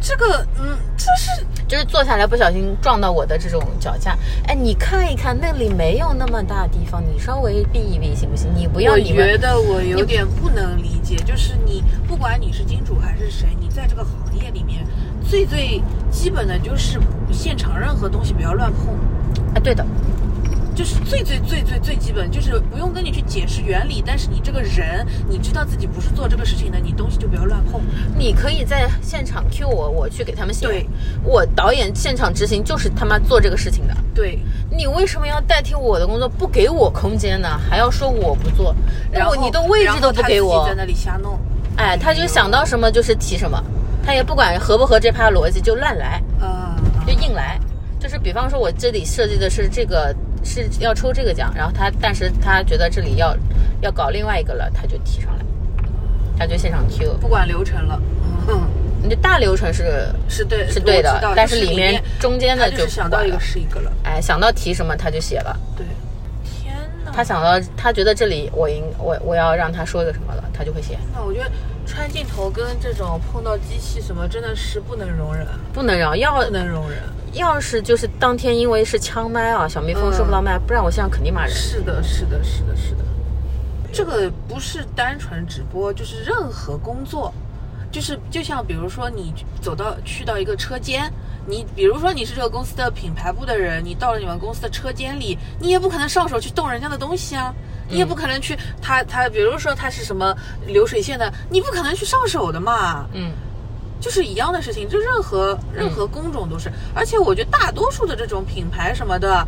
[SPEAKER 2] 这个，嗯，这是
[SPEAKER 1] 就是坐下来不小心撞到我的这种脚架，哎，你看一看那里没有那么大地方，你稍微避一避行不行？你不要
[SPEAKER 2] 我
[SPEAKER 1] 你们
[SPEAKER 2] 觉得我有点不能理解，就是你不管你是金主还是谁，你在这个行业里面最最基本的就是现场任何东西不要乱碰，
[SPEAKER 1] 啊，对的，
[SPEAKER 2] 就是最最最最最基本，就是不用跟你去解释原理，但是你这个人，你知道自己不是做这个事情的，你东西就不要乱碰。
[SPEAKER 1] 你可以在现场 Q 我，我去给他们写。
[SPEAKER 2] 对，
[SPEAKER 1] 我导演现场执行就是他妈做这个事情的。
[SPEAKER 2] 对，
[SPEAKER 1] 你为什么要代替我的工作，不给我空间呢？还要说我不做，
[SPEAKER 2] 然后
[SPEAKER 1] 我你的位置都不给
[SPEAKER 2] 然后
[SPEAKER 1] 我
[SPEAKER 2] 他自己在，那里瞎弄，
[SPEAKER 1] 哎，他就想到什么就是提什么，他也不管合不合这趴逻辑，就乱来。
[SPEAKER 2] 呃，
[SPEAKER 1] 就硬来，就是比方说我这里设计的是这个是要抽这个奖，然后他但是他觉得这里要要搞另外一个了，他就提上来，他就现场 Q。
[SPEAKER 2] 不管流程了，嗯，
[SPEAKER 1] 你的大流程是
[SPEAKER 2] 是对，
[SPEAKER 1] 是对
[SPEAKER 2] 我知
[SPEAKER 1] 的
[SPEAKER 2] 道，
[SPEAKER 1] 但
[SPEAKER 2] 就是
[SPEAKER 1] 里面中间
[SPEAKER 2] 他
[SPEAKER 1] 的
[SPEAKER 2] 就是
[SPEAKER 1] 不
[SPEAKER 2] 想到
[SPEAKER 1] 管
[SPEAKER 2] 一个
[SPEAKER 1] 了
[SPEAKER 2] 是一个了，
[SPEAKER 1] 哎，想到提什么他就写了，
[SPEAKER 2] 对，天哪，
[SPEAKER 1] 他想到他觉得这里我应我我要让他说个什么了，他就会写，
[SPEAKER 2] 那我觉得穿镜头跟这种碰到机器什么，真的是不能容忍，
[SPEAKER 1] 不能让要
[SPEAKER 2] 不能容忍。
[SPEAKER 1] 要是就是当天因为是枪麦啊，小蜜蜂收不到麦，不然我现场肯定骂人。
[SPEAKER 2] 是的，是的，是的，是的。这个不是单纯直播，就是任何工作，就是就像比如说你走到去到一个车间，你比如说你是这个公司的品牌部的人，你到了你们公司的车间里，你也不可能上手去动人家的东西啊。你也不可能去，他他，比如说他是什么流水线的，你不可能去上手的嘛。
[SPEAKER 1] 嗯，
[SPEAKER 2] 就是一样的事情，就任何任何工种都是。而且我觉得大多数的这种品牌什么的，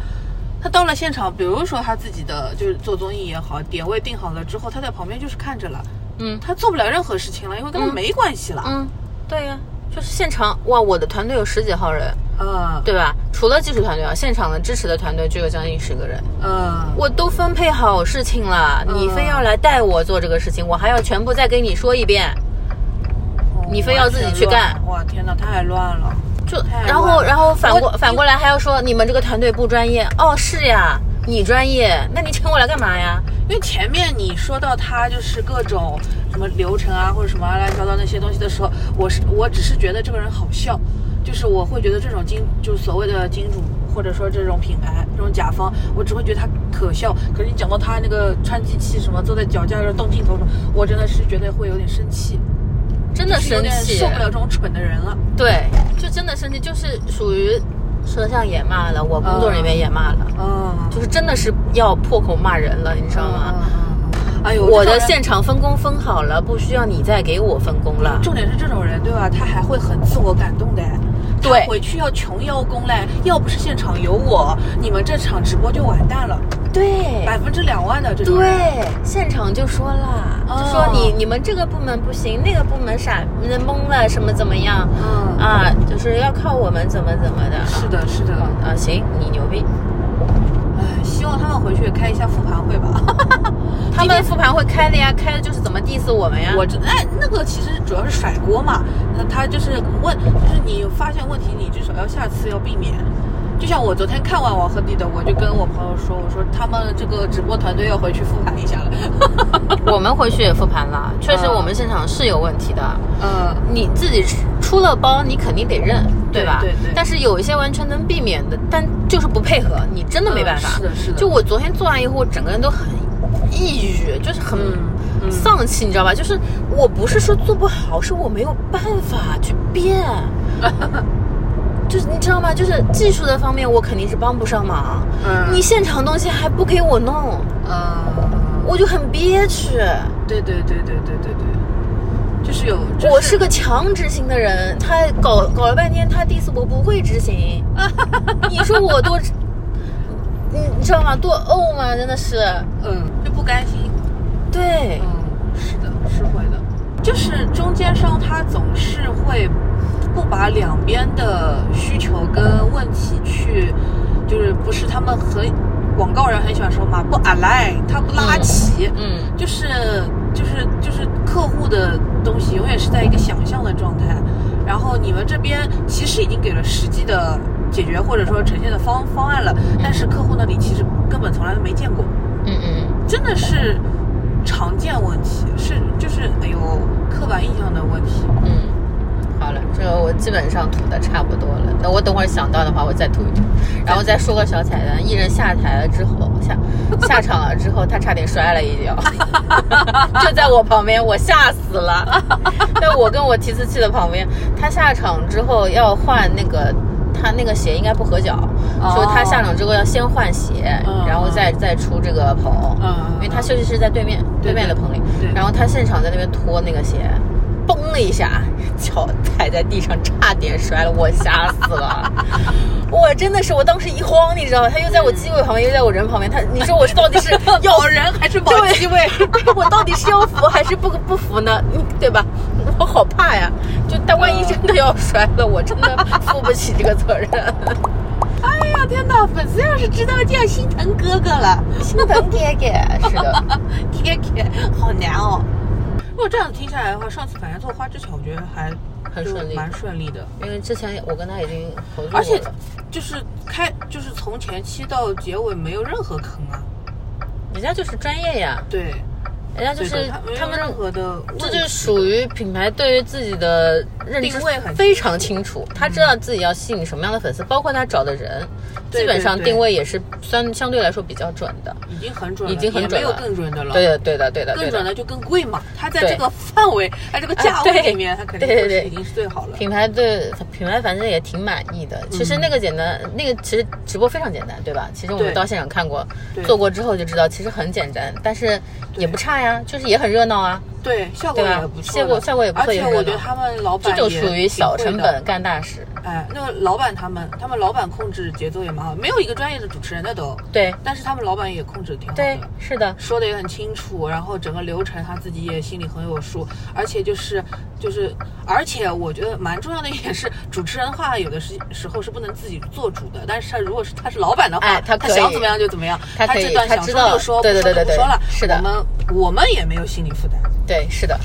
[SPEAKER 2] 他到了现场，比如说他自己的就是做综艺也好，点位定好了之后，他在旁边就是看着了，
[SPEAKER 1] 嗯
[SPEAKER 2] 他做不了任何事情了，因为跟他
[SPEAKER 1] 嗯
[SPEAKER 2] 没关系了。
[SPEAKER 1] 嗯，对呀、就是现场哇，我的团队有十几号人，
[SPEAKER 2] 嗯，
[SPEAKER 1] 对吧？除了技术团队啊，现场的支持的团队就有将近十个人，
[SPEAKER 2] 嗯，
[SPEAKER 1] 我都分配好事情了，你非要来带我做这个事情，我还要全部再给你说一遍，你非要自己去干
[SPEAKER 2] 哇，天哪，太乱了。
[SPEAKER 1] 就
[SPEAKER 2] 太乱
[SPEAKER 1] 然后
[SPEAKER 2] 了
[SPEAKER 1] 然后反过
[SPEAKER 2] 我
[SPEAKER 1] 反过来还要说你们这个团队不专业，哦是呀，你专业，那你请我来干嘛呀？
[SPEAKER 2] 因为前面你说到他就是各种什么流程啊，或者什么乱七八糟那些东西的时候，我是我只是觉得这个人好笑，就是我会觉得这种金就是所谓的金主或者说这种品牌这种甲方，我只会觉得他可笑。可是你讲到他那个穿机器什么，坐在脚架上动镜头什么，我真的是觉得会有点生气，
[SPEAKER 1] 真的
[SPEAKER 2] 就是有
[SPEAKER 1] 生
[SPEAKER 2] 点
[SPEAKER 1] 气，
[SPEAKER 2] 受不了这种蠢的人了。
[SPEAKER 1] 对，就真的生气，就是属于车上也骂了，我工作人员也骂了，
[SPEAKER 2] 嗯，
[SPEAKER 1] 就是真的是要破口骂人了，你知道吗？
[SPEAKER 2] 嗯？嗯哎呦，
[SPEAKER 1] 我的
[SPEAKER 2] 这种人
[SPEAKER 1] 现场分工分好了，不需要你再给我分工了。
[SPEAKER 2] 重点是这种人对吧？他还会很自我感动的。
[SPEAKER 1] 对
[SPEAKER 2] 他回去要穷邀功嘞，要不是现场有我，你们这场直播就完蛋了，
[SPEAKER 1] 对
[SPEAKER 2] 百分之两万的这种人。
[SPEAKER 1] 对，现场就说啦，
[SPEAKER 2] 哦
[SPEAKER 1] 就说你你们这个部门不行，那个部门傻那懵了，什么怎么样
[SPEAKER 2] 嗯，
[SPEAKER 1] 啊？就是要靠我们怎么怎么的。
[SPEAKER 2] 是的，是的。
[SPEAKER 1] 啊，行，你牛逼。
[SPEAKER 2] 哎，希望他们回去开一下复盘会 吧。
[SPEAKER 1] 他们复盘会开的呀，开的就是怎么 diss 我们呀。
[SPEAKER 2] 我这哎，那个其实主要是甩锅嘛，那他就是问，就是你发现问题，你至少要下次要避免。就像我昨天看完王鹤棣的，我就跟我朋友说，我说他们这个直播团队要回去复盘一下了。
[SPEAKER 1] 我们回去也复盘了，确实
[SPEAKER 2] 嗯
[SPEAKER 1] 我们现场是有问题的。
[SPEAKER 2] 呃，
[SPEAKER 1] 你自己出了包，你肯定得认，对吧？
[SPEAKER 2] 对对对
[SPEAKER 1] 但是有一些完全能避免的，但就是不配合，你真的没办法。
[SPEAKER 2] 嗯是的是的
[SPEAKER 1] 就我昨天做完以后，我整个人都很抑郁，就是很
[SPEAKER 2] 嗯
[SPEAKER 1] 丧气，你知道吧？就是我不是说做不好，是我没有办法去变。 就是你知道吗？就是技术的方面，我肯定是帮不上忙。
[SPEAKER 2] 嗯
[SPEAKER 1] 你现场东西还不给我弄，
[SPEAKER 2] 呃，
[SPEAKER 1] 我就很憋屈。
[SPEAKER 2] 对对对对对对对，就是有，就
[SPEAKER 1] 我是个强执行的人，他搞搞了半天，他 diss 我不会执行， 你说我多，你你知道吗？多怄吗？真的是，
[SPEAKER 2] 嗯，就不甘心。
[SPEAKER 1] 对，
[SPEAKER 2] 嗯，是的，是会的，就是中间商他总是会不把两边的需求跟问题去，就是不是他们很广告人很喜欢说嘛，不 align，他不拉齐，
[SPEAKER 1] 嗯，
[SPEAKER 2] 就是就是就是客户的东西永远是在一个想象的状态，然后你们这边其实已经给了实际的解决或者说呈现的方方案了，但是客户那里其实根本从来没见过，
[SPEAKER 1] 嗯嗯，
[SPEAKER 2] 真的是常见问题，是就是哎呦刻板印象的问题。
[SPEAKER 1] 嗯好了，这个我基本上吐的差不多了。等我等会儿想到的话，我再吐一吐，然后再说个小彩蛋。艺人下台了之后， 下下场了之后，他差点摔了一跤， 就在我旁边，我吓死 了。在我跟我提词器的旁边，他下场之后要换那个。他那个鞋应该不合脚，
[SPEAKER 2] 哦
[SPEAKER 1] 说他下场之后要先换鞋，
[SPEAKER 2] 嗯
[SPEAKER 1] 然后再再出这个棚，
[SPEAKER 2] 嗯嗯
[SPEAKER 1] 因为他休息室在对面
[SPEAKER 2] 对
[SPEAKER 1] 面的棚里
[SPEAKER 2] 对，
[SPEAKER 1] 然后他现场在那边脱那个鞋，嘣了一下， 脚踩在地上，差点摔了，我吓死 了。我真的是，我当时一慌，你知道吗？他又在我机位旁边，又在我人旁边。他， 你说我到底是 要
[SPEAKER 2] 保人还是保
[SPEAKER 1] 对
[SPEAKER 2] 机位？
[SPEAKER 1] 我到底是要服还是不不服呢？你对吧？我好怕呀！就但万一真的要摔了，我真的负不起这个责任。
[SPEAKER 2] 哎呀天哪！粉丝要是知道就要心疼哥哥了，
[SPEAKER 1] 心 疼爹爹，是的，
[SPEAKER 2] 天天好难哦。如果这样子听下来的话，上次反正做花之前，我觉得还
[SPEAKER 1] 很顺利
[SPEAKER 2] 蛮顺利的。
[SPEAKER 1] 因为之前我跟他已经合作过了，
[SPEAKER 2] 而且就是开，就是从前期到结尾没有任何坑啊。
[SPEAKER 1] 人家就是专业呀，
[SPEAKER 2] 对，
[SPEAKER 1] 人家就是
[SPEAKER 2] 对
[SPEAKER 1] 他
[SPEAKER 2] 没
[SPEAKER 1] 们
[SPEAKER 2] 有任何的问题，
[SPEAKER 1] 这就是属于品牌对于自己的认知
[SPEAKER 2] 定位很
[SPEAKER 1] 非常清楚，他知道自己要吸引什么样的粉丝，包括他找的人，
[SPEAKER 2] 对
[SPEAKER 1] 基本上
[SPEAKER 2] 对对
[SPEAKER 1] 定位也是算相对来说比较准的。
[SPEAKER 2] 已经很准了，
[SPEAKER 1] 已经很准
[SPEAKER 2] 也没有
[SPEAKER 1] 了
[SPEAKER 2] 更准的了。
[SPEAKER 1] 对的，对的，对的，
[SPEAKER 2] 更
[SPEAKER 1] 对
[SPEAKER 2] 准
[SPEAKER 1] 的。
[SPEAKER 2] 的就更贵嘛。它在
[SPEAKER 1] 对
[SPEAKER 2] 这个范围，它这个价
[SPEAKER 1] 哎
[SPEAKER 2] 位
[SPEAKER 1] 对
[SPEAKER 2] 里面，它肯定
[SPEAKER 1] 对对
[SPEAKER 2] 会是
[SPEAKER 1] 对
[SPEAKER 2] 已经是最好了。
[SPEAKER 1] 品牌对品牌反正也挺满意的。其实那个简单，那个其实直播非常简单，对吧？其实我们
[SPEAKER 2] 对
[SPEAKER 1] 到现场看过
[SPEAKER 2] 对，
[SPEAKER 1] 做过之后就知道，其实很简单，但是也不差呀，就是也很热闹啊。
[SPEAKER 2] 对，效果
[SPEAKER 1] 对吧
[SPEAKER 2] 也不错的，
[SPEAKER 1] 效果效果也不错
[SPEAKER 2] 而且
[SPEAKER 1] 也很
[SPEAKER 2] 我
[SPEAKER 1] 热
[SPEAKER 2] 觉得
[SPEAKER 1] 闹
[SPEAKER 2] 他们老
[SPEAKER 1] 这
[SPEAKER 2] 板
[SPEAKER 1] 就
[SPEAKER 2] 也
[SPEAKER 1] 属于
[SPEAKER 2] 挺
[SPEAKER 1] 小
[SPEAKER 2] 会
[SPEAKER 1] 成
[SPEAKER 2] 的
[SPEAKER 1] 本。干大事。
[SPEAKER 2] 哎，那个老板他们，他们老板控制节奏也蛮好，没有一个专业的主持人的都，
[SPEAKER 1] 对
[SPEAKER 2] 但是他们老板也控制得挺好
[SPEAKER 1] 对
[SPEAKER 2] 的。，
[SPEAKER 1] 是的，
[SPEAKER 2] 说的也很清楚，然后整个流程他自己也心里很有数，而且就是就是，而且我觉得蛮重要的一点是，主持人的话有的时时候是不能自己做主的，但是他如果是他是老板的话，
[SPEAKER 1] 哎他可以
[SPEAKER 2] 想怎么样就怎么样，
[SPEAKER 1] 他可以
[SPEAKER 2] 这段
[SPEAKER 1] 他
[SPEAKER 2] 想
[SPEAKER 1] 知
[SPEAKER 2] 说就
[SPEAKER 1] 道
[SPEAKER 2] 说，
[SPEAKER 1] 对对
[SPEAKER 2] 不说
[SPEAKER 1] 对
[SPEAKER 2] 就
[SPEAKER 1] 对
[SPEAKER 2] 不说
[SPEAKER 1] 对
[SPEAKER 2] 了，
[SPEAKER 1] 是的
[SPEAKER 2] 我们我们也没有心理负担，
[SPEAKER 1] 对，是的。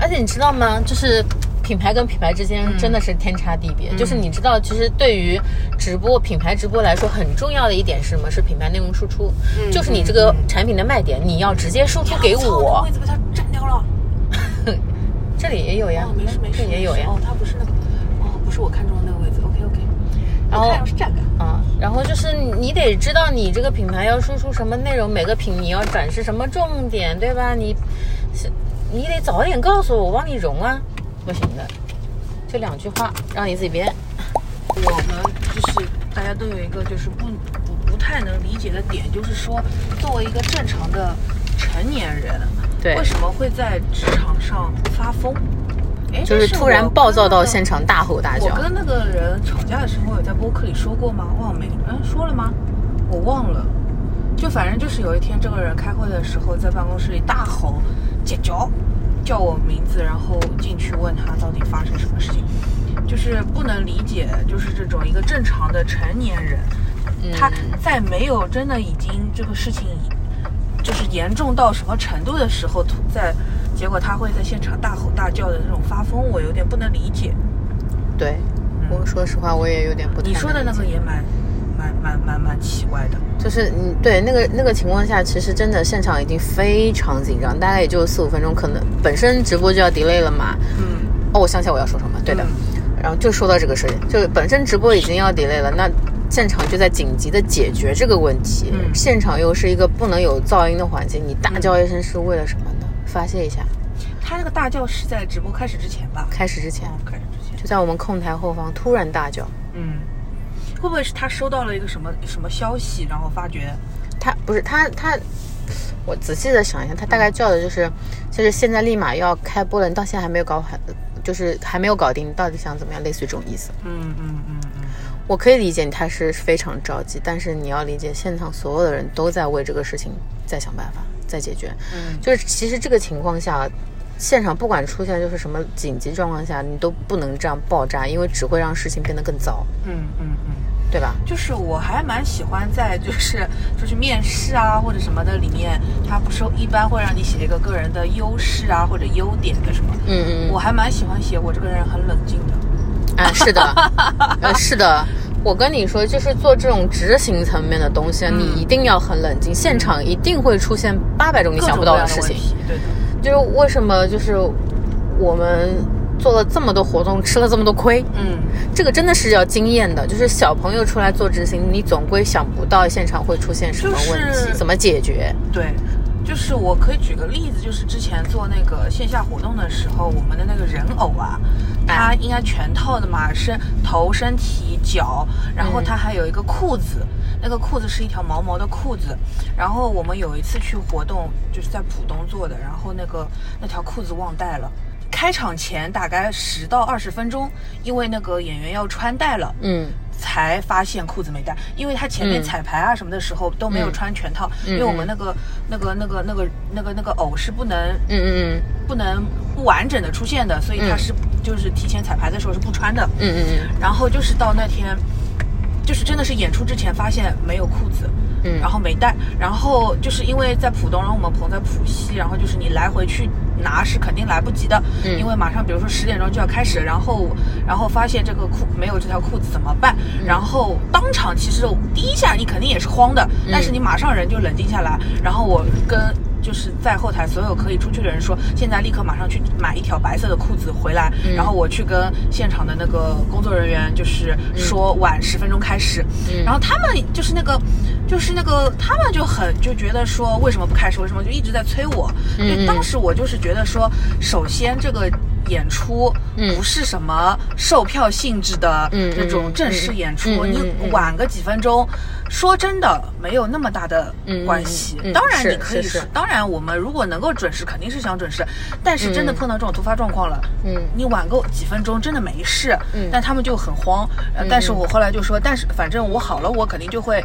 [SPEAKER 1] 而且你知道吗？就是品牌跟品牌之间
[SPEAKER 2] 嗯
[SPEAKER 1] 真的是天差地别。就是你知道，其实对于直播品牌直播来说，很重要的一点是什么？是品牌内容输出，
[SPEAKER 2] 嗯
[SPEAKER 1] 就是你这个产品的卖点，你要直接输出给
[SPEAKER 2] 啊操这
[SPEAKER 1] 我
[SPEAKER 2] 位。置被他占掉了，
[SPEAKER 1] 这里也有呀
[SPEAKER 2] 哦，，没事没事，
[SPEAKER 1] 这里也有呀
[SPEAKER 2] 没事。哦，他不是那个，哦，不是我看中的那个位置，OK OK。
[SPEAKER 1] 然后
[SPEAKER 2] 我看中是这个，
[SPEAKER 1] 啊，然后就是你得知道你这个品牌要输出什么内容，每个品你要展示什么重点，对吧？你，是你得早点告诉我，我帮你融啊，不行的，就两句话，让你自己编。
[SPEAKER 2] 我们就是大家都有一个就是不不不太能理解的点，就是说作为一个正常的成年人，
[SPEAKER 1] 对
[SPEAKER 2] 为什么会在职场上发疯？哎，
[SPEAKER 1] 就
[SPEAKER 2] 这
[SPEAKER 1] 是
[SPEAKER 2] 是
[SPEAKER 1] 突
[SPEAKER 2] 我
[SPEAKER 1] 然
[SPEAKER 2] 跟
[SPEAKER 1] 暴躁
[SPEAKER 2] 那
[SPEAKER 1] 到
[SPEAKER 2] 个
[SPEAKER 1] 现场大吼大
[SPEAKER 2] 我
[SPEAKER 1] 叫，
[SPEAKER 2] 跟那个人吵架的时候，有在播客里说过吗？忘了没？嗯，说了吗？我忘了。就反正就是有一天，这个人开会的时候在办公室里大吼“姐姐”，叫我名字，然后进去问他到底发生什么事情，就是不能理解，就是这种一个正常的成年人，他在没有真的已经这个事情已就是严重到什么程度的时候，突在结果他会在现场大吼大叫的那种发疯，我有点不能理解。
[SPEAKER 1] 对。我说实话，我也有点不太
[SPEAKER 2] 你说的
[SPEAKER 1] 能
[SPEAKER 2] 那
[SPEAKER 1] 理解
[SPEAKER 2] 个也蛮蛮蛮蛮蛮奇怪的。
[SPEAKER 1] 就是嗯，对那个那个情况下，其实真的现场已经非常紧张，大概也就四五分钟，可能本身直播就要 delay 了嘛。
[SPEAKER 2] 嗯，
[SPEAKER 1] 哦，我想起来我要说什么，对的。然后就说到这个事情，就是本身直播已经要 delay 了，那现场就在紧急的解决这个问题。
[SPEAKER 2] 嗯
[SPEAKER 1] 现场又是一个不能有噪音的环境，你大叫一声是为了什么呢？发泄一下。
[SPEAKER 2] 他那个大叫是在直播开始之前吧？
[SPEAKER 1] 开始之前，
[SPEAKER 2] 开始之前。
[SPEAKER 1] 就在我们控台后方突然大叫，
[SPEAKER 2] 嗯，会不会是他收到了一个什么什么消息，然后发觉？
[SPEAKER 1] 他不是他他，我仔细的想一下，他大概叫的就是，就是现在立马要开播了，你到现在还没有搞好，就是还没有搞定，你到底想怎么样？类似于这种意思。
[SPEAKER 2] 嗯嗯嗯嗯。
[SPEAKER 1] 我可以理解他是非常着急，但是你要理解现场所有的人都在为这个事情在想办法，在解决。
[SPEAKER 2] 嗯，
[SPEAKER 1] 就是其实这个情况下，现场不管出现就是什么紧急状况下，你都不能这样爆炸，因为只会让事情变得更糟，
[SPEAKER 2] 嗯嗯嗯。
[SPEAKER 1] 对 吧？
[SPEAKER 2] 就是我还蛮喜欢在就是 就是面试啊或者什么的里面，他不是一般会让你写一个个人的优势啊或者优点的什么？
[SPEAKER 1] 嗯嗯。
[SPEAKER 2] 我还蛮喜欢写我这个人很冷静的。
[SPEAKER 1] 哎，是的，呃，是的。我跟你说，就是做这种执行层面的东西，啊
[SPEAKER 2] 嗯
[SPEAKER 1] 你一定要很冷静，现场一定会出现八百种你
[SPEAKER 2] 各
[SPEAKER 1] 想不
[SPEAKER 2] 种各
[SPEAKER 1] 到
[SPEAKER 2] 样
[SPEAKER 1] 事
[SPEAKER 2] 问
[SPEAKER 1] 情。
[SPEAKER 2] 题，对的。
[SPEAKER 1] 就是为什么就是我们做了这么多活动，吃了这么多亏，
[SPEAKER 2] 嗯，
[SPEAKER 1] 这个真的是要经验的。就是小朋友出来做执行，你总归想不到现场会出现什么问题，
[SPEAKER 2] 就是
[SPEAKER 1] 怎么解决。
[SPEAKER 2] 对，就是我可以举个例子，就是之前做那个线下活动的时候，我们的那个人偶啊，它应该全套的嘛，身头、身体、脚，然后它还有一个裤子，那个裤子是一条毛毛的裤子。然后我们有一次去活动，就是在浦东做的，然后那个那条裤子忘带了。开场前大概十到二十分钟，因为那个演员要穿戴了，
[SPEAKER 1] 嗯，
[SPEAKER 2] 才发现裤子没带，因为他前面
[SPEAKER 1] 嗯
[SPEAKER 2] 彩排啊什么的时候都没有
[SPEAKER 1] 嗯
[SPEAKER 2] 穿全套，
[SPEAKER 1] 嗯
[SPEAKER 2] 因为我们那个那个那个那个那个那个偶是不能
[SPEAKER 1] 嗯嗯
[SPEAKER 2] 不能不完整的出现的，所以他
[SPEAKER 1] 嗯
[SPEAKER 2] 是就是提前彩排的时候是不穿的。
[SPEAKER 1] 嗯嗯嗯
[SPEAKER 2] 然后就是到那天，就是真的是演出之前发现没有裤子，
[SPEAKER 1] 嗯
[SPEAKER 2] 然后没带，然后就是因为在浦东，然后我们棚在浦西，然后就是你来回去拿是肯定来不及的，
[SPEAKER 1] 嗯
[SPEAKER 2] 因为马上比如说十点钟就要开始，然后然后发现这个裤没有这条裤子怎么办？
[SPEAKER 1] 嗯
[SPEAKER 2] 然后当场其实第一下你肯定也是慌的，
[SPEAKER 1] 嗯
[SPEAKER 2] 但是你马上人就冷静下来，然后我跟。就是在后台所有可以出去的人说，现在立刻马上去买一条白色的裤子回来，
[SPEAKER 1] 嗯
[SPEAKER 2] 然后我去跟现场的那个工作人员就是说晚十分钟开始，
[SPEAKER 1] 嗯
[SPEAKER 2] 然后他们就是那个，就是那个他们就很就觉得说为什么不开始，为什么就一直在催我，因
[SPEAKER 1] 嗯
[SPEAKER 2] 为当时我就是觉得说，首先这个。演出
[SPEAKER 1] 嗯
[SPEAKER 2] 不是什么售票性质的
[SPEAKER 1] 嗯嗯
[SPEAKER 2] 那种正式演出，
[SPEAKER 1] 嗯嗯嗯嗯
[SPEAKER 2] 你晚个几分钟，说真的没有那么大的
[SPEAKER 1] 嗯嗯
[SPEAKER 2] 关系。
[SPEAKER 1] 嗯嗯
[SPEAKER 2] 当然
[SPEAKER 1] 是
[SPEAKER 2] 你可以
[SPEAKER 1] 是
[SPEAKER 2] 说
[SPEAKER 1] 是
[SPEAKER 2] 当然，我们如果能够准时，肯定是想准时。但是真的
[SPEAKER 1] 嗯
[SPEAKER 2] 碰到这种突发状况了，
[SPEAKER 1] 嗯
[SPEAKER 2] 你晚个几分钟真的没事。
[SPEAKER 1] 嗯
[SPEAKER 2] 但他们就很慌。呃但是我后来就说，但是反正我好了，我肯定就会，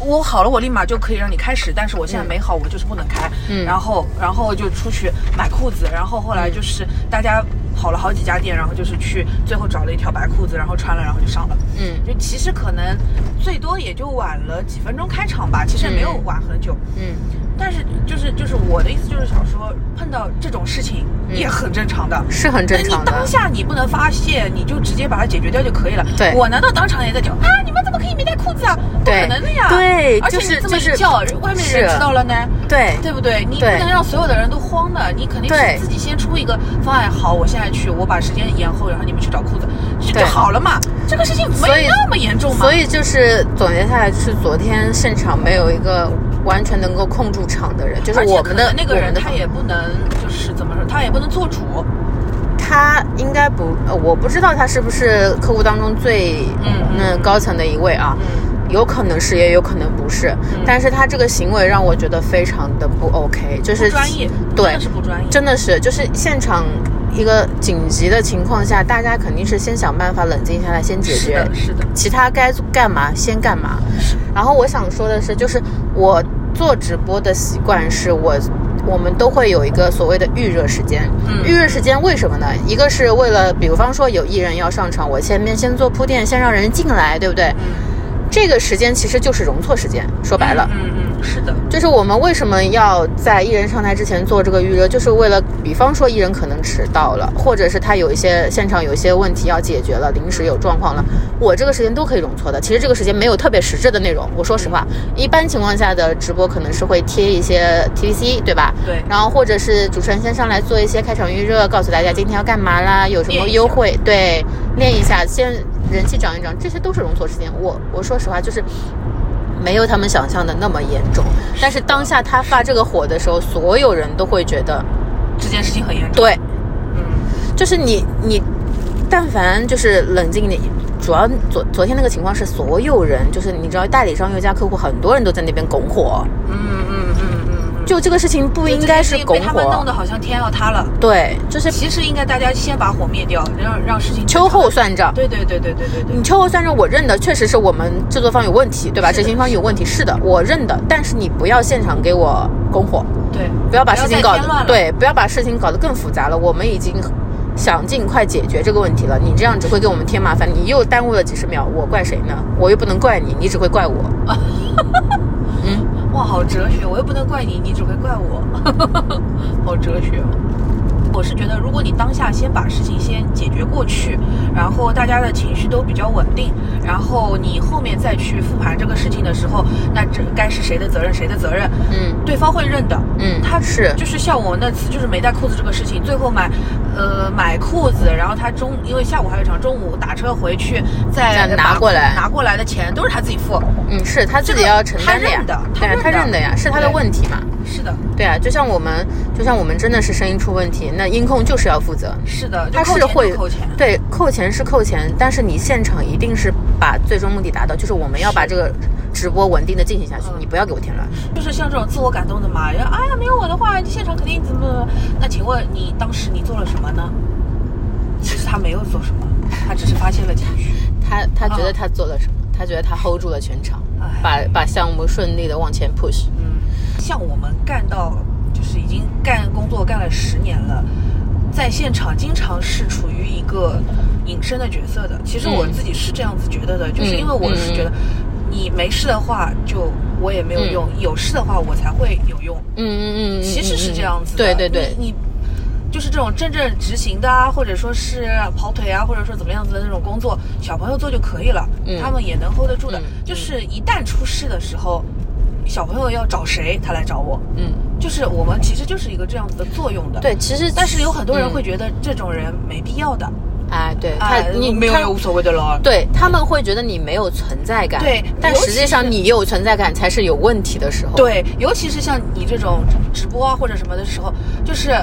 [SPEAKER 2] 我好了，我立马就可以让你开始。但是我现在没好，我就是不能开。
[SPEAKER 1] 嗯
[SPEAKER 2] 然后，然后就出去买裤子，然后后来就是
[SPEAKER 1] 嗯
[SPEAKER 2] 大家跑了好几家店，然后就是去最后找了一条白裤子，然后穿了，然后就上了。
[SPEAKER 1] 嗯
[SPEAKER 2] 就其实可能最多也就晚了几分钟开场吧，其实也没有
[SPEAKER 1] 嗯
[SPEAKER 2] 晚很久。
[SPEAKER 1] 嗯，
[SPEAKER 2] 但是就是就是我的意思就是想说，碰到这种事情也很正常的。
[SPEAKER 1] 嗯是很
[SPEAKER 2] 那
[SPEAKER 1] 正
[SPEAKER 2] 你
[SPEAKER 1] 常的。
[SPEAKER 2] 当下你不能发泄，你就直接把它解决掉就可以了。
[SPEAKER 1] 对
[SPEAKER 2] 我难道当场也在讲啊？你们怎么可以没带裤子？子啊，不
[SPEAKER 1] 对
[SPEAKER 2] 可能的呀。
[SPEAKER 1] 对
[SPEAKER 2] 而且
[SPEAKER 1] 就是
[SPEAKER 2] 你这么
[SPEAKER 1] 就是
[SPEAKER 2] 一叫，外面
[SPEAKER 1] 是
[SPEAKER 2] 人知道了呢，
[SPEAKER 1] 对
[SPEAKER 2] 对不对？你不
[SPEAKER 1] 对
[SPEAKER 2] 能让所有的人都慌的，你肯定
[SPEAKER 1] 对
[SPEAKER 2] 是自己先出一个方案。好，我现在去，我把时间延后，然后你们去找裤子，这
[SPEAKER 1] 对
[SPEAKER 2] 就好了嘛。这个事情
[SPEAKER 1] 所以
[SPEAKER 2] 没那么严重嘛。
[SPEAKER 1] 所以就是总结下来，就是昨天现场没有一个完全能够控住场的人，就是
[SPEAKER 2] 而且
[SPEAKER 1] 我
[SPEAKER 2] 可
[SPEAKER 1] 们
[SPEAKER 2] 能
[SPEAKER 1] 的
[SPEAKER 2] 那个
[SPEAKER 1] 我
[SPEAKER 2] 人，
[SPEAKER 1] 们的
[SPEAKER 2] 他也不能就是怎么说，他也不能做主。
[SPEAKER 1] 他应该不，呃，我不知道他是不是客户当中最
[SPEAKER 2] 嗯嗯
[SPEAKER 1] 那高层的一位啊，有可能是，也有可能不是，
[SPEAKER 2] 嗯
[SPEAKER 1] 但是他这个行为让我觉得非常的不 OK，就是
[SPEAKER 2] 不专业
[SPEAKER 1] 对
[SPEAKER 2] 真的是不专业
[SPEAKER 1] 真的是就是现场。一个紧急的情况下，大家肯定是先想办法冷静下来，先解
[SPEAKER 2] 是
[SPEAKER 1] 决。
[SPEAKER 2] 的，是的，
[SPEAKER 1] 其他该干嘛先干嘛。然后我想说的是，就是我做直播的习惯是我。我们都会有一个所谓的预热时间，
[SPEAKER 2] 嗯
[SPEAKER 1] 预热时间为什么呢？一个是为了，比方说有艺人要上场，我前面先做铺垫，先让人进来，对不对？这个时间其实就是容错时间，说白了，
[SPEAKER 2] 嗯嗯，是的，
[SPEAKER 1] 就是我们为什么要在艺人上台之前做这个预热，就是为了，比方说艺人可能迟到了，或者是他有一些现场有一些问题要解决了，临时有状况了，我这个时间都可以容错的。其实这个时间没有特别实质的内容，我说实话，一般情况下的直播可能是会贴一些 TVC，对吧？
[SPEAKER 2] 对
[SPEAKER 1] 然后或者是主持人先上来做一些开场预热，告诉大家今天要干嘛啦，有什么
[SPEAKER 2] 练一下
[SPEAKER 1] 优惠，对，练一下，先人气涨一涨，这些都是容错时间。我我说实话就是。没有他们想象的那么严重，但是当下他发这个火的时候，所有人都会觉得，
[SPEAKER 2] 这件事情很严重。
[SPEAKER 1] 对，
[SPEAKER 2] 嗯，
[SPEAKER 1] 就是你你，但凡就是冷静一点，主要昨昨天那个情况是所有人，就是你知道代理商又加客户，很多人都在那边拱火，
[SPEAKER 2] 嗯嗯嗯嗯嗯，
[SPEAKER 1] 就这个事情不应该是
[SPEAKER 2] 就这
[SPEAKER 1] 拱
[SPEAKER 2] 件事情被他们弄
[SPEAKER 1] 火
[SPEAKER 2] 得，好像天要塌了。
[SPEAKER 1] 对，就是
[SPEAKER 2] 其实应该大家先把火灭掉，让让事情
[SPEAKER 1] 秋后。算账。
[SPEAKER 2] 对对对对对对对
[SPEAKER 1] 你，秋后算账，我认的，确实是我们制作方有问题，对吧？
[SPEAKER 2] 是的
[SPEAKER 1] 执行方有问题，是的，我认的。但是你不要现场给我拱火，
[SPEAKER 2] 对，
[SPEAKER 1] 不要把事情搞
[SPEAKER 2] 不要再添乱
[SPEAKER 1] 得
[SPEAKER 2] 了
[SPEAKER 1] 对，不要把事情搞得更复杂了。我们已经想尽快解决这个问题了，你这样只会给我们添麻烦，你又耽误了几十秒，我怪谁呢？我又不能怪你，你只会怪我。
[SPEAKER 2] 哇，好哲学！我又不能怪你，你只会怪我， 好哲学哦。我是觉得，如果你当下先把事情先解决过去，然后大家的情绪都比较稳定，然后你后面再去复盘这个事情的时候，那这该是谁的责任，谁的责任，
[SPEAKER 1] 嗯
[SPEAKER 2] 对方会认的。
[SPEAKER 1] 嗯，
[SPEAKER 2] 他
[SPEAKER 1] 是
[SPEAKER 2] 就是像我那次就是没带裤子这个事情，最后买，呃，买裤子，然后他中因为下午还有一场，中午打车回去再
[SPEAKER 1] 再
[SPEAKER 2] 把
[SPEAKER 1] 拿过来
[SPEAKER 2] 拿过来的钱都是他自己付。
[SPEAKER 1] 嗯是他自己
[SPEAKER 2] 这个
[SPEAKER 1] 要承担呀
[SPEAKER 2] 他认的，
[SPEAKER 1] 对啊，
[SPEAKER 2] 他
[SPEAKER 1] 他
[SPEAKER 2] 认的
[SPEAKER 1] 认的呀，是他的
[SPEAKER 2] 对
[SPEAKER 1] 问题嘛。
[SPEAKER 2] 是的，
[SPEAKER 1] 对啊，就像我们，就像我们真的是声音出问题，那音控就是要负责。
[SPEAKER 2] 是的，就
[SPEAKER 1] 他
[SPEAKER 2] 扣
[SPEAKER 1] 是
[SPEAKER 2] 钱就
[SPEAKER 1] 会
[SPEAKER 2] 扣钱。
[SPEAKER 1] 对扣钱是扣钱，但是你现场一定是把最终目的达到，就是我们要把这个直播稳定的进行下去，
[SPEAKER 2] 嗯
[SPEAKER 1] 你不要给我添乱。
[SPEAKER 2] 就是像这种自我感动的嘛，人哎呀，没有我的话，你现场肯定怎么怎么。那请问你当时你做了什么呢？其实他没有做什么，他只是发泄了情绪。
[SPEAKER 1] 他他觉得
[SPEAKER 2] 哦
[SPEAKER 1] 他做了什么？他觉得他 hold 住了全场
[SPEAKER 2] 哎，
[SPEAKER 1] 把把项目顺利的往前 push。
[SPEAKER 2] 嗯，像我们干到就是已经干工作干了十年了，在现场经常是处于一个隐身的角色的。其实我
[SPEAKER 1] 嗯
[SPEAKER 2] 自己是这样子觉得的，就是因为我是觉得你没事的话，就我也没有用；有事的话，我才会有用。
[SPEAKER 1] 嗯嗯嗯，
[SPEAKER 2] 其实是这样子的。
[SPEAKER 1] 对对对，
[SPEAKER 2] 你你就是这种真正执行的啊，或者说是跑腿啊，或者说怎么样子的那种工作，小朋友做就可以了，
[SPEAKER 1] 嗯
[SPEAKER 2] 他们也能 hold 得住的。
[SPEAKER 1] 嗯
[SPEAKER 2] 就是一旦出事的时候，小朋友要找谁，他来找我。
[SPEAKER 1] 嗯
[SPEAKER 2] 就是我们其实就是一个这样子的作用的。
[SPEAKER 1] 对，，其实
[SPEAKER 2] 但是有很多人
[SPEAKER 1] 嗯
[SPEAKER 2] 会觉得这种人没必要的，
[SPEAKER 1] 啊，对他
[SPEAKER 2] 哎，
[SPEAKER 1] 你
[SPEAKER 2] 没有
[SPEAKER 1] 他
[SPEAKER 2] 也无所谓的了。
[SPEAKER 1] 对他们会觉得你没有存在感，
[SPEAKER 2] 对
[SPEAKER 1] 但
[SPEAKER 2] 尤其
[SPEAKER 1] 实际上
[SPEAKER 2] 是
[SPEAKER 1] 你有存在感才是有问题的时候。，
[SPEAKER 2] 对，尤其是像你这种直播啊或者什么的时候，就是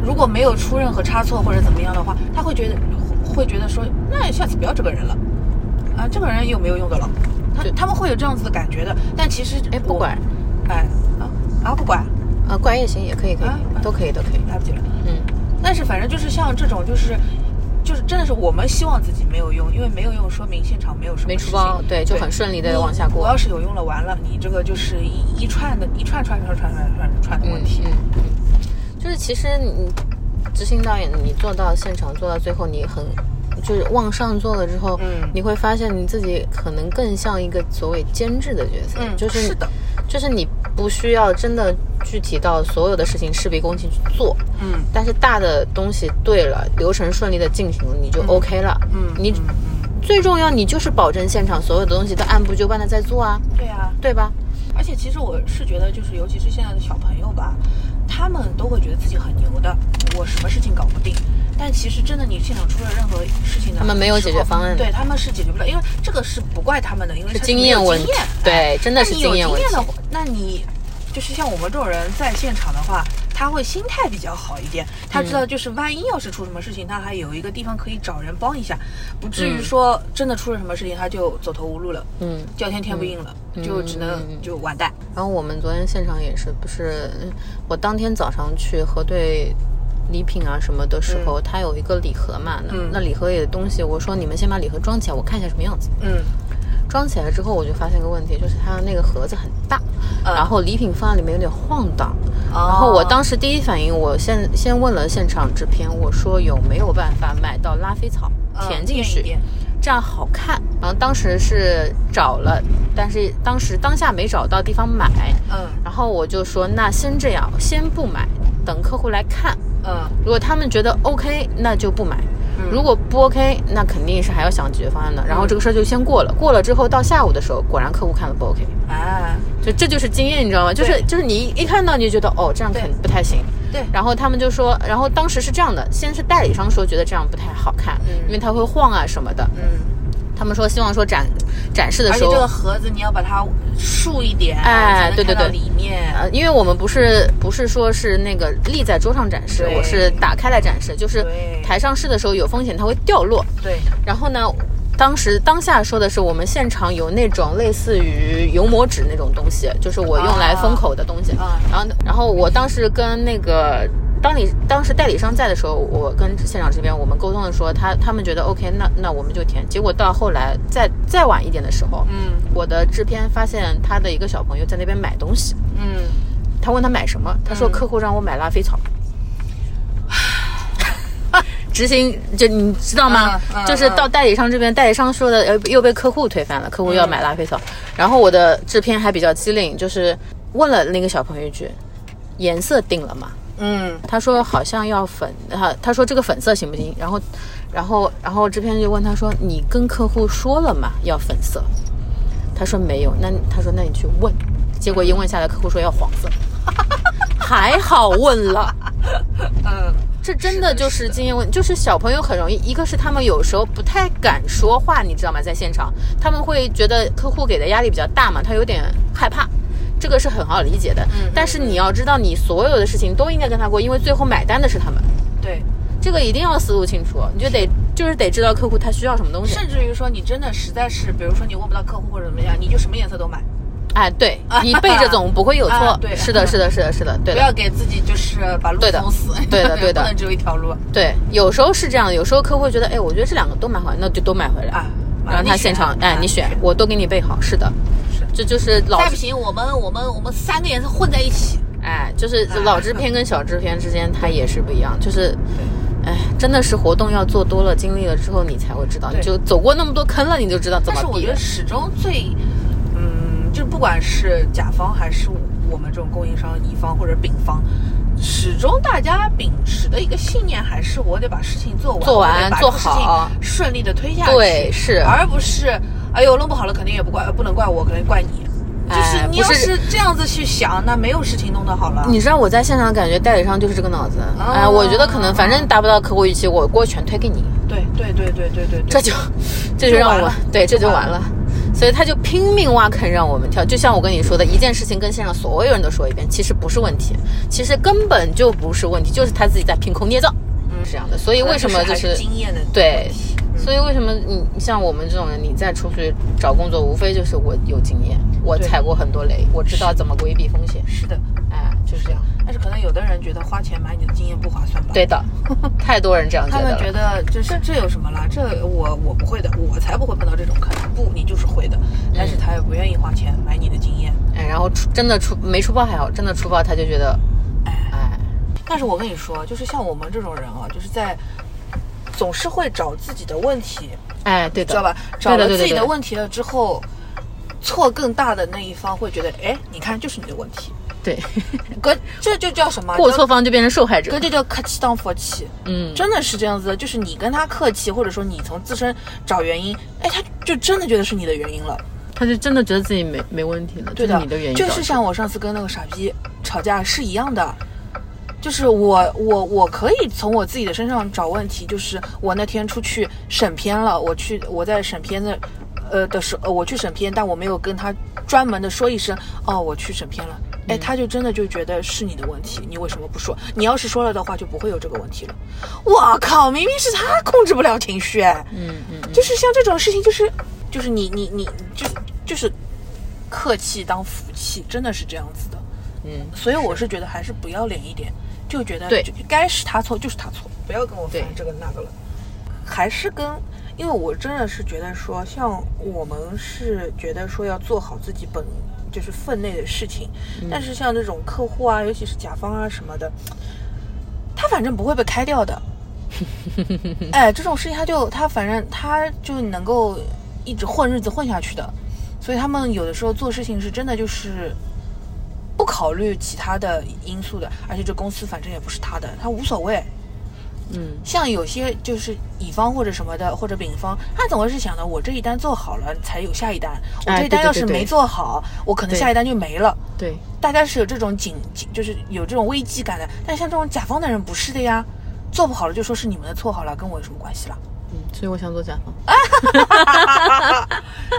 [SPEAKER 2] 如果没有出任何差错或者怎么样的话，他会觉得会觉得说，那下次不要这个人了，啊，这个人有没有用的了？他
[SPEAKER 1] 对
[SPEAKER 2] 他们会有这样子的感觉的，但其实
[SPEAKER 1] 哎，不
[SPEAKER 2] 我
[SPEAKER 1] 管，
[SPEAKER 2] 哎啊啊不管，
[SPEAKER 1] 啊，怪也行，也可以，可
[SPEAKER 2] 啊
[SPEAKER 1] 以，都可以，都可以。
[SPEAKER 2] 来不及了。
[SPEAKER 1] 嗯，
[SPEAKER 2] 但是反正就是像这种就是。就是真的是我们希望自己没有用，因为没有用说明现场没有什么
[SPEAKER 1] 没
[SPEAKER 2] 事
[SPEAKER 1] 出
[SPEAKER 2] 情
[SPEAKER 1] 包，对，就很顺利的
[SPEAKER 2] 你
[SPEAKER 1] 往下过。
[SPEAKER 2] 我要是有用了，完了，你这个就是一一串的，一串串串串串串串的问题。
[SPEAKER 1] 嗯嗯嗯，就是其实你执行导演，你做到现场做到最后，你很就是往上做了之后，
[SPEAKER 2] 嗯
[SPEAKER 1] 你会发现你自己可能更像一个所谓监制的角色，
[SPEAKER 2] 嗯
[SPEAKER 1] 就是
[SPEAKER 2] 的，
[SPEAKER 1] 就是你不需要真的具体到所有的事情事必躬亲去做，
[SPEAKER 2] 嗯，
[SPEAKER 1] 但是大的东西对了，流程顺利的进行了，你就 OK 了，嗯，你。最重要，你就是保证现场所有的东西都按部就班的在做啊，
[SPEAKER 2] 对啊，
[SPEAKER 1] 对吧？
[SPEAKER 2] 而且其实我是觉得，就是尤其是现在的小朋友吧，他们都会觉得自己很牛的，我什么事情搞不定。但其实真的，你现场出了任何事情的时候，
[SPEAKER 1] 他们没有解决方案
[SPEAKER 2] 对他们是解决不了，因为这个是不怪他们的，因为
[SPEAKER 1] 是
[SPEAKER 2] 他
[SPEAKER 1] 经
[SPEAKER 2] 没有
[SPEAKER 1] 验问
[SPEAKER 2] 经
[SPEAKER 1] 题
[SPEAKER 2] 验，
[SPEAKER 1] 对
[SPEAKER 2] 哎
[SPEAKER 1] 真的是
[SPEAKER 2] 那你有
[SPEAKER 1] 经验问
[SPEAKER 2] 的
[SPEAKER 1] 题
[SPEAKER 2] 话，那你就是像我们这种人在现场的话，他会心态比较好一点，他
[SPEAKER 1] 嗯
[SPEAKER 2] 知道就是万一要是出什么事情，他还有一个地方可以找人帮一下，不至于
[SPEAKER 1] 嗯
[SPEAKER 2] 说真的出了什么事情他就走投无路了，
[SPEAKER 1] 嗯，
[SPEAKER 2] 叫天天不应了，就只能就完蛋。
[SPEAKER 1] 然后我们昨天现场也是，不是嗯我当天早上去核对礼品啊什么的时候，它有一个礼盒嘛，那、
[SPEAKER 2] 嗯
[SPEAKER 1] 那礼盒里的东西，我说你们先把礼盒装起来，我看一下什么样子。
[SPEAKER 2] 嗯
[SPEAKER 1] 装起来之后，我就发现个问题，就是它那个盒子很大，
[SPEAKER 2] 嗯
[SPEAKER 1] 然后礼品放在里面有点晃荡。
[SPEAKER 2] 哦
[SPEAKER 1] 然后我当时第一反应，我先先问了现场制片，我说有没有办法买到拉菲草
[SPEAKER 2] 嗯
[SPEAKER 1] 填进
[SPEAKER 2] 垫一
[SPEAKER 1] 去，
[SPEAKER 2] 垫
[SPEAKER 1] 这样好看。然后当时是找了，但是当时当下没找到地方买。
[SPEAKER 2] 嗯
[SPEAKER 1] 然后我就说，那先这样，先不买，等客户来看。
[SPEAKER 2] 嗯
[SPEAKER 1] 如果他们觉得 OK，那就不买；如果不 OK，那肯定是还要想解决方
[SPEAKER 2] 嗯
[SPEAKER 1] 案的。然后这个事儿就先过了，过了之后到下午的时候，果然客户看了不 OK，
[SPEAKER 2] 啊，
[SPEAKER 1] 就这就是经验，你知道吗？就是
[SPEAKER 2] 对
[SPEAKER 1] 就是你一看到你就觉得哦，这样肯
[SPEAKER 2] 对
[SPEAKER 1] 不太行。
[SPEAKER 2] 对
[SPEAKER 1] 然后他们就说，然后当时是这样的，先是代理商说觉得这样不太好看，因为它会晃啊什么的。
[SPEAKER 2] 嗯，
[SPEAKER 1] 他们说希望说展展示的
[SPEAKER 2] 而且
[SPEAKER 1] 时候，
[SPEAKER 2] 这个盒子你要把它竖一点，
[SPEAKER 1] 哎
[SPEAKER 2] 才能
[SPEAKER 1] 对对
[SPEAKER 2] 看到
[SPEAKER 1] 对
[SPEAKER 2] 里面
[SPEAKER 1] 呃，因为我们不是不是说是那个立在桌上展示，
[SPEAKER 2] 对
[SPEAKER 1] 我是打开来展示，就是
[SPEAKER 2] 对
[SPEAKER 1] 台上试的时候有风险，它会掉落。
[SPEAKER 2] 对，
[SPEAKER 1] 然后呢，当时当下说的是我们现场有那种类似于油膜纸那种东西，就是我用来封口的东西。
[SPEAKER 2] 啊
[SPEAKER 1] 然后然后我当时跟那个。当你当时代理商在的时候，我跟现场这边我们沟通的说，他他们觉得 OK，那那我们就填。结果到后来再再晚一点的时候，
[SPEAKER 2] 嗯
[SPEAKER 1] 我的制片发现他的一个小朋友在那边买东西，
[SPEAKER 2] 嗯，
[SPEAKER 1] 他问他买什么，他说客户让我买拉菲草。执行就你知道吗？
[SPEAKER 2] 嗯嗯
[SPEAKER 1] 就是到代理商这边，代理商说的呃又被客户推翻了，客户要买拉菲草。然后我的制片还比较机灵，就是问了那个小朋友一句：“颜色定了吗？”
[SPEAKER 2] 嗯
[SPEAKER 1] 他说好像要粉，他他说这个粉色行不行？然后，然后，然后制片就问他说：“你跟客户说了吗？要粉色？”他说没有。那你他说那你去问。结果一问下来，客户说要黄色， 还好问了。
[SPEAKER 2] 嗯，
[SPEAKER 1] 这真的就是经验问，就是小朋友很容易，一个是他们有时候不太敢说话，你知道吗？在现场，他们会觉得客户给的压力比较大嘛，他有点害怕，这个是很好理解的。但是你要知道，你所有的事情都应该跟他过，因为最后买单的是他们，
[SPEAKER 2] 对，
[SPEAKER 1] 这个一定要思路清楚，你就得就是得知道客户他需要什么东西。
[SPEAKER 2] 甚至于说你真的实在是，比如说你问不到客户或者怎么样，你就什么颜色都买，
[SPEAKER 1] 哎，对你背着总不会有错。
[SPEAKER 2] 啊对
[SPEAKER 1] 是的，是的，是的，是的，对
[SPEAKER 2] 不
[SPEAKER 1] 的。
[SPEAKER 2] 要给自己就是把路
[SPEAKER 1] 对的
[SPEAKER 2] 封死，
[SPEAKER 1] 对的对的
[SPEAKER 2] 不能只有一条路
[SPEAKER 1] 对，有时候是这样的，有时候客户会觉得，哎，我觉得这两个都蛮好，那就都买回来。
[SPEAKER 2] 啊，
[SPEAKER 1] 然后他现场，哎，你选，我都给你备好。是的，
[SPEAKER 2] 是
[SPEAKER 1] 这就是老
[SPEAKER 2] 啊再不行我们我们我们三个颜色混在一起，
[SPEAKER 1] 哎，就是
[SPEAKER 2] 啊
[SPEAKER 1] 老制片跟小制片之间，它也是不一样。 就是，哎，真的是活动要做多了、经历了之后，你才会知道，
[SPEAKER 2] 对
[SPEAKER 1] 你就走过那么多坑了，你就知道怎
[SPEAKER 2] 但
[SPEAKER 1] 么
[SPEAKER 2] 是我
[SPEAKER 1] 避
[SPEAKER 2] 觉得
[SPEAKER 1] 了。
[SPEAKER 2] 始终最，嗯，就是不管是甲方还是我们这种供应商乙方或者丙方，始终大家秉持的一个信念还是我得把事情做完，
[SPEAKER 1] 做完
[SPEAKER 2] 我得把
[SPEAKER 1] 做
[SPEAKER 2] 这个事
[SPEAKER 1] 好
[SPEAKER 2] 情顺利的推下去，
[SPEAKER 1] 对，是，
[SPEAKER 2] 而不是哎呦弄不好了，肯定也不怪，不能怪我，肯定怪你。就是
[SPEAKER 1] 哎
[SPEAKER 2] 你
[SPEAKER 1] 不
[SPEAKER 2] 要
[SPEAKER 1] 是
[SPEAKER 2] 是这样子去想，那没有事情弄得好了。
[SPEAKER 1] 你知道我在现场感觉代理商就是这个脑子。
[SPEAKER 2] 哦
[SPEAKER 1] 哎，我觉得可能反正达不到客户预期，我锅全推给你，
[SPEAKER 2] 对对对对对对
[SPEAKER 1] 这就这
[SPEAKER 2] 对，
[SPEAKER 1] 就
[SPEAKER 2] 嗯就
[SPEAKER 1] 让
[SPEAKER 2] 完
[SPEAKER 1] 我
[SPEAKER 2] 了
[SPEAKER 1] 对这
[SPEAKER 2] 就
[SPEAKER 1] 就
[SPEAKER 2] 完
[SPEAKER 1] 完了。所以他就拼命挖坑让我们跳，就像我跟你说的，一件事情跟现场所有人都说一遍，其实不是问题，其实根本就不是问题，就是他自己在凭空捏造，嗯，是这样的。所以为什么就
[SPEAKER 2] 还
[SPEAKER 1] 是
[SPEAKER 2] 经验的
[SPEAKER 1] 对，所以为什么你你像我们这种人，你再出去找工作，无非就是我有经验，我
[SPEAKER 2] 对
[SPEAKER 1] 踩过很多雷，我知道怎么规避风险，
[SPEAKER 2] 是的，
[SPEAKER 1] 哎，就是这样。
[SPEAKER 2] 但是可能有的人觉得花钱买你的经验不划算吧？
[SPEAKER 1] 对的，太多人这样觉
[SPEAKER 2] 他
[SPEAKER 1] 得
[SPEAKER 2] 们觉
[SPEAKER 1] 了
[SPEAKER 2] 得就是这有什么啦？这我我不会的，我才不会碰到这种坑。不，你就是会的，
[SPEAKER 1] 嗯
[SPEAKER 2] 但是他也不愿意花钱买你的经验。
[SPEAKER 1] 哎，然后出真的出没出包还好，真的出包他就觉得，哎，
[SPEAKER 2] 但是我跟你说，就是像我们这种人啊，就是在总是会找自己的问题，
[SPEAKER 1] 哎，对的，
[SPEAKER 2] 知道吧？找
[SPEAKER 1] 对
[SPEAKER 2] 了
[SPEAKER 1] 的，对
[SPEAKER 2] 自
[SPEAKER 1] 的，
[SPEAKER 2] 己
[SPEAKER 1] 对
[SPEAKER 2] 的问题了之后，错更大的那一方会觉得，哎，你看就是你的问题，
[SPEAKER 1] 对，
[SPEAKER 2] 搿这就叫什 么？
[SPEAKER 1] 过错方就变成受害
[SPEAKER 2] 搿
[SPEAKER 1] 者。
[SPEAKER 2] 就叫客气当佛气，
[SPEAKER 1] 嗯，
[SPEAKER 2] 真的是这样子的。就是你跟他客气，或者说你从自身找原因，哎，他就真的觉得是你的原因了。
[SPEAKER 1] 他就真的觉得自己没没问题了，
[SPEAKER 2] 对
[SPEAKER 1] 就是你的原因导
[SPEAKER 2] 就
[SPEAKER 1] 致。
[SPEAKER 2] 是像我上次跟那个傻逼吵架是一样的，就是我我我可以从我自己的身上找问题，就是我那天出去审片了，我去我在审片的。呃的时候，呃我去审片，但我没有跟他专门的说一声，哦，我去审片了。
[SPEAKER 1] 嗯
[SPEAKER 2] 哎，他就真的就觉得是你的问题，你为什么不说？你要是说了的话，就不会有这个问题了。我靠，明明是他控制不了情绪，哎，
[SPEAKER 1] 嗯嗯，
[SPEAKER 2] 就是像这种事情，就是就是你你你就就是客气当福气，真的是这样子的。
[SPEAKER 1] 嗯，
[SPEAKER 2] 所以我是觉得还是不要脸一点，就觉得
[SPEAKER 1] 对
[SPEAKER 2] 就该是他错就是他错，不要跟我烦
[SPEAKER 1] 对
[SPEAKER 2] 这个那个了。还是跟，因为我真的是觉得说，像我们是觉得说要做好自己本就是分内的事情，
[SPEAKER 1] 嗯
[SPEAKER 2] 但是像这种客户啊，尤其是甲方啊什么的，他反正不会被开掉的。
[SPEAKER 1] 嗯
[SPEAKER 2] 哎，这种事情他就他反正他就能够一直混日子混下去的，所以他们有的时候做事情是真的就是不考虑其他的因素的，而且这公司反正也不是他的，他无所谓。
[SPEAKER 1] 嗯，
[SPEAKER 2] 像有些就是乙方或者什么的，或者丙方，他总会是想的，我这一单做好了才有下一单，我
[SPEAKER 1] 哎
[SPEAKER 2] 这一
[SPEAKER 1] 对
[SPEAKER 2] 单
[SPEAKER 1] 对
[SPEAKER 2] 要是
[SPEAKER 1] 对对
[SPEAKER 2] 没做好，我可能
[SPEAKER 1] 对
[SPEAKER 2] 下一单就没了。
[SPEAKER 1] 对，
[SPEAKER 2] 大家是有这种警，警就是有这种危机感的。但像这种甲方的人不是的呀，做不好了就说是你们的错好了，跟 我有什么关系啦？
[SPEAKER 1] 嗯，所以我想做甲
[SPEAKER 2] 啊
[SPEAKER 1] 方。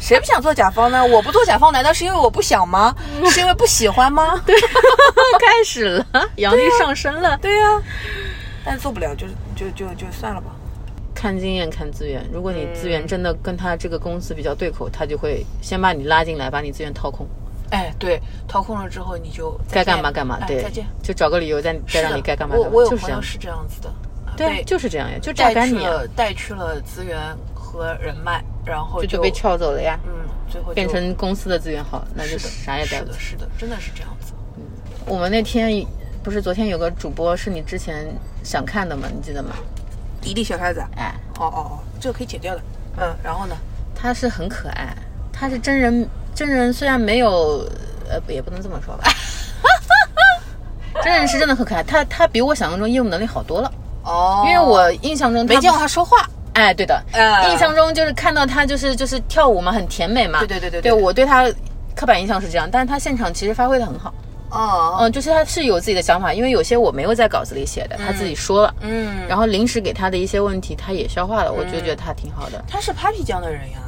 [SPEAKER 2] 谁不想做甲方呢？我不做甲方，难道是因为我不 想吗？是因为不喜欢吗？对
[SPEAKER 1] 开始了，阳历上升了。
[SPEAKER 2] 啊对啊呀、但做不了就就就就算了吧。
[SPEAKER 1] 看经验，看资源。如果
[SPEAKER 2] 嗯
[SPEAKER 1] 你资源真的跟他这个公司比较对口，他就会先把你拉进来，把你资源掏空，
[SPEAKER 2] 哎，对，掏空了之后你就再
[SPEAKER 1] 该
[SPEAKER 2] 见
[SPEAKER 1] 干嘛干嘛。
[SPEAKER 2] 哎
[SPEAKER 1] 对
[SPEAKER 2] 再见。，
[SPEAKER 1] 就找个理由再再
[SPEAKER 2] 是
[SPEAKER 1] 让
[SPEAKER 2] 的
[SPEAKER 1] 你该干嘛
[SPEAKER 2] 我
[SPEAKER 1] 干嘛
[SPEAKER 2] 我，有
[SPEAKER 1] 就是这
[SPEAKER 2] 朋友
[SPEAKER 1] 样。
[SPEAKER 2] 是这样子的，
[SPEAKER 1] 对，啊
[SPEAKER 2] 被
[SPEAKER 1] 就是这样呀，就榨
[SPEAKER 2] 带
[SPEAKER 1] 干
[SPEAKER 2] 去
[SPEAKER 1] 你啊呀，
[SPEAKER 2] 了带去了资源和人脉，然后
[SPEAKER 1] 就
[SPEAKER 2] 就
[SPEAKER 1] 就被撬走了呀，
[SPEAKER 2] 嗯，最后就
[SPEAKER 1] 变成公司的资源好，那
[SPEAKER 2] 是
[SPEAKER 1] 就
[SPEAKER 2] 的，
[SPEAKER 1] 啥也带
[SPEAKER 2] 是
[SPEAKER 1] 不
[SPEAKER 2] 的，
[SPEAKER 1] 走。
[SPEAKER 2] 是的，真的是这样子。
[SPEAKER 1] 我们那天不是昨天有个主播是你之前想看的吗？你记得吗？
[SPEAKER 2] 迪丽小沙子，
[SPEAKER 1] 哎，
[SPEAKER 2] 哦哦哦，这个可以剪掉的。嗯，然后呢？
[SPEAKER 1] 他是很可爱，他是真人，真人虽然没有，呃，也不能这么说吧， 真人是真的很可爱，他他比我想象中业务能力好多了，
[SPEAKER 2] 哦，
[SPEAKER 1] 因为我印象中他
[SPEAKER 2] 没见过
[SPEAKER 1] 不
[SPEAKER 2] 他说话。
[SPEAKER 1] 哎，对的，
[SPEAKER 2] 呃
[SPEAKER 1] 印象中就是看到他就是就是跳舞嘛，很甜美嘛，
[SPEAKER 2] 对对对对
[SPEAKER 1] 对
[SPEAKER 2] 对
[SPEAKER 1] 我对他刻板印象是这样，但是他现场其实发挥的很好，
[SPEAKER 2] 哦，
[SPEAKER 1] 嗯，就是他是有自己的想法，因为有些我没有在稿子里写的，他自己说了，
[SPEAKER 2] 嗯，
[SPEAKER 1] 然后临时给他的一些问题他也消化了，我就觉得他挺好的，
[SPEAKER 2] 他是 Papi 酱的人呀。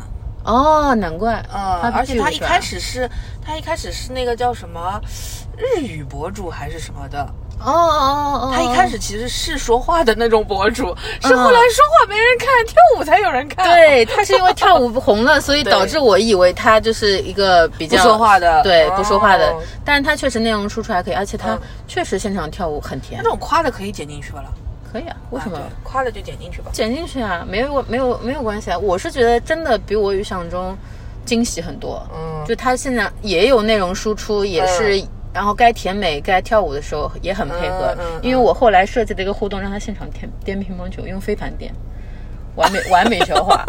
[SPEAKER 1] 哦，难怪，
[SPEAKER 2] 嗯，而且他一
[SPEAKER 1] 巨帅
[SPEAKER 2] 开始是，他一开始是那个叫什么日语博主还是什么的，
[SPEAKER 1] 哦哦哦，哦
[SPEAKER 2] 他一开始其实是说话的那种博主，是后来说话没人看，跳舞才有人看。，
[SPEAKER 1] 对他是因为跳舞红了， 所以导致我以为他就是一个比较
[SPEAKER 2] 不说话的
[SPEAKER 1] 对
[SPEAKER 2] 哦
[SPEAKER 1] 不说话的。但是他确实内容输出还可以，而且他
[SPEAKER 2] 嗯
[SPEAKER 1] 确实现场跳舞很甜
[SPEAKER 2] 那，种夸的可以剪进去吧了。
[SPEAKER 1] 可以啊，为什么
[SPEAKER 2] 啊？对夸的就剪进去吧？
[SPEAKER 1] 剪进去啊，没有没有没有关系啊。我是觉得真的比我预想中惊喜很多，
[SPEAKER 2] 嗯
[SPEAKER 1] 就他现在也有内容输出，也是。然后该甜美该跳舞的时候也很配合，
[SPEAKER 2] 嗯嗯嗯
[SPEAKER 1] 因为我后来设计了一个互动，让他现场颠颠乒乓球，用飞盘颠，完美 完美消化，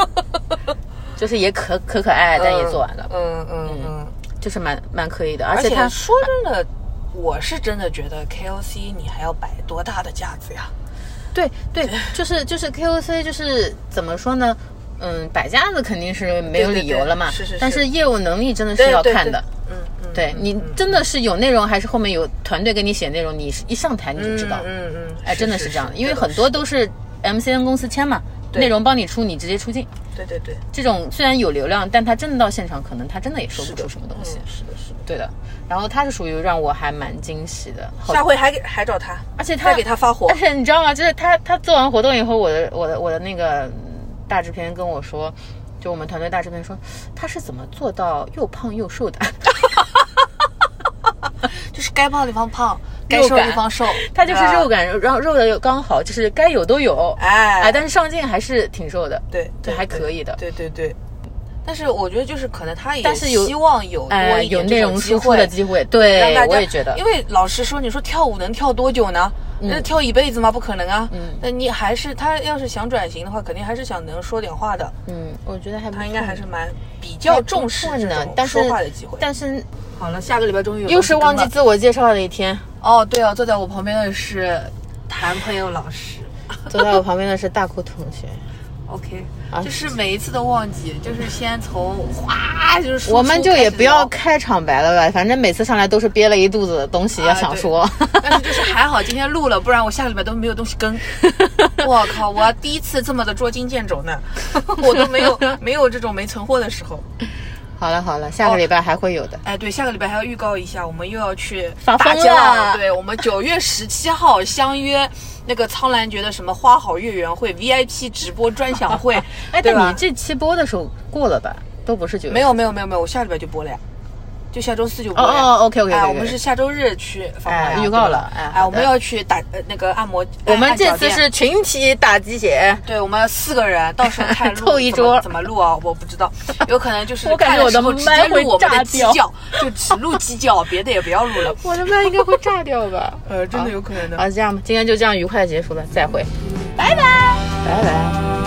[SPEAKER 1] 就是也可可可爱爱，但也做完了，
[SPEAKER 2] 嗯嗯嗯，
[SPEAKER 1] 就是蛮蛮可以的。
[SPEAKER 2] 而
[SPEAKER 1] 而且他
[SPEAKER 2] 说真的，我是真的觉得 KOC 你还要摆多大的架子呀？
[SPEAKER 1] 对对，就是就是 KOC，就是怎么说呢？嗯，摆架子肯定是没有
[SPEAKER 2] 对对
[SPEAKER 1] 理由了嘛，
[SPEAKER 2] 对是是
[SPEAKER 1] 但
[SPEAKER 2] 是
[SPEAKER 1] 是业务能力真的是
[SPEAKER 2] 对
[SPEAKER 1] 要
[SPEAKER 2] 对
[SPEAKER 1] 看
[SPEAKER 2] 对
[SPEAKER 1] 的。
[SPEAKER 2] 嗯嗯，
[SPEAKER 1] 对你真的是有内容，还是后面有团队给你写内容，你一上台你就
[SPEAKER 2] 嗯，
[SPEAKER 1] 知道。
[SPEAKER 2] 嗯嗯，
[SPEAKER 1] 哎，真的是这样的，因为很多都是 MCN 公司签嘛，
[SPEAKER 2] 对
[SPEAKER 1] 内容帮你出，你直接出镜。
[SPEAKER 2] 对对对，
[SPEAKER 1] 这种虽然有流量，但他真的到现场，可能他真的也说不出什么东西。
[SPEAKER 2] 是嗯的，是的。
[SPEAKER 1] 对的，然后他是属于让我还蛮惊喜的，好
[SPEAKER 2] 下回还给还找他，
[SPEAKER 1] 而且他哎
[SPEAKER 2] 再给他发火
[SPEAKER 1] 而。且 你知道吗？就是他他做完活动以后，我的我的我的那个嗯大制片跟我说，就我们团队大制片说，他是怎么做到又胖又瘦的？
[SPEAKER 2] 就是该胖的地方胖，该
[SPEAKER 1] 肉
[SPEAKER 2] 瘦的地
[SPEAKER 1] 感
[SPEAKER 2] 方瘦，
[SPEAKER 1] 他就是
[SPEAKER 2] 对吧
[SPEAKER 1] 肉感，然后肉的又刚好，就是该有都有。
[SPEAKER 2] 啊哎
[SPEAKER 1] 哎，但是上镜还是挺瘦的。
[SPEAKER 2] 对
[SPEAKER 1] 对还可以的
[SPEAKER 2] 对对对。但是我觉得就是可能他也
[SPEAKER 1] 但是有
[SPEAKER 2] 希望有多
[SPEAKER 1] 哎，
[SPEAKER 2] 一
[SPEAKER 1] 有
[SPEAKER 2] 点
[SPEAKER 1] 内
[SPEAKER 2] 这种
[SPEAKER 1] 容
[SPEAKER 2] 机
[SPEAKER 1] 输出
[SPEAKER 2] 会
[SPEAKER 1] 的机会，
[SPEAKER 2] 让
[SPEAKER 1] 对
[SPEAKER 2] 大，家
[SPEAKER 1] 我也觉得嗯
[SPEAKER 2] 因，为老实说，你说跳舞能跳多久呢？那跳一辈子吗？不可能啊。那你还是他要是想转型的话，肯定还是想能说点话的。
[SPEAKER 1] 嗯，我觉得还不
[SPEAKER 2] 他
[SPEAKER 1] 错
[SPEAKER 2] 应该还是蛮比较重视
[SPEAKER 1] 还不
[SPEAKER 2] 这
[SPEAKER 1] 错呢
[SPEAKER 2] 种，
[SPEAKER 1] 但是
[SPEAKER 2] 说话的机会。
[SPEAKER 1] 但是
[SPEAKER 2] 好了，下个礼拜终于有
[SPEAKER 1] 又是忘记
[SPEAKER 2] 东西
[SPEAKER 1] 自我介绍的一天。
[SPEAKER 2] 更了哦，对哦，坐在我旁边的是谭朋友老师。
[SPEAKER 1] 坐在我旁边的是大哭同学，
[SPEAKER 2] OK，、
[SPEAKER 1] 啊
[SPEAKER 2] 就是每一次都忘记，就是先从哗就是输出
[SPEAKER 1] 我们就也不要
[SPEAKER 2] 开
[SPEAKER 1] 开场白了吧，反正每次上来都是憋了一肚子的东西要
[SPEAKER 2] 啊
[SPEAKER 1] 想
[SPEAKER 2] 对
[SPEAKER 1] 说。
[SPEAKER 2] 始聊， 但是就是还好今天录了，不然我下个礼拜都没有东西更。我靠，我第一次这么的捉襟见肘呢， 我都没有没有这种没存货的时候。
[SPEAKER 1] 好了好了，下个礼拜还会有的。
[SPEAKER 2] 哎，对，下个礼拜还要预告一下，我们又要去
[SPEAKER 1] 发
[SPEAKER 2] 大
[SPEAKER 1] 疯
[SPEAKER 2] 街
[SPEAKER 1] 了，
[SPEAKER 2] 对，我们九月十七号相约那个苍兰诀的什么花好月圆会 VIP 直播专享会
[SPEAKER 1] 哎，
[SPEAKER 2] 对
[SPEAKER 1] 但
[SPEAKER 2] 吧
[SPEAKER 1] 你？这期播的时候过了吧？都不是九月，
[SPEAKER 2] 没有没有没有没有，我下礼拜就播了呀，就下周四就播
[SPEAKER 1] 哦
[SPEAKER 2] 了呀。
[SPEAKER 1] 哦，OK，OK，OK，
[SPEAKER 2] 哎，
[SPEAKER 1] OK，OK，OK
[SPEAKER 2] 我们是下周日去访
[SPEAKER 1] 哎
[SPEAKER 2] 谈呀
[SPEAKER 1] 预告
[SPEAKER 2] 对吧
[SPEAKER 1] 了哎
[SPEAKER 2] 哎，
[SPEAKER 1] 好
[SPEAKER 2] 我们
[SPEAKER 1] 的
[SPEAKER 2] 要去打呃那个按摩，
[SPEAKER 1] 我们
[SPEAKER 2] 按
[SPEAKER 1] 这
[SPEAKER 2] 脚
[SPEAKER 1] 次
[SPEAKER 2] 垫
[SPEAKER 1] 是群体打鸡血。
[SPEAKER 2] 对，我们四个人，到时候看 录
[SPEAKER 1] 凑一
[SPEAKER 2] 怎么
[SPEAKER 1] 桌
[SPEAKER 2] 怎么录啊？我不知道，有可能就是
[SPEAKER 1] 我感觉
[SPEAKER 2] 看的
[SPEAKER 1] 我的
[SPEAKER 2] 时候直
[SPEAKER 1] 麦
[SPEAKER 2] 接
[SPEAKER 1] 会
[SPEAKER 2] 录我们
[SPEAKER 1] 炸
[SPEAKER 2] 的鸡
[SPEAKER 1] 掉
[SPEAKER 2] 叫，就只录鸡叫，别的也不要录 了。
[SPEAKER 1] 我的麦应该会炸掉 吧？
[SPEAKER 2] 呃，真的有可能的。
[SPEAKER 1] 好，这样吧，今天就这样愉快的结束了，再会，拜拜，拜拜。